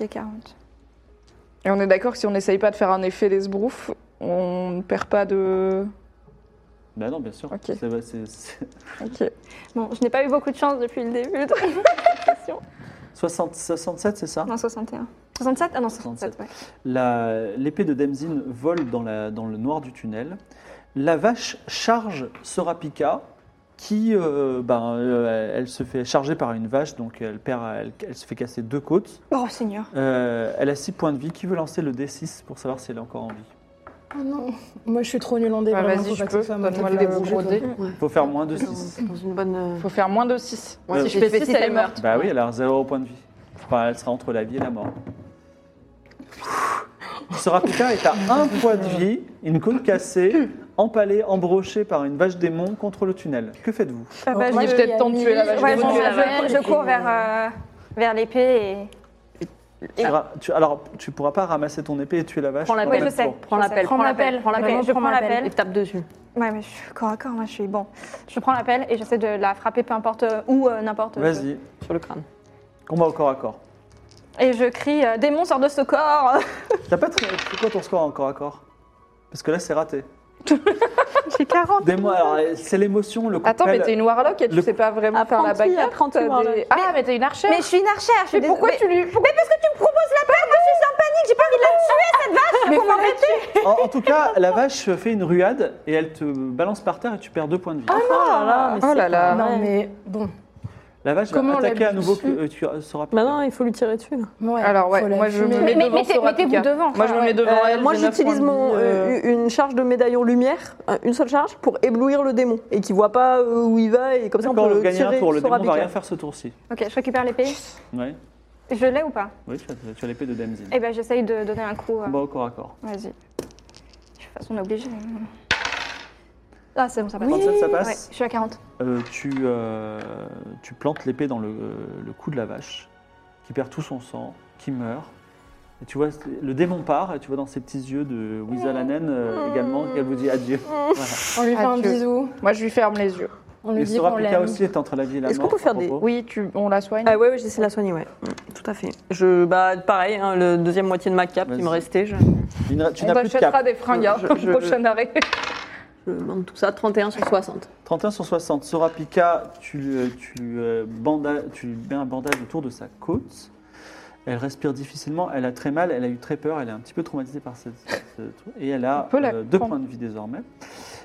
[SPEAKER 5] Ok, 40.
[SPEAKER 3] Et on est d'accord que si on n'essaye pas de faire un effet l'esbrouf, on ne perd pas de.
[SPEAKER 2] Bah non, bien sûr.
[SPEAKER 3] Ok.
[SPEAKER 2] C'est- bah, c'est- c'est-
[SPEAKER 3] Ok.
[SPEAKER 5] Bon, je n'ai pas eu beaucoup de chance depuis le début de la session.
[SPEAKER 2] 60 67, c'est ça
[SPEAKER 5] [LAUGHS] Non, 61. 67 Ah non, 67, ouais.
[SPEAKER 2] La- L'épée de Demzin vole dans, la- dans le noir du tunnel. La vache charge Sorapika, qui, euh, ben, euh, elle se fait charger par une vache, donc elle, perd, elle, elle se fait casser deux côtes.
[SPEAKER 5] Oh, Seigneur.
[SPEAKER 2] Euh, elle a six points de vie. Qui veut lancer le D6 pour savoir si elle est encore en vie
[SPEAKER 6] Oh non. Moi, je suis trop nulle en dé.
[SPEAKER 3] Ah,
[SPEAKER 6] vraiment,
[SPEAKER 3] vas-y,
[SPEAKER 6] faut
[SPEAKER 3] je
[SPEAKER 6] pas que
[SPEAKER 3] peux.
[SPEAKER 6] ce soit bah, moi qui
[SPEAKER 3] Donne-moi
[SPEAKER 6] fais
[SPEAKER 3] le
[SPEAKER 6] des
[SPEAKER 3] gros dé.
[SPEAKER 6] bouchées, toi.
[SPEAKER 2] Il faut faire moins de 6.
[SPEAKER 8] Dans une bonne. euh,
[SPEAKER 3] Faut faire moins de 6.
[SPEAKER 8] Moi,
[SPEAKER 2] Euh,
[SPEAKER 8] si je fais 6, elle est morte.
[SPEAKER 2] Bah oui, elle a zéro point de vie. Enfin, elle sera entre la vie et la mort. Sorapika est à un point de vie, une côte cassée, empalée, embrochée par une vache démon contre le tunnel. Que faites-vous
[SPEAKER 5] Ah, bah,
[SPEAKER 3] moi,
[SPEAKER 5] je-
[SPEAKER 3] j'ai peut-être temps de tuer la vache.
[SPEAKER 5] Ouais,
[SPEAKER 3] vais
[SPEAKER 5] je,
[SPEAKER 3] tuer la
[SPEAKER 5] je-
[SPEAKER 3] vache.
[SPEAKER 5] je cours vers, euh, vers l'épée
[SPEAKER 2] Tu ra- tu- alors, tu pourras pas ramasser ton épée et tuer la vache.
[SPEAKER 8] Prends la
[SPEAKER 2] dans
[SPEAKER 5] et. Oui,
[SPEAKER 8] pelle,
[SPEAKER 2] le
[SPEAKER 5] je
[SPEAKER 2] même
[SPEAKER 5] sais.
[SPEAKER 2] tour.
[SPEAKER 8] Prends
[SPEAKER 5] je
[SPEAKER 8] la
[SPEAKER 5] sais.
[SPEAKER 8] pelle,
[SPEAKER 5] Prends la pelle.
[SPEAKER 8] prends la
[SPEAKER 5] Ok,
[SPEAKER 8] pelle,
[SPEAKER 5] Je prends la
[SPEAKER 8] Et
[SPEAKER 5] pelle.
[SPEAKER 8] tape dessus.
[SPEAKER 5] Ouais, mais je suis corps à corps, moi, je suis bon. Je prends la pelle et j'essaie de la frapper peu importe où, euh, n'importe où.
[SPEAKER 2] Vas-y,
[SPEAKER 8] Sur le crâne.
[SPEAKER 2] combat au corps à corps.
[SPEAKER 5] Et je crie euh, Démon, sors de ce corps
[SPEAKER 2] T'as pas
[SPEAKER 5] [LAUGHS]
[SPEAKER 2] très... C'est quoi ton score en corps à corps Parce que là, c'est raté.
[SPEAKER 5] J'ai 40.
[SPEAKER 2] Des mois, alors, euh, c'est l'émotion, le coup de
[SPEAKER 3] Attends, mais
[SPEAKER 2] pelle.
[SPEAKER 3] t'es une warlock et tu
[SPEAKER 2] Le-
[SPEAKER 3] sais pas vraiment faire la
[SPEAKER 4] Apprenti,
[SPEAKER 3] bagarre.
[SPEAKER 4] apprenti
[SPEAKER 3] t'as des-
[SPEAKER 4] warlock.
[SPEAKER 3] Ah, mais t'es une archère.
[SPEAKER 5] Mais je suis une archère, je suis
[SPEAKER 3] Mais pourquoi
[SPEAKER 5] désolée.
[SPEAKER 3] tu lui.
[SPEAKER 5] Mais parce que tu me proposes la pelle, moi je suis en panique, j'ai pas envie
[SPEAKER 2] En, en tout cas, la vache fait une ruade et elle te balance par terre et tu perds deux points de vie.
[SPEAKER 3] Oh là là.
[SPEAKER 6] Non, mais bon.
[SPEAKER 2] la vache
[SPEAKER 6] comment
[SPEAKER 2] va
[SPEAKER 6] on l'a
[SPEAKER 2] attaquer à
[SPEAKER 6] vu
[SPEAKER 2] nouveau.
[SPEAKER 6] dessus
[SPEAKER 2] euh, tu seras plus
[SPEAKER 4] Maintenant, il faut lui tirer dessus. là.
[SPEAKER 6] Ouais,
[SPEAKER 3] Alors, ouais,
[SPEAKER 6] faut la
[SPEAKER 3] moi, je me mets
[SPEAKER 6] fumer.
[SPEAKER 7] Mais
[SPEAKER 3] devant
[SPEAKER 7] mettez-
[SPEAKER 3] Soraka.
[SPEAKER 7] mettez-vous devant.
[SPEAKER 3] Moi, je me mets devant
[SPEAKER 4] Euh,
[SPEAKER 3] elle.
[SPEAKER 4] moi,
[SPEAKER 3] j'ai neuf
[SPEAKER 4] j'utilise
[SPEAKER 3] points de
[SPEAKER 4] mon,
[SPEAKER 3] vie, euh,
[SPEAKER 4] euh, une charge de médaillon lumière, euh, une seule charge, pour éblouir le démon et qu'il voit pas euh, où il va et comme ça on
[SPEAKER 2] D'accord,
[SPEAKER 4] peut
[SPEAKER 2] le
[SPEAKER 4] le
[SPEAKER 2] gagner
[SPEAKER 4] tirer
[SPEAKER 2] un tour. Le
[SPEAKER 4] sur
[SPEAKER 2] démon va
[SPEAKER 4] Abika.
[SPEAKER 2] rien faire ce tour-ci.
[SPEAKER 7] Ok, je récupère l'épée.
[SPEAKER 2] Ouais.
[SPEAKER 7] Je l'ai ou pas
[SPEAKER 2] Oui, tu as, tu as l'épée de Damzin.
[SPEAKER 7] Eh ben, j'essaye de donner un coup. euh,
[SPEAKER 2] Combat au corps à corps.
[SPEAKER 7] Vas-y. De toute façon, on est obligé. Ah, c'est bon, ça passe.
[SPEAKER 2] 37, ça
[SPEAKER 7] Ouais,
[SPEAKER 2] passe.
[SPEAKER 7] je suis à 40.
[SPEAKER 2] Euh, tu, euh, tu plantes l'épée dans le, euh, le cou de la vache, qui perd tout son sang, qui meurt. Et tu vois, le démon part, et tu vois dans ses petits yeux de Wizalanen également qu'elle vous dit adieu. Voilà.
[SPEAKER 6] On lui fait un
[SPEAKER 3] Adieu.
[SPEAKER 6] bisou.
[SPEAKER 3] Moi, je lui ferme les yeux.
[SPEAKER 6] On lui
[SPEAKER 2] Et
[SPEAKER 6] dit qu'on
[SPEAKER 2] Sorapika
[SPEAKER 6] l'aime.
[SPEAKER 2] aussi est entre la vie et la mort.
[SPEAKER 4] Est-ce qu'on peut faire
[SPEAKER 2] à
[SPEAKER 4] des-
[SPEAKER 2] propos.
[SPEAKER 3] Oui, tu, on la soigne.
[SPEAKER 4] Ah ouais, ouais j'essaie de la soigner, ouais. Mm, Tout à fait. Je, bah, pareil, hein, le deuxième moitié de ma cape qui
[SPEAKER 2] Vas-y.
[SPEAKER 4] me restait, je,
[SPEAKER 2] Tu n'as tu
[SPEAKER 3] on
[SPEAKER 2] n'as plus de
[SPEAKER 3] t'achètera
[SPEAKER 2] cap.
[SPEAKER 3] Bah, des fringues hein,
[SPEAKER 4] Je- je-
[SPEAKER 3] [LAUGHS] au prochain arrêt.
[SPEAKER 4] je demande tout ça, 31 sur 60.
[SPEAKER 2] 31 sur 60. Sorapika, tu, euh, tu, euh, banda- tu lui mets un bandage autour de sa côte. Elle respire difficilement, elle a très mal, elle a eu très peur, elle est un petit peu traumatisée par ce, ce truc. Et elle a
[SPEAKER 3] On peut la
[SPEAKER 2] euh, deux
[SPEAKER 3] prendre.
[SPEAKER 2] points de vie désormais.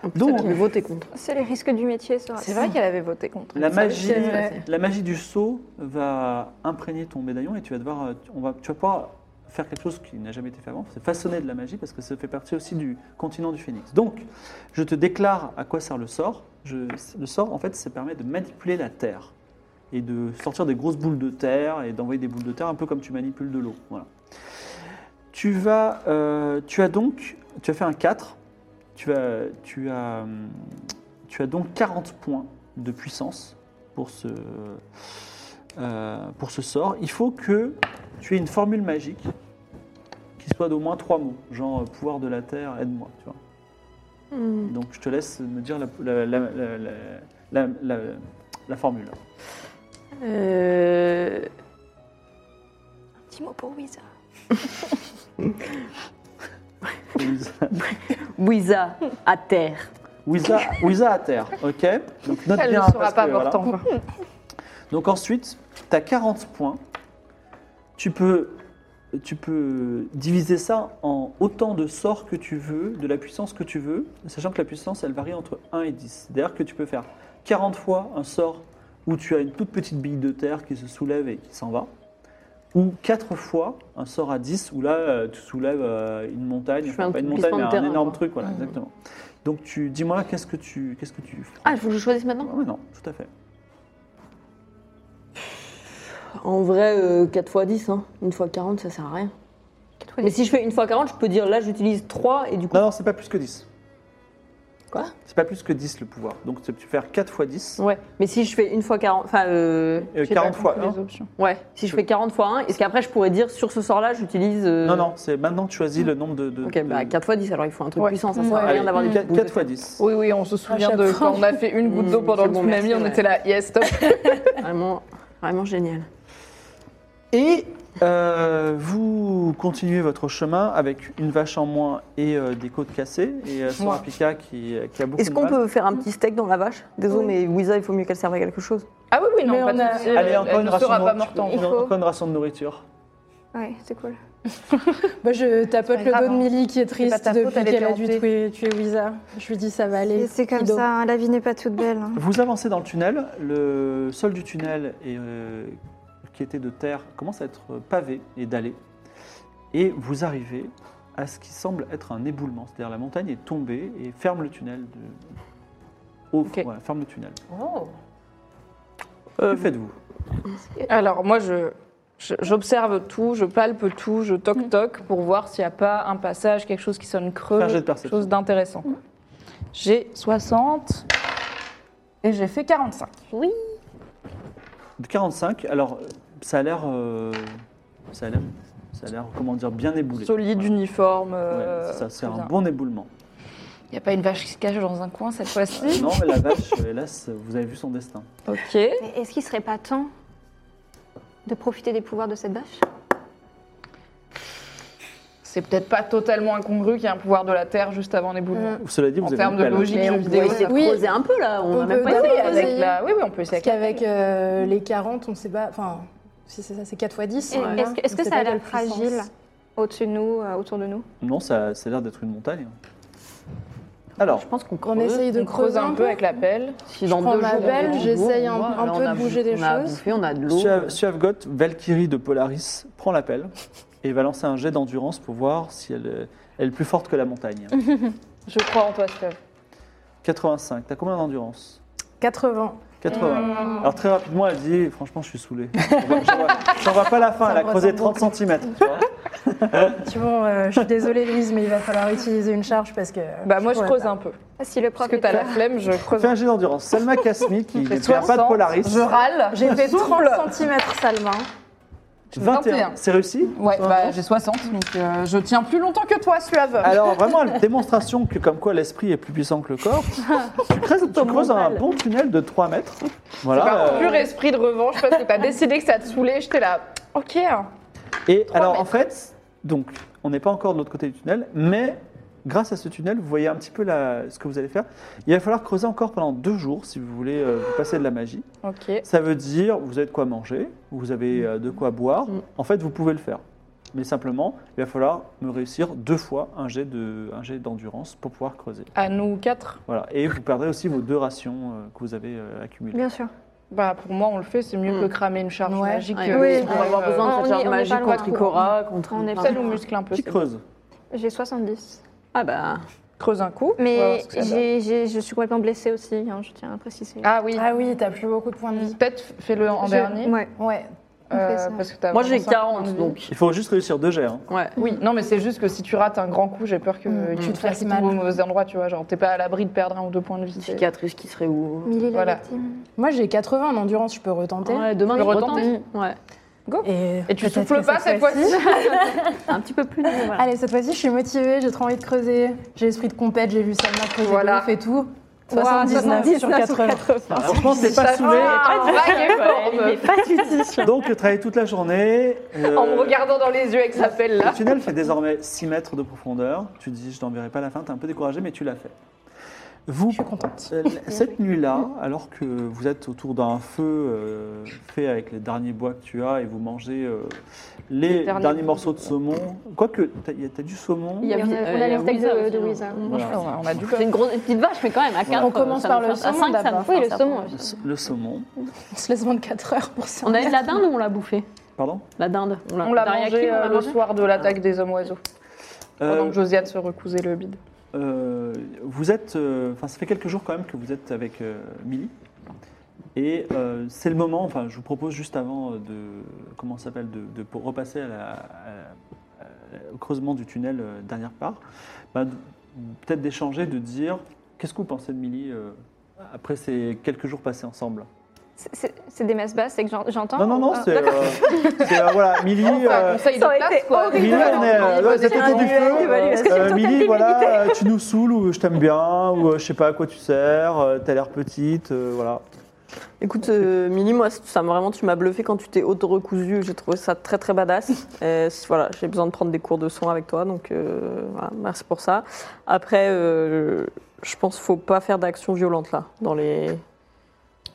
[SPEAKER 4] Donc,
[SPEAKER 2] Donc,
[SPEAKER 4] j'ai voté contre.
[SPEAKER 7] C'est les risques du métier, ça.
[SPEAKER 3] C'est vrai qu'elle avait voté contre.
[SPEAKER 2] La
[SPEAKER 3] Ça,
[SPEAKER 2] magie,
[SPEAKER 3] c'est vrai.
[SPEAKER 2] la magie du saut va imprégner ton médaillon et tu vas devoir, euh, on va, tu vas pouvoir faire quelque chose qui n'a jamais été fait avant, c'est façonner de la magie parce que ça fait partie aussi du continent du phénix. Donc, je te déclare à quoi sert le sort. Je- le sort, en fait, ça permet de manipuler la terre et de sortir des grosses boules de terre et d'envoyer des boules de terre un peu comme tu manipules de l'eau. Voilà. Tu vas, euh, tu as donc, tu as fait un 4, tu as, tu as, hum, tu as donc 40 points de puissance pour ce, euh, pour ce sort. Il faut que tu aies une formule magique qui soit d'au moins trois mots, genre euh, pouvoir de la terre, aide-moi. Tu vois. Donc je te laisse me dire la, la, la, la, la, la- la- la formule.
[SPEAKER 4] Euh,
[SPEAKER 7] Un petit mot pour Wiza.
[SPEAKER 4] Wiza, à terre.
[SPEAKER 2] Wiza, Wiza à terre, ok Donc note
[SPEAKER 3] Elle ne
[SPEAKER 2] bien.
[SPEAKER 3] sera
[SPEAKER 2] parce
[SPEAKER 3] pas
[SPEAKER 2] que, voilà.
[SPEAKER 3] morte en vain.
[SPEAKER 2] [LAUGHS] Donc ensuite, tu as 40 points. Tu peux, tu peux diviser ça en autant de sorts que tu veux, de la puissance que tu veux, sachant que la puissance, elle varie entre 1 et 10. C'est-à-dire que tu peux faire 40 fois un sort où tu as une toute petite bille de terre qui se soulève et qui s'en va, ou 4 fois un sort à 10 où là, euh, tu soulèves euh, une montagne,
[SPEAKER 4] Je fais un
[SPEAKER 2] pas une
[SPEAKER 4] petit
[SPEAKER 2] montagne,
[SPEAKER 4] glissement
[SPEAKER 2] mais
[SPEAKER 4] de
[SPEAKER 2] un
[SPEAKER 4] terrain,
[SPEAKER 2] énorme
[SPEAKER 4] quoi.
[SPEAKER 2] truc, voilà, exactement. Donc tu dis-moi qu'est-ce que tu qu'est-ce que tu
[SPEAKER 8] Ah, il faut que je choisisse maintenant
[SPEAKER 2] Ouais, non, tout à fait.
[SPEAKER 4] En vrai, euh, 4 x 10, hein. une fois 40, ça sert à rien. Mais si je fais une fois 40, je peux dire là, j'utilise 3 et du coup.
[SPEAKER 2] Non, non, c'est pas plus que 10.
[SPEAKER 4] Quoi
[SPEAKER 2] C'est pas plus que 10 le pouvoir. Donc tu peux faire 4 fois 10.
[SPEAKER 4] Ouais, mais si je fais une fois 40, enfin, euh,
[SPEAKER 2] euh,
[SPEAKER 4] j'ai
[SPEAKER 2] 40
[SPEAKER 4] pas-
[SPEAKER 2] fois
[SPEAKER 3] Les
[SPEAKER 2] 1.
[SPEAKER 3] options.
[SPEAKER 4] Ouais, si je fais 40 fois 1, est-ce qu'après je pourrais dire sur ce sort-là, j'utilise. euh,
[SPEAKER 2] Non, non, c'est maintenant que tu choisis le nombre de. de
[SPEAKER 4] Ok, bah 4 fois 10, alors il faut un truc
[SPEAKER 3] Ouais.
[SPEAKER 4] puissant, ça sert à rien d'avoir des petites
[SPEAKER 2] 4,
[SPEAKER 4] boules de
[SPEAKER 2] fois 10.
[SPEAKER 3] Oui, oui, on se souvient
[SPEAKER 6] chaque
[SPEAKER 3] de
[SPEAKER 6] fois.
[SPEAKER 3] quand on a fait une goutte d'eau
[SPEAKER 4] Mm,
[SPEAKER 3] pendant
[SPEAKER 4] c'est
[SPEAKER 3] le
[SPEAKER 4] bon,
[SPEAKER 3] tsunami,
[SPEAKER 4] merci,
[SPEAKER 3] on
[SPEAKER 4] ouais.
[SPEAKER 3] était là, yes, stop.
[SPEAKER 4] terre. Vraiment, vraiment génial.
[SPEAKER 2] Et euh, vous continuez votre chemin avec une vache en moins et euh, des côtes cassées. Et euh, Sorapika qui, euh, qui a beaucoup
[SPEAKER 4] Est-ce
[SPEAKER 2] de
[SPEAKER 4] qu'on
[SPEAKER 2] mal.
[SPEAKER 4] peut faire un petit steak dans la vache Désolé, mais Wiza, il faut mieux qu'elle serve à quelque chose.
[SPEAKER 3] Ah oui, oui, non,
[SPEAKER 6] Mais
[SPEAKER 3] pas
[SPEAKER 6] on a-
[SPEAKER 3] de souci,
[SPEAKER 2] Allez,
[SPEAKER 3] elle-
[SPEAKER 2] encore
[SPEAKER 3] elle
[SPEAKER 2] une,
[SPEAKER 3] ne
[SPEAKER 2] ration
[SPEAKER 3] sera
[SPEAKER 2] de
[SPEAKER 3] pas
[SPEAKER 2] nourriture.
[SPEAKER 3] morte en vain.
[SPEAKER 2] encore une ration de nourriture.
[SPEAKER 7] Ouais, c'est cool.
[SPEAKER 6] Bah, je tapote
[SPEAKER 3] C'est
[SPEAKER 6] le
[SPEAKER 3] pas
[SPEAKER 6] dos
[SPEAKER 3] grave,
[SPEAKER 6] de Millie qui est
[SPEAKER 3] pas
[SPEAKER 6] triste
[SPEAKER 3] ta faute,
[SPEAKER 6] depuis
[SPEAKER 3] elle était
[SPEAKER 6] qu'elle a dû
[SPEAKER 3] hantée.
[SPEAKER 6] tuer, tuer Wiza. Je lui dis ça va aller.
[SPEAKER 7] Et C'est comme
[SPEAKER 6] Ido.
[SPEAKER 7] ça, hein, la vie n'est pas toute belle. hein.
[SPEAKER 2] Vous avancez dans le tunnel, le sol du tunnel est, euh, qui était de terre commence à être pavé et dallé. Et vous arrivez à ce qui semble être un éboulement, c'est-à-dire la montagne est tombée et ferme le tunnel. De... au- voilà, ferme le tunnel.
[SPEAKER 3] Oh.
[SPEAKER 2] Que faites-vous
[SPEAKER 3] Alors moi, je je- j'observe tout, je palpe tout, je toc toc pour voir s'il n'y a pas un passage, quelque chose qui sonne creux,
[SPEAKER 2] Faire jet de
[SPEAKER 3] quelque
[SPEAKER 2] perception.
[SPEAKER 3] chose d'intéressant. J'ai 60 et j'ai fait 45.
[SPEAKER 2] De 45, alors ça a l'air... euh, ça a l'air... Ça a l'air, comment dire, bien éboulé.
[SPEAKER 3] Solide, uniforme.
[SPEAKER 2] Ouais,
[SPEAKER 3] euh,
[SPEAKER 2] ça, c'est
[SPEAKER 3] très
[SPEAKER 2] un
[SPEAKER 3] bien.
[SPEAKER 2] bon
[SPEAKER 3] [LAUGHS]
[SPEAKER 2] éboulement.
[SPEAKER 3] Il n'y a pas une vache qui se cache dans un coin cette
[SPEAKER 2] Euh,
[SPEAKER 3] fois-ci
[SPEAKER 2] non, mais la vache, euh, hélas, vous avez vu son destin.
[SPEAKER 3] Ok.
[SPEAKER 7] Mais est-ce qu'il serait pas temps de profiter des pouvoirs de cette vache
[SPEAKER 3] C'est peut-être pas totalement incongru qu'il y ait un pouvoir de la Terre juste avant l'éboulement.
[SPEAKER 2] Cela dit, vous
[SPEAKER 3] En
[SPEAKER 2] avez
[SPEAKER 3] termes
[SPEAKER 2] une
[SPEAKER 3] de
[SPEAKER 2] pelle.
[SPEAKER 3] logique,
[SPEAKER 4] Mais
[SPEAKER 3] jeux
[SPEAKER 4] on
[SPEAKER 3] vidéo.
[SPEAKER 4] pourrait essayer de
[SPEAKER 6] Oui.
[SPEAKER 4] creuser un peu là, on
[SPEAKER 6] On
[SPEAKER 4] n'a même
[SPEAKER 6] peut
[SPEAKER 4] pas
[SPEAKER 6] d'abord
[SPEAKER 3] Oui,
[SPEAKER 4] essayé de
[SPEAKER 6] creuser.
[SPEAKER 4] creuser.
[SPEAKER 3] avec la... oui, oui, on peut essayer.
[SPEAKER 6] Parce qu'avec
[SPEAKER 7] euh, hmm.
[SPEAKER 6] euh, les 40, on sait pas. Enfin, si c'est ça, c'est 4 x 10.
[SPEAKER 7] Et
[SPEAKER 6] voilà.
[SPEAKER 7] est-ce que- est-ce
[SPEAKER 6] On
[SPEAKER 7] que
[SPEAKER 6] sait
[SPEAKER 7] ça a
[SPEAKER 6] pas
[SPEAKER 7] l'air
[SPEAKER 6] quelle puissance.
[SPEAKER 7] fragile
[SPEAKER 5] au-dessus de nous, euh, autour de nous
[SPEAKER 2] Non, ça, ça a l'air d'être une montagne. hein.
[SPEAKER 3] Ah,
[SPEAKER 2] Alors,
[SPEAKER 8] Je pense qu'on
[SPEAKER 6] On
[SPEAKER 8] creuse.
[SPEAKER 6] essaye de
[SPEAKER 3] On creuse
[SPEAKER 6] creuser
[SPEAKER 3] un peu avec la pelle.
[SPEAKER 8] Si
[SPEAKER 6] Je
[SPEAKER 8] dans
[SPEAKER 6] prends
[SPEAKER 8] deux
[SPEAKER 6] ma
[SPEAKER 8] jours,
[SPEAKER 6] belle,
[SPEAKER 8] dans deux
[SPEAKER 6] j'essaye
[SPEAKER 8] jours, on
[SPEAKER 6] un-
[SPEAKER 8] voit,
[SPEAKER 6] un
[SPEAKER 8] là,
[SPEAKER 6] peu
[SPEAKER 8] on
[SPEAKER 6] de
[SPEAKER 8] a
[SPEAKER 6] bouger des
[SPEAKER 8] on a
[SPEAKER 6] choses.
[SPEAKER 8] bouffé, on a de l'eau.
[SPEAKER 2] Suav- Suavgoth, Valkyrie de Polaris, prend l'appel et va lancer un jet d'endurance pour voir si elle, est- elle est plus forte que la
[SPEAKER 3] [LAUGHS]
[SPEAKER 2] montagne.
[SPEAKER 3] Je crois en toi, Steve.
[SPEAKER 2] 85, t'as combien d'endurance
[SPEAKER 6] 80.
[SPEAKER 2] 80. Alors très rapidement, elle dit, franchement, je suis saoulé. J'en vois- j'en vois- J'en vois pas la fin, elle a creusé 30 cm.
[SPEAKER 6] Tu vois, euh, je suis désolée Louise, mais il va falloir utiliser une charge parce que.
[SPEAKER 3] Bah, moi, je
[SPEAKER 6] pourrais
[SPEAKER 3] creuse
[SPEAKER 6] pas.
[SPEAKER 3] un peu.
[SPEAKER 5] Si le
[SPEAKER 3] Parce
[SPEAKER 5] prof
[SPEAKER 3] que t'as
[SPEAKER 5] était
[SPEAKER 3] la
[SPEAKER 5] là.
[SPEAKER 3] flemme, je creuse
[SPEAKER 2] Fais un jet d'endurance. Selma Kasmi, qui n'est pas de
[SPEAKER 3] 60,
[SPEAKER 2] Polaris,
[SPEAKER 3] Je râle.
[SPEAKER 6] J'ai fait
[SPEAKER 3] 30
[SPEAKER 6] 30
[SPEAKER 5] cm salement.
[SPEAKER 2] 21. C'est réussi
[SPEAKER 3] Ouais, bah, j'ai 60, donc euh, je tiens plus longtemps que toi, Suave.
[SPEAKER 2] Alors vraiment, une démonstration que comme quoi l'esprit est plus puissant que le corps. tu creuses, tu creuses un bon tunnel de 3 mètres. Voilà.
[SPEAKER 3] Par
[SPEAKER 2] euh,
[SPEAKER 3] pur esprit de revanche, parce que [LAUGHS] t'as décidé que ça te saoulait, j'étais là. Ok.
[SPEAKER 2] Et alors, en fait, donc, on n'est pas encore de l'autre côté du tunnel, mais grâce à ce tunnel, vous voyez un petit peu la- ce que vous allez faire. Il va falloir creuser encore pendant deux jours si vous voulez euh, vous passer de la magie.
[SPEAKER 3] Ok.
[SPEAKER 2] Ça veut dire, vous avez de quoi manger, vous avez euh, de quoi boire.
[SPEAKER 3] Mm.
[SPEAKER 2] En fait, vous pouvez le faire. Mais simplement, il va falloir me réussir deux fois un jet de- un jet d'endurance pour pouvoir creuser.
[SPEAKER 3] À nous quatre.
[SPEAKER 2] Voilà. Et vous perdrez aussi vos deux rations euh, que vous avez euh, accumulées.
[SPEAKER 5] Bien sûr.
[SPEAKER 3] Bah, pour moi, on le fait, c'est mieux
[SPEAKER 8] Mm.
[SPEAKER 3] que cramer une charge
[SPEAKER 6] Ouais.
[SPEAKER 3] magique.
[SPEAKER 8] Ouais,
[SPEAKER 3] euh,
[SPEAKER 5] Oui.
[SPEAKER 8] on va avoir
[SPEAKER 3] euh,
[SPEAKER 8] besoin
[SPEAKER 5] on
[SPEAKER 4] Ah,
[SPEAKER 8] de
[SPEAKER 5] y-
[SPEAKER 8] cette charge
[SPEAKER 5] on y
[SPEAKER 8] magique
[SPEAKER 5] va loin.
[SPEAKER 8] contre Ikora, contre.
[SPEAKER 5] On est
[SPEAKER 8] enfin,
[SPEAKER 3] Ça nous muscle un peu.
[SPEAKER 2] Qui
[SPEAKER 3] c'est
[SPEAKER 2] creuse
[SPEAKER 5] J'ai 70.
[SPEAKER 8] Ah bah.
[SPEAKER 3] bon. Creuse un coup. on va voir
[SPEAKER 5] Mais
[SPEAKER 3] ce que ça donne.
[SPEAKER 5] j'ai- j'ai- je suis complètement blessée aussi, hein, je tiens à préciser.
[SPEAKER 3] Ah oui.
[SPEAKER 6] Ah oui, t'as plus beaucoup de points de vie.
[SPEAKER 3] Peut-être fais-le en
[SPEAKER 5] Je-
[SPEAKER 3] dernier.
[SPEAKER 5] Ouais.
[SPEAKER 6] Ouais.
[SPEAKER 5] on
[SPEAKER 3] euh,
[SPEAKER 5] fait ça.
[SPEAKER 3] parce que t'as
[SPEAKER 8] Moi j'ai
[SPEAKER 3] vraiment cinq
[SPEAKER 8] 40
[SPEAKER 3] minutes.
[SPEAKER 8] donc.
[SPEAKER 2] Il faut juste réussir deux jets. hein.
[SPEAKER 8] Ouais.
[SPEAKER 3] Oui, non, mais c'est juste que si tu rates un grand coup, j'ai peur que
[SPEAKER 6] Mm.
[SPEAKER 3] tu
[SPEAKER 6] Mm.
[SPEAKER 3] te fasses
[SPEAKER 6] Fasse
[SPEAKER 3] mal
[SPEAKER 6] mal.
[SPEAKER 3] au mauvais endroit, tu vois. Genre, t'es pas à l'abri de perdre un ou deux points de vie. c'est-
[SPEAKER 8] Cicatrice qui serait où
[SPEAKER 5] Millie la
[SPEAKER 3] Voilà.
[SPEAKER 5] victime.
[SPEAKER 6] Moi j'ai 80 en endurance, je peux retenter.
[SPEAKER 8] Ouais, Demain
[SPEAKER 3] Le
[SPEAKER 8] je
[SPEAKER 3] retente.
[SPEAKER 8] retente. Ouais.
[SPEAKER 6] Et,
[SPEAKER 3] Et tu
[SPEAKER 6] peut-être
[SPEAKER 3] souffles
[SPEAKER 6] que
[SPEAKER 3] pas cette fois-ci
[SPEAKER 8] [LAUGHS] Un petit peu plus. de- voilà.
[SPEAKER 6] Allez, cette fois-ci, je suis motivée, j'ai trop envie de creuser. J'ai l'esprit de compète, j'ai vu ça creuser
[SPEAKER 3] Voilà.
[SPEAKER 6] de ouf et tout. 79 sur 80. [LAUGHS]
[SPEAKER 8] Bah,
[SPEAKER 2] Franchement, c'est pas saoulé.
[SPEAKER 3] Ah,
[SPEAKER 8] Il est pas du tout sûr.
[SPEAKER 2] Donc, travailler toute la journée. euh,
[SPEAKER 3] En me regardant dans les yeux avec sa pelle là.
[SPEAKER 2] Le tunnel fait désormais 6 mètres de profondeur. Tu te dis, je n'enverrai pas la fin, t'es un peu découragé, mais tu l'as fait. Vous,
[SPEAKER 6] Je suis contente.
[SPEAKER 2] euh, cette nuit-là, alors que vous êtes autour d'un feu euh, fait avec les derniers bois que tu as et vous mangez euh, les, derniers,
[SPEAKER 3] derniers
[SPEAKER 2] morceaux de saumon, quoique t'as y a- t'as du saumon,
[SPEAKER 8] Il y a-
[SPEAKER 5] Et on
[SPEAKER 8] euh,
[SPEAKER 5] a- on a
[SPEAKER 8] il y
[SPEAKER 5] les
[SPEAKER 8] a
[SPEAKER 5] steaks
[SPEAKER 8] Wizard,
[SPEAKER 5] de- de
[SPEAKER 8] sinon.
[SPEAKER 5] Wizard.
[SPEAKER 8] Mm.
[SPEAKER 2] Voilà.
[SPEAKER 3] On a du
[SPEAKER 8] C'est une grosse une petite vache, mais quand même, à 4.
[SPEAKER 6] On commence par le saumon d'abord.
[SPEAKER 5] Oui, le saumon.
[SPEAKER 2] le saumon,
[SPEAKER 6] On se laisse 24 heures pour ça.
[SPEAKER 8] On a eu de la dinde ou on l'a bouffé
[SPEAKER 2] pardon,
[SPEAKER 8] La dinde.
[SPEAKER 3] On l'a
[SPEAKER 8] Derrière
[SPEAKER 3] mangé
[SPEAKER 8] qui, on
[SPEAKER 3] euh,
[SPEAKER 8] l'a
[SPEAKER 3] le
[SPEAKER 8] mangé
[SPEAKER 3] soir de l'attaque des hommes oiseaux. Pendant
[SPEAKER 2] Euh,
[SPEAKER 3] que Josiane se recousait le bide.
[SPEAKER 2] Euh, vous êtes, euh, enfin, ça fait quelques jours quand même que vous êtes avec euh, Millie. Et euh, c'est le moment, enfin, je vous propose juste avant euh, de, comment ça s'appelle, de, de- pour repasser à la- à la- à- au creusement du tunnel euh, dernière part, bah, de- peut-être d'échanger, de dire, qu'est-ce que vous pensez de Millie euh, après ces quelques jours passés ensemble
[SPEAKER 5] C'est- c'est- C'est des masses basses, c'est que j'en- j'entends.
[SPEAKER 2] Non, non, non,
[SPEAKER 5] Ah,
[SPEAKER 2] c'est, euh, c'est, euh, voilà, Millie.
[SPEAKER 3] Enfin,
[SPEAKER 2] euh,
[SPEAKER 3] conseil de classe, quoi.
[SPEAKER 2] Millie, on est, euh, ouais, cet été du feu. euh, Millie, voilà, euh, tu nous saoules ou je t'aime bien ou euh, je sais pas à quoi tu sers, euh, t'as l'air petite, euh, voilà.
[SPEAKER 4] Écoute, euh, Milly, moi, ça, m'a- vraiment, tu m'as bluffé quand tu t'es auto-recousu. J'ai trouvé ça très, très badass. [LAUGHS] Euh, c- voilà, j'ai besoin de prendre des cours de soin avec toi, donc euh, voilà, merci pour ça. Après, euh, je pense qu'il faut pas faire d'action violente, là, dans les...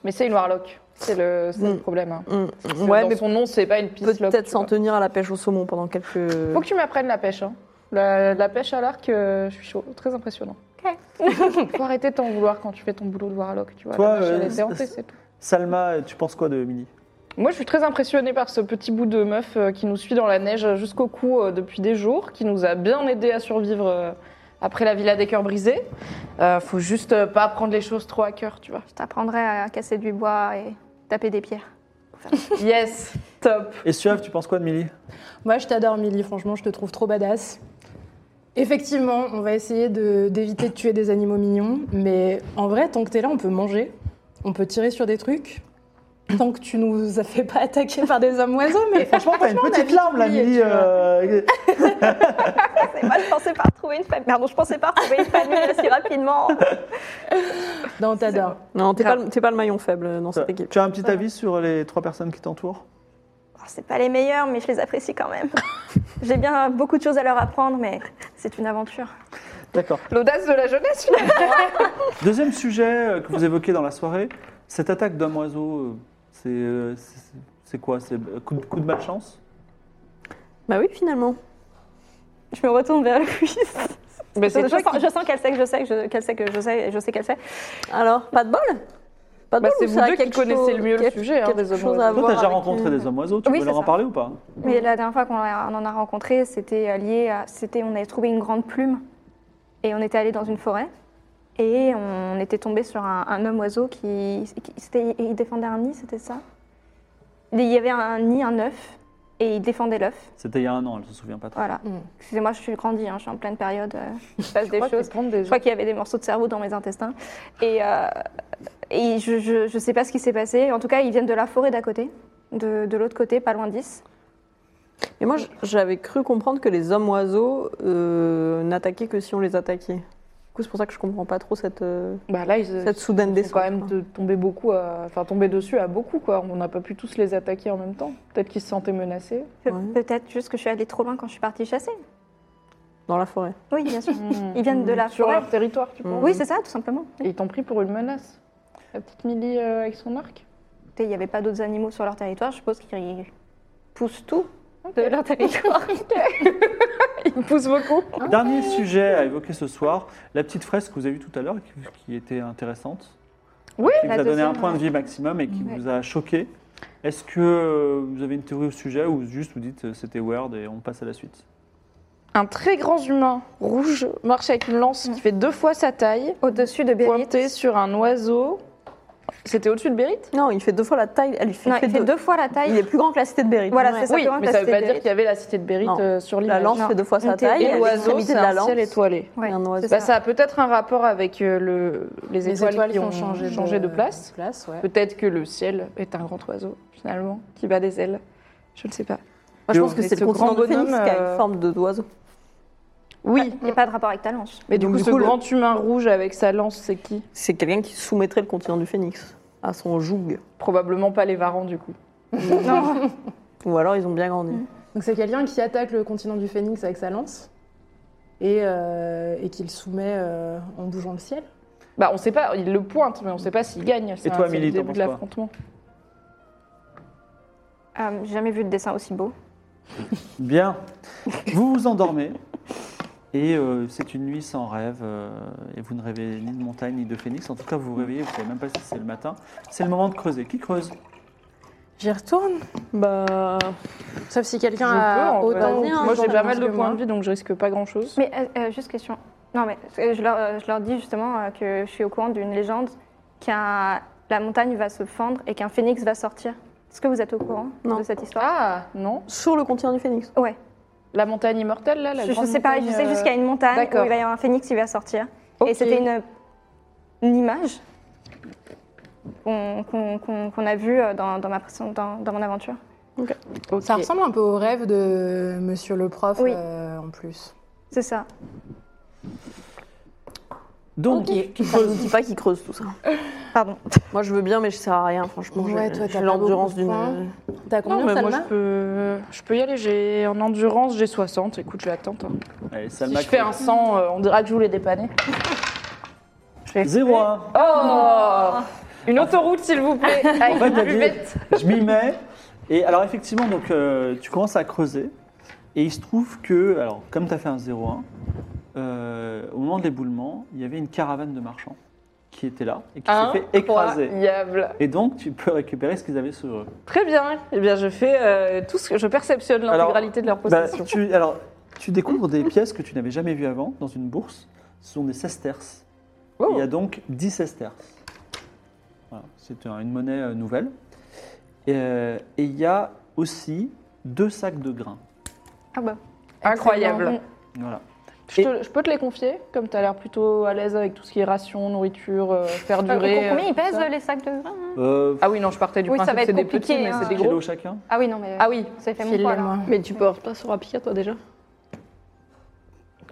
[SPEAKER 3] Mais c'est une warlock. C'est le, c'est le
[SPEAKER 2] Hmm.
[SPEAKER 4] Mm.
[SPEAKER 3] problème.
[SPEAKER 2] Mmh,
[SPEAKER 3] hein.
[SPEAKER 4] Mm,
[SPEAKER 3] Parce que
[SPEAKER 4] Ouais,
[SPEAKER 3] dans
[SPEAKER 4] mais
[SPEAKER 3] son nom, c'est pas une piste
[SPEAKER 4] peut-être s'en tenir à la pêche au saumon pendant quelques...
[SPEAKER 3] Faut que tu m'apprennes la pêche. hein. La, la pêche à l'arc, euh, je suis chaud. Très impressionnant. Ok. [LAUGHS] Faut arrêter de t'en vouloir quand tu fais ton boulot de warlock. Tu vois,
[SPEAKER 2] Toi,
[SPEAKER 3] la pêche,
[SPEAKER 2] euh,
[SPEAKER 3] elle était
[SPEAKER 2] c'est-
[SPEAKER 3] hantée, c'est tout.
[SPEAKER 2] Salma, euh, tu penses quoi de Millie
[SPEAKER 3] Moi, je suis très impressionnée par ce petit bout de meuf euh, qui nous suit dans la neige jusqu'au cou euh, depuis des jours, qui nous a bien aidé à survivre euh, après la villa des cœurs brisés. Euh, faut juste euh, pas prendre les choses trop à cœur, tu vois.
[SPEAKER 5] Je t'apprendrai à casser du bois et taper des pierres.
[SPEAKER 3] Yes, top.
[SPEAKER 2] Et Suave, tu penses quoi de Millie
[SPEAKER 6] Moi, je t'adore, Milly. Franchement, je te trouve trop badass. Effectivement, on va essayer de- d'éviter de, tuer des animaux mignons. Mais en vrai, tant que t'es là, on peut manger. On peut tirer sur des trucs. Tant que tu nous as fait pas attaquer par des hommes oiseaux, mais
[SPEAKER 2] Franchement, t'as une
[SPEAKER 6] Franchement, on a
[SPEAKER 2] petite
[SPEAKER 6] vite
[SPEAKER 2] larme là,
[SPEAKER 6] oublié,
[SPEAKER 2] Millie.
[SPEAKER 6] tu vois.
[SPEAKER 2] euh,
[SPEAKER 5] Moi, je pensais pas retrouver une famille. Pardon, je pensais pas retrouver une famille aussi rapidement.
[SPEAKER 6] non, t'adores.
[SPEAKER 4] Non, t'es pas, le- t'es pas le maillon faible dans cette
[SPEAKER 2] euh,
[SPEAKER 4] équipe.
[SPEAKER 2] tu as un petit avis sur les trois personnes qui t'entourent
[SPEAKER 5] Oh, c'est pas les meilleurs, mais je les apprécie quand [LAUGHS] même. J'ai bien beaucoup de choses à leur apprendre, mais c'est une aventure.
[SPEAKER 2] D'accord.
[SPEAKER 3] [LAUGHS] L'audace de la jeunesse, finalement.
[SPEAKER 2] Deuxième sujet euh, que vous évoquez dans la soirée, cette attaque d'un oiseau, euh, c'est, euh, c'est, c'est quoi C'est euh, coup de, coup de malchance
[SPEAKER 4] Bah oui, finalement.
[SPEAKER 5] Je me retourne vers Louise.
[SPEAKER 3] Bah,
[SPEAKER 4] Mais
[SPEAKER 5] Je,
[SPEAKER 4] c'est toi
[SPEAKER 5] sens,
[SPEAKER 4] qui-
[SPEAKER 5] je sens qu'elle sait que je sais que je, qu'elle sait que je sais et je sais qu'elle sait.
[SPEAKER 4] Alors, pas de bol Pas de
[SPEAKER 3] Bah,
[SPEAKER 4] bol
[SPEAKER 3] c'est
[SPEAKER 4] ou
[SPEAKER 3] vous
[SPEAKER 4] ça a
[SPEAKER 3] deux qui
[SPEAKER 4] quelque
[SPEAKER 3] connaissez
[SPEAKER 4] chose-
[SPEAKER 3] le mieux le
[SPEAKER 4] quelque-
[SPEAKER 3] sujet, hein,
[SPEAKER 4] quelque
[SPEAKER 3] des hommes
[SPEAKER 4] chose à
[SPEAKER 3] oiseaux.
[SPEAKER 2] Toi,
[SPEAKER 4] voir
[SPEAKER 2] t'as déjà
[SPEAKER 4] avec,
[SPEAKER 2] rencontré
[SPEAKER 4] euh,
[SPEAKER 2] des hommes oiseaux, tu
[SPEAKER 5] Oui,
[SPEAKER 2] peux leur
[SPEAKER 5] c'est
[SPEAKER 2] en
[SPEAKER 5] ça.
[SPEAKER 2] parler ou pas
[SPEAKER 3] Mhm.
[SPEAKER 5] Mais la dernière fois qu'on a- on en a rencontré, c'était euh, lié à. C'était, on avait trouvé une grande plume et on était allé dans une forêt et on était tombé sur un, un homme oiseau qui. qui- c'était, il défendait un nid, c'était ça Il y avait un nid, un œuf et il défendait l'œuf.
[SPEAKER 2] C'était il y a un an, elle se souvient pas très.
[SPEAKER 5] Voilà. Excusez-moi, je suis grandie, hein, je suis en pleine
[SPEAKER 3] [LAUGHS]
[SPEAKER 5] période, euh, il se passe des
[SPEAKER 3] Mhm. crois que
[SPEAKER 5] choses.
[SPEAKER 3] c'est prendre des-
[SPEAKER 5] Je crois qu'il y avait des morceaux de cerveau dans mes intestins. Et, euh, et je ne sais pas ce qui s'est passé. En tout cas, ils viennent de la forêt d'à côté, de, de l'autre côté, pas loin d'ici.
[SPEAKER 4] Et moi, j- j'avais cru comprendre que les hommes oiseaux euh, n'attaquaient que si on les attaquait. Du coup, c'est pour ça que je comprends pas trop cette, euh,
[SPEAKER 3] Bah là, ils, ils
[SPEAKER 4] cette soudaine
[SPEAKER 3] sont
[SPEAKER 4] descente.
[SPEAKER 3] quand même de- tombés beaucoup, à- enfin tombés dessus à beaucoup quoi. On n'a pas pu tous les attaquer en même temps. Peut-être qu'ils se sentaient menacés.
[SPEAKER 5] Pe-
[SPEAKER 4] Ouais.
[SPEAKER 5] Peut-être juste que je suis allée trop loin quand je suis partie chasser.
[SPEAKER 4] dans la forêt.
[SPEAKER 5] Oui, bien sûr.
[SPEAKER 4] Hmm.
[SPEAKER 3] [LAUGHS]
[SPEAKER 5] Ils viennent
[SPEAKER 4] Ah,
[SPEAKER 5] de la
[SPEAKER 3] Sur
[SPEAKER 5] forêt.
[SPEAKER 3] leur territoire, tu penses
[SPEAKER 5] Oui, c'est ça, tout simplement.
[SPEAKER 3] Et ils t'ont pris pour une menace. La petite Millie euh, avec son arc.
[SPEAKER 5] Il n'y avait pas d'autres animaux sur leur territoire. Je suppose qu'ils poussent tout de leur
[SPEAKER 3] [LAUGHS]
[SPEAKER 5] territoire.
[SPEAKER 3] Ils poussent beaucoup.
[SPEAKER 2] Dernier sujet à évoquer ce soir, la petite fresque que vous avez vue tout à l'heure et qui, qui était intéressante.
[SPEAKER 3] Oui,
[SPEAKER 2] Qui vous
[SPEAKER 5] la
[SPEAKER 2] a donné un
[SPEAKER 5] deuxième,
[SPEAKER 2] point de
[SPEAKER 5] ouais.
[SPEAKER 2] vie maximum et qui
[SPEAKER 5] Ouais.
[SPEAKER 2] vous a choqué. Est-ce que euh, vous avez une théorie au sujet ou juste vous dites euh, c'était Word et on passe à la suite
[SPEAKER 3] Un très grand humain rouge marche avec une lance
[SPEAKER 4] Hmm.
[SPEAKER 3] qui fait deux fois sa taille,
[SPEAKER 5] Au-dessus de Biarritz.
[SPEAKER 3] pointée sur un oiseau. C'était au-dessus de Bérite
[SPEAKER 4] Non, il fait deux fois la taille. Elle, il fait,
[SPEAKER 5] Non,
[SPEAKER 4] fait
[SPEAKER 5] il fait
[SPEAKER 4] deux-
[SPEAKER 5] deux fois la
[SPEAKER 4] Il
[SPEAKER 5] taille.
[SPEAKER 4] est plus grand que la cité de Berry.
[SPEAKER 5] Voilà, c'est ça.
[SPEAKER 3] Oui,
[SPEAKER 5] plus grand que
[SPEAKER 3] mais
[SPEAKER 5] la
[SPEAKER 3] ça veut
[SPEAKER 5] cité
[SPEAKER 3] pas
[SPEAKER 5] de
[SPEAKER 3] dire qu'il y avait la cité de Bérite
[SPEAKER 4] Non.
[SPEAKER 3] euh, sur l'île.
[SPEAKER 4] La lance
[SPEAKER 5] Non.
[SPEAKER 4] fait deux fois sa
[SPEAKER 5] Et
[SPEAKER 4] taille.
[SPEAKER 3] Et
[SPEAKER 4] elle est
[SPEAKER 3] l'oiseau,
[SPEAKER 4] extrémité
[SPEAKER 3] c'est
[SPEAKER 4] de la
[SPEAKER 3] un
[SPEAKER 4] lance.
[SPEAKER 3] ciel étoilé.
[SPEAKER 5] Ouais,
[SPEAKER 4] un oiseau.
[SPEAKER 5] c'est
[SPEAKER 3] Bah,
[SPEAKER 5] ça.
[SPEAKER 3] ça a peut-être un rapport avec euh, le, les,
[SPEAKER 6] Les
[SPEAKER 3] étoiles,
[SPEAKER 6] étoiles
[SPEAKER 3] qui ont changé, de, place.
[SPEAKER 6] place ouais.
[SPEAKER 3] Peut-être que le ciel est un grand oiseau, finalement, qui bat des ailes. Je ne sais pas.
[SPEAKER 4] Moi, je pense que
[SPEAKER 3] Et
[SPEAKER 4] c'est
[SPEAKER 3] ce
[SPEAKER 4] le continent
[SPEAKER 3] grand
[SPEAKER 4] de Phoenix
[SPEAKER 3] bonhomme,
[SPEAKER 4] qui a
[SPEAKER 3] euh,
[SPEAKER 4] une forme de- d'oiseau.
[SPEAKER 3] Oui,
[SPEAKER 5] Il n'y a pas de rapport avec ta lance.
[SPEAKER 3] mais du
[SPEAKER 4] Donc,
[SPEAKER 3] coup,
[SPEAKER 4] du
[SPEAKER 3] ce
[SPEAKER 4] coup, le-
[SPEAKER 3] grand humain rouge avec sa lance, c'est qui
[SPEAKER 4] C'est quelqu'un qui soumettrait le continent du Phénix à son joug.
[SPEAKER 3] Probablement pas les varans, du coup.
[SPEAKER 4] Ou alors ils ont bien grandi.
[SPEAKER 6] Donc c'est quelqu'un qui attaque le continent du phénix avec sa lance et, euh, et qu'il soumet euh, en bougeant le ciel.
[SPEAKER 3] Bah, on sait pas, il le pointe, mais on sait pas s'il gagne.
[SPEAKER 2] Et
[SPEAKER 3] C'est
[SPEAKER 2] toi,
[SPEAKER 3] un- c'est
[SPEAKER 2] Amélie,
[SPEAKER 3] le
[SPEAKER 2] t'en
[SPEAKER 3] début
[SPEAKER 2] penses
[SPEAKER 3] de
[SPEAKER 2] quoi
[SPEAKER 3] l'affrontement.
[SPEAKER 5] Euh, J'ai jamais vu de dessin aussi beau.
[SPEAKER 3] [LAUGHS]
[SPEAKER 2] Bien, vous vous endormez et euh, c'est une nuit sans rêve euh, et vous ne rêvez ni de montagne ni de phénix. En tout cas, vous vous réveillez, vous savez même pas si c'est le matin. C'est le moment de creuser. Qui creuse
[SPEAKER 6] J'y retourne.
[SPEAKER 4] Bah.
[SPEAKER 6] Sauf si
[SPEAKER 3] Je
[SPEAKER 6] quelqu'un
[SPEAKER 3] peux,
[SPEAKER 6] a
[SPEAKER 3] en vrai.
[SPEAKER 6] autant. ou
[SPEAKER 4] Vas-y, hein,
[SPEAKER 6] plus
[SPEAKER 3] Moi, j'ai pas
[SPEAKER 6] d'expérience
[SPEAKER 3] mal de
[SPEAKER 6] que
[SPEAKER 3] points
[SPEAKER 6] moi.
[SPEAKER 3] de vie, donc je risque pas grand-chose.
[SPEAKER 5] Mais euh, euh, juste question. Non, mais euh, je leur, euh, je leur dis justement euh, que je suis au courant d'une légende qu'un la montagne va se fendre et qu'un phénix va sortir. Est-ce que vous êtes au courant
[SPEAKER 4] Non.
[SPEAKER 5] de cette histoire
[SPEAKER 3] Ah, non
[SPEAKER 4] Sur le continent du Phénix.
[SPEAKER 5] Ouais.
[SPEAKER 3] La montagne immortelle, là la
[SPEAKER 5] Je, je
[SPEAKER 3] grande
[SPEAKER 5] sais pas.
[SPEAKER 3] montagne,
[SPEAKER 5] Je sais
[SPEAKER 3] euh,
[SPEAKER 5] juste qu'il y a une Ah, montagne où
[SPEAKER 3] d'accord.
[SPEAKER 5] il va y avoir un phénix qui va sortir.
[SPEAKER 3] Ok.
[SPEAKER 5] Et c'était une, une image qu'on qu'on- qu'on- qu'on a vue euh, dans, dans ma, pré- dans, dans mon aventure.
[SPEAKER 3] Ok.
[SPEAKER 6] Ça ressemble un peu au rêve de Monsieur le prof
[SPEAKER 5] Oui.
[SPEAKER 6] euh, en plus.
[SPEAKER 5] C'est ça.
[SPEAKER 2] Donc, qui
[SPEAKER 4] Ça ne
[SPEAKER 2] creuse
[SPEAKER 4] dit pas qu'ils creusent tout ça.
[SPEAKER 5] Pardon.
[SPEAKER 4] Moi je veux bien, mais je sers à rien, franchement.
[SPEAKER 6] Ouais,
[SPEAKER 4] J'ai-
[SPEAKER 6] toi, t'as
[SPEAKER 4] j'ai
[SPEAKER 6] pas
[SPEAKER 4] l'endurance
[SPEAKER 6] beaucoup de points.
[SPEAKER 4] d'une.
[SPEAKER 6] T'as
[SPEAKER 3] Non,
[SPEAKER 6] combien
[SPEAKER 3] mais
[SPEAKER 6] Salma
[SPEAKER 3] Ah moi, je peux, je peux y aller. J'ai En endurance, j'ai 60. Écoute, je vais attendre. hein.
[SPEAKER 2] Allez,
[SPEAKER 3] Si
[SPEAKER 2] Salma
[SPEAKER 3] je fais un 100, euh, on dira que je voulais dépanner. Je vais-
[SPEAKER 2] 0 1.
[SPEAKER 3] Oh Une autoroute, s'il vous plaît. Avec
[SPEAKER 2] En fait,
[SPEAKER 3] une
[SPEAKER 2] t'as dit,
[SPEAKER 3] buvette.
[SPEAKER 2] je m'y mets. Et alors, effectivement, donc, euh, tu commences à creuser. Et il se trouve que, alors, comme tu as fait un 0-1, euh, au moment de l'éboulement, il y avait une caravane de marchands qui était là et qui
[SPEAKER 3] Ah,
[SPEAKER 2] s'est fait écraser.
[SPEAKER 3] Incroyable.
[SPEAKER 2] Et donc, tu peux récupérer ce qu'ils avaient sur eux.
[SPEAKER 3] Très bien. Eh bien, je fais euh, tout ce que je perceptionne l'intégralité de leur
[SPEAKER 2] Bah,
[SPEAKER 3] possession.
[SPEAKER 2] tu, alors, tu découvres des pièces que tu n'avais jamais vues avant dans une bourse. Ce sont des sesterces.
[SPEAKER 3] Oh.
[SPEAKER 2] Il y a donc 10 sesterces. Voilà, C'est un- une monnaie euh, nouvelle. Et, euh, et il y a aussi deux sacs de grains.
[SPEAKER 5] Ah bah.
[SPEAKER 3] Incroyable.
[SPEAKER 2] Voilà.
[SPEAKER 3] Je, te- je peux te les confier, comme tu as l'air plutôt à l'aise avec tout ce qui est ration, nourriture, euh, faire
[SPEAKER 5] Euh,
[SPEAKER 3] durer.
[SPEAKER 5] combien
[SPEAKER 3] euh,
[SPEAKER 5] ils
[SPEAKER 3] tout
[SPEAKER 5] pèsent
[SPEAKER 3] ça.
[SPEAKER 5] les sacs de grains hein
[SPEAKER 2] Euh,
[SPEAKER 3] Ah oui, non, je partais du
[SPEAKER 5] Oui, ça
[SPEAKER 3] principe
[SPEAKER 5] va
[SPEAKER 3] que
[SPEAKER 5] être
[SPEAKER 3] c'est des
[SPEAKER 5] compliqué,
[SPEAKER 3] petits, mais
[SPEAKER 5] hein.
[SPEAKER 3] c'est des
[SPEAKER 2] kilo
[SPEAKER 3] gros.
[SPEAKER 2] chacun.
[SPEAKER 5] Ah oui, non, mais.
[SPEAKER 3] Ah oui.
[SPEAKER 5] ça fait mon poids, là.
[SPEAKER 6] File-moi.
[SPEAKER 4] Mais tu portes pas sur Rapia, toi déjà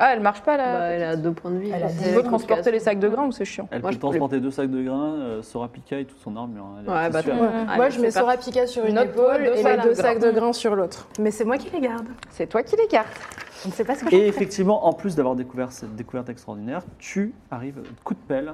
[SPEAKER 3] Ah, elle marche pas là.
[SPEAKER 4] Bah, elle a deux points de vie.
[SPEAKER 6] Elle a
[SPEAKER 4] C'est-
[SPEAKER 3] Tu
[SPEAKER 6] deux
[SPEAKER 3] peux
[SPEAKER 6] Elle
[SPEAKER 3] transporter les sacs de grains ou c'est chiant
[SPEAKER 2] Elle
[SPEAKER 4] Moi,
[SPEAKER 2] peut
[SPEAKER 4] je voulais-
[SPEAKER 2] transporter deux sacs de grains, euh, Sora Pika et toute son armure. hein. Elle est
[SPEAKER 4] Ouais, bah,
[SPEAKER 2] sûre.
[SPEAKER 4] attends.
[SPEAKER 6] Moi,
[SPEAKER 4] Allez,
[SPEAKER 6] je mets
[SPEAKER 4] c'est parti.
[SPEAKER 6] Sorapika sur une,
[SPEAKER 3] Une autre poêle,
[SPEAKER 6] épaule
[SPEAKER 3] deux
[SPEAKER 6] et
[SPEAKER 3] sacs
[SPEAKER 6] les
[SPEAKER 3] de
[SPEAKER 6] deux
[SPEAKER 3] grains.
[SPEAKER 6] sacs de grains sur l'autre. Mais c'est moi qui les garde.
[SPEAKER 3] C'est toi qui l'écartes.
[SPEAKER 6] On ne sait pas ce que
[SPEAKER 2] Et effectivement, en plus d'avoir découvert cette découverte extraordinaire, tu arrives coup de pelle.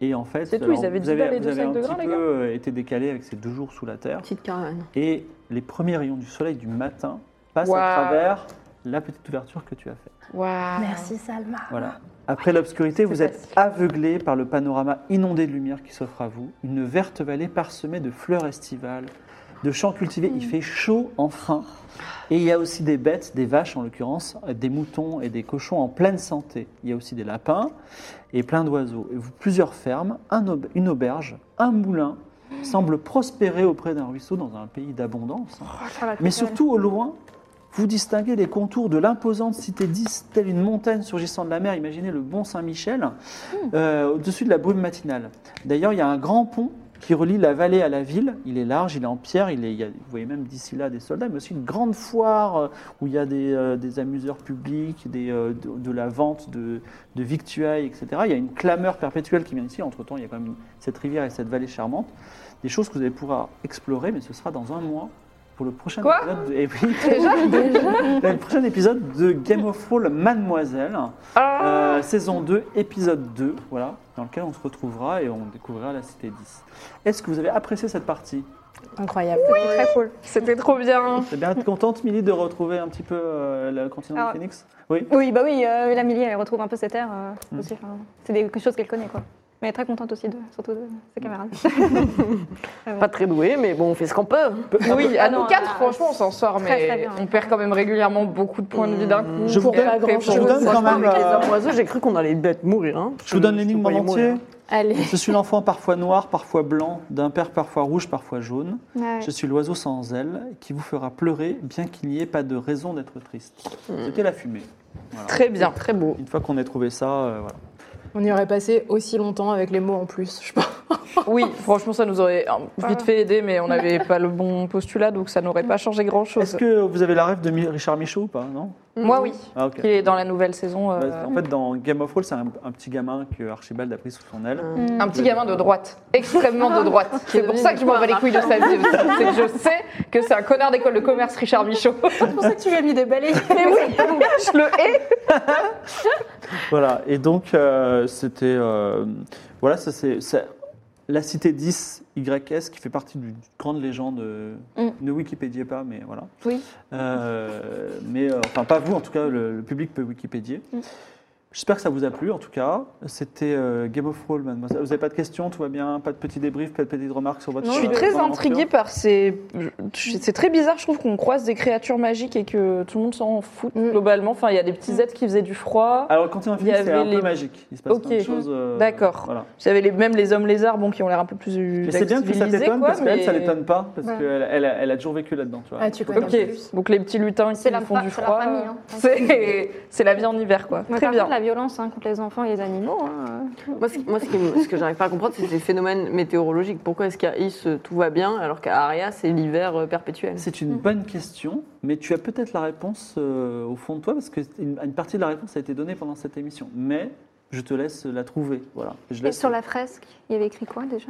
[SPEAKER 2] Et en fait,
[SPEAKER 3] C'est tout,
[SPEAKER 2] alors,
[SPEAKER 3] ils avaient
[SPEAKER 2] vous
[SPEAKER 3] dix
[SPEAKER 2] avez,
[SPEAKER 3] balles et
[SPEAKER 2] vous
[SPEAKER 3] deux
[SPEAKER 2] avez
[SPEAKER 3] sacs
[SPEAKER 2] un
[SPEAKER 3] de
[SPEAKER 2] petit
[SPEAKER 3] grains, les
[SPEAKER 2] peu
[SPEAKER 3] gars.
[SPEAKER 2] euh, été décalé avec ces deux jours sous la terre.
[SPEAKER 4] Petite caravane.
[SPEAKER 2] Et les premiers rayons du soleil du matin passent
[SPEAKER 3] Waouh.
[SPEAKER 2] à travers la petite ouverture que tu as faite.
[SPEAKER 3] Waouh.
[SPEAKER 6] Merci Salma.
[SPEAKER 2] Voilà. Après l'obscurité, vous
[SPEAKER 6] c'est
[SPEAKER 2] êtes aveuglé par le panorama inondé de lumière qui s'offre à vous. Une verte vallée parsemée de fleurs estivales, de champs cultivés. Il fait chaud enfin. Et il y a aussi des bêtes, des vaches en l'occurrence, des moutons et des cochons en pleine santé. Il y a aussi des lapins et plein d'oiseaux. Et vous, plusieurs fermes, un aub- une auberge, un moulin semblent prospérer auprès d'un ruisseau dans un pays d'abondance.
[SPEAKER 5] Oh,
[SPEAKER 2] Mais surtout au loin, vous distinguez les contours de l'imposante cité 10, telle une montagne surgissant de la mer. Imaginez le Bon Saint-Michel, euh, au-dessus de la brume matinale. D'ailleurs, il y a un grand pont qui relie la vallée à la ville. Il est large, il est en pierre, il est, il y a- vous voyez même d'ici là des soldats, mais aussi une grande foire euh, où il y a des, euh, des amuseurs publics, des, euh, de, de la vente de, de victuailles, etc. Il y a une clameur perpétuelle qui vient ici. Entre-temps, il y a quand même cette rivière et cette vallée charmante. Des choses que vous allez pouvoir explorer, mais ce sera dans un mois pour le prochain
[SPEAKER 3] Quoi
[SPEAKER 2] épisode. de- eh oui. [LAUGHS] Le prochain épisode de Game of Thrones Mademoiselle,
[SPEAKER 3] Ah.
[SPEAKER 2] euh, saison 2, épisode 2, voilà, dans lequel on se retrouvera et on découvrira la cité 10. Est-ce que vous avez apprécié cette partie
[SPEAKER 6] Incroyable.
[SPEAKER 5] Très cool.
[SPEAKER 3] C'était trop bien.
[SPEAKER 2] T'es bien contente, Milly, de retrouver un petit peu euh, le continent
[SPEAKER 5] Ah.
[SPEAKER 2] du Phoenix Oui
[SPEAKER 5] Oui, bah oui, euh, la Millie, elle retrouve un peu ses terres euh,
[SPEAKER 3] Mm.
[SPEAKER 5] aussi. enfin, C'est des choses qu'elle connaît, quoi. Mais elle est très contente aussi, de, surtout de ses camarades.
[SPEAKER 4] Pas très doué, mais bon, on fait ce qu'on peut.
[SPEAKER 3] Oui, à
[SPEAKER 5] ah
[SPEAKER 3] nous
[SPEAKER 5] non,
[SPEAKER 3] quatre,
[SPEAKER 5] ah,
[SPEAKER 3] franchement, on s'en sort,
[SPEAKER 5] très, très
[SPEAKER 3] mais
[SPEAKER 5] bien. Mm.
[SPEAKER 3] on perd quand même régulièrement beaucoup de points de vie d'un coup.
[SPEAKER 2] Je vous
[SPEAKER 3] pour
[SPEAKER 2] donne-
[SPEAKER 3] faire
[SPEAKER 6] je vous
[SPEAKER 3] quelque chose.
[SPEAKER 2] donne quand
[SPEAKER 4] Franchement,
[SPEAKER 2] même,
[SPEAKER 4] avec les
[SPEAKER 2] euh,
[SPEAKER 4] hommes oiseaux, j'ai cru qu'on allait être mourir. hein.
[SPEAKER 2] Je vous donne l'énigme en
[SPEAKER 4] voyais
[SPEAKER 2] entier.
[SPEAKER 4] mourir.
[SPEAKER 6] hein. Allez.
[SPEAKER 2] Je suis l'enfant parfois noir, parfois blanc, d'un père parfois rouge, parfois jaune.
[SPEAKER 5] Ouais.
[SPEAKER 2] Je suis l'oiseau sans ailes qui vous fera pleurer bien qu'il n'y ait pas de raison d'être triste. C'était la fumée.
[SPEAKER 3] Très bien, très beau.
[SPEAKER 2] Une fois qu'on a trouvé ça, euh, voilà.
[SPEAKER 6] On y aurait passé aussi longtemps avec les mots en plus, je pense.
[SPEAKER 3] Oui, franchement, ça nous aurait hein, vite fait aider, mais on n'avait pas le bon postulat, donc ça n'aurait pas changé
[SPEAKER 2] Est-ce
[SPEAKER 3] grand-chose.
[SPEAKER 2] que vous avez la rêve de Mi- Richard Michaud ou pas Non
[SPEAKER 3] Moi, oui,
[SPEAKER 2] Ah, ok.
[SPEAKER 3] qui est dans la nouvelle saison. euh,
[SPEAKER 2] Bah, en fait, dans Game of Thrones, c'est un, un petit gamin que Archibald a pris sous son aile.
[SPEAKER 3] Un
[SPEAKER 5] Mm. Ah,
[SPEAKER 3] petit gamin de droite, extrêmement de
[SPEAKER 5] [LAUGHS]
[SPEAKER 3] droite. C'est pour ça que je m'en bats les couilles de sa vie aussi. C'est que je sais que c'est un connard d'école de commerce, Richard Michaud.
[SPEAKER 6] C'est pour ça que tu lui as mis des balais.
[SPEAKER 5] [LAUGHS]
[SPEAKER 3] Mais oui, je le hais.
[SPEAKER 2] Voilà, et donc euh, c'était. euh, voilà, ça c'est. ça- La cité 10 YS qui fait partie d'une grande légende. euh,
[SPEAKER 5] Mm.
[SPEAKER 2] Ne Wikipédiez pas, mais voilà.
[SPEAKER 5] Oui.
[SPEAKER 2] Euh, mais euh, enfin, pas vous, en tout cas, le, le public peut Wikipédier.
[SPEAKER 3] Mm.
[SPEAKER 2] J'espère que ça vous a plu, en tout cas. C'était euh, Game of Thrones, mademoiselle. Vous n'avez pas de questions, tout va bien Pas de petits débriefs, pas de petites remarques sur votre
[SPEAKER 3] Je suis
[SPEAKER 2] euh,
[SPEAKER 3] très
[SPEAKER 2] grande
[SPEAKER 3] intriguée
[SPEAKER 2] aventure
[SPEAKER 3] par ces. je- C'est très bizarre, je trouve qu'on croise des créatures magiques et que tout le monde s'en fout
[SPEAKER 5] Mm.
[SPEAKER 3] globalement. Enfin, il y a des petits êtres qui faisaient du froid.
[SPEAKER 2] Alors, quand on a
[SPEAKER 3] Il y
[SPEAKER 2] fini, c'est
[SPEAKER 3] avait
[SPEAKER 2] un
[SPEAKER 3] les-
[SPEAKER 2] peu magique. Il se passe
[SPEAKER 3] Ok.
[SPEAKER 2] plein de choses. euh,
[SPEAKER 3] D'accord.
[SPEAKER 2] Voilà.
[SPEAKER 3] J'avais les, même les hommes lézards, bon, qui ont l'air un peu plus.
[SPEAKER 2] Mais c'est bien que ça
[SPEAKER 3] civilisés,
[SPEAKER 2] t'étonne
[SPEAKER 3] quoi,
[SPEAKER 2] parce qu'elle,
[SPEAKER 3] mais-
[SPEAKER 2] ça l'étonne pas parce
[SPEAKER 5] Ouais.
[SPEAKER 2] qu'elle elle a, elle a toujours vécu là-dedans, tu vois.
[SPEAKER 6] Ah, tu connais
[SPEAKER 3] Ok, donc les petits lutins qui
[SPEAKER 5] C'est la
[SPEAKER 3] font
[SPEAKER 5] fa-
[SPEAKER 3] du
[SPEAKER 5] c'est
[SPEAKER 3] froid.
[SPEAKER 5] leur famille, hein.
[SPEAKER 3] [LAUGHS] C'est c'est la vie en hiver, quoi.
[SPEAKER 5] Moi,
[SPEAKER 3] très
[SPEAKER 5] par
[SPEAKER 3] bien.
[SPEAKER 5] contre, la violence hein, contre les enfants et les animaux. hein,
[SPEAKER 4] Moi, ce, moi, ce qui me- ce que j'arrive pas à comprendre, c'est ces phénomènes météorologiques. Pourquoi est-ce qu'à Is, euh, tout va bien, alors qu'à Aria, c'est l'hiver euh, perpétuel
[SPEAKER 2] C'est une bonne question, mais tu as peut-être la réponse euh, au fond de toi parce que une, une partie de la réponse a été donnée pendant cette émission. Mais je te laisse la trouver, voilà. Je
[SPEAKER 5] euh. Et
[SPEAKER 2] laisse-
[SPEAKER 5] sur la fresque, il y avait écrit quoi déjà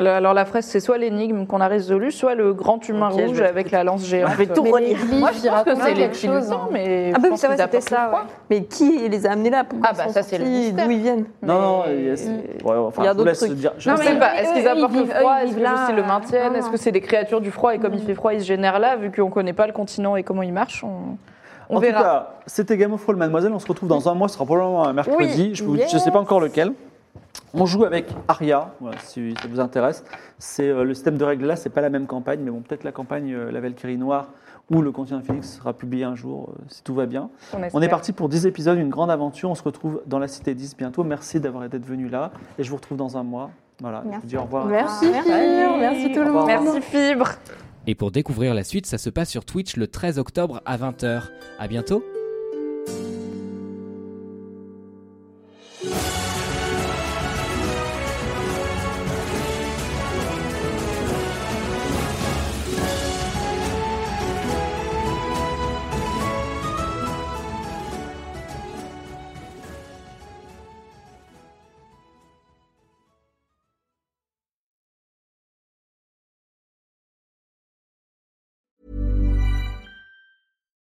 [SPEAKER 3] Le- alors la fresque, c'est soit l'énigme qu'on a résolue, soit le grand humain
[SPEAKER 4] Ok, je vais
[SPEAKER 3] rouge
[SPEAKER 4] tout
[SPEAKER 3] avec la lance géante.
[SPEAKER 4] Je vais tout relire.
[SPEAKER 3] Moi, je pense que c'est les
[SPEAKER 5] quelque
[SPEAKER 3] petits
[SPEAKER 5] chose,
[SPEAKER 3] lutins,
[SPEAKER 5] hein.
[SPEAKER 3] mais je
[SPEAKER 5] Ah bah oui,
[SPEAKER 3] pense
[SPEAKER 5] c'est vrai,
[SPEAKER 3] qu'ils
[SPEAKER 5] c'était
[SPEAKER 3] apportent
[SPEAKER 5] ça,
[SPEAKER 3] le froid.
[SPEAKER 5] ouais.
[SPEAKER 4] Mais qui les a amenés là Pourquoi
[SPEAKER 3] Ah, bah,
[SPEAKER 4] ils sont
[SPEAKER 3] ça, c'est le
[SPEAKER 4] sortis
[SPEAKER 3] mystère.
[SPEAKER 4] D'où ils viennent
[SPEAKER 2] Non, non,
[SPEAKER 3] Mais- Mm.
[SPEAKER 2] yes.
[SPEAKER 5] Mm.
[SPEAKER 2] Ouais, enfin,
[SPEAKER 4] Il
[SPEAKER 2] je
[SPEAKER 4] y a
[SPEAKER 2] vous
[SPEAKER 4] d'autres
[SPEAKER 2] laisse
[SPEAKER 4] trucs.
[SPEAKER 2] dire. je
[SPEAKER 3] Je
[SPEAKER 5] Non,
[SPEAKER 2] sais
[SPEAKER 3] sais
[SPEAKER 5] mais
[SPEAKER 3] pas,
[SPEAKER 5] eux,
[SPEAKER 3] est-ce
[SPEAKER 5] eux,
[SPEAKER 3] qu'ils
[SPEAKER 5] ils
[SPEAKER 3] apportent le
[SPEAKER 5] vivent-
[SPEAKER 3] froid
[SPEAKER 5] eux, ils
[SPEAKER 3] Est-ce que
[SPEAKER 5] vivent
[SPEAKER 3] juste
[SPEAKER 5] là,
[SPEAKER 3] ils le
[SPEAKER 5] euh,
[SPEAKER 3] maintiennent
[SPEAKER 5] non,
[SPEAKER 3] Est-ce
[SPEAKER 5] non.
[SPEAKER 3] que c'est des créatures du froid Et comme il fait froid, ils se génèrent là, vu qu'on connaît pas le continent et comment il marche, on, on
[SPEAKER 2] en
[SPEAKER 3] verra.
[SPEAKER 2] tout cas, c'était Game of Thrones, mademoiselle. On se retrouve dans un mois, ce sera probablement un mercredi. Je ne sais pas encore lequel. On joue avec Aria, voilà, si ça vous intéresse. C'est euh, le système de règles là, c'est pas la même campagne, mais bon, peut-être la campagne euh, La Valkyrie Noire ou le Continent Phoenix sera publié un jour, euh, si tout va bien. On est
[SPEAKER 3] espère.
[SPEAKER 2] parti pour 10 épisodes, une grande aventure. On se retrouve dans la Cité 10 bientôt. Merci d'avoir été venu là, et je vous retrouve dans un mois. Voilà, je vous dis au revoir. à tous.
[SPEAKER 5] Ah,
[SPEAKER 6] Merci, Pierre. Merci tout le monde.
[SPEAKER 3] Merci Fibre
[SPEAKER 1] Et pour découvrir la suite, ça se passe sur Twitch le 13 octobre à 20h. À bientôt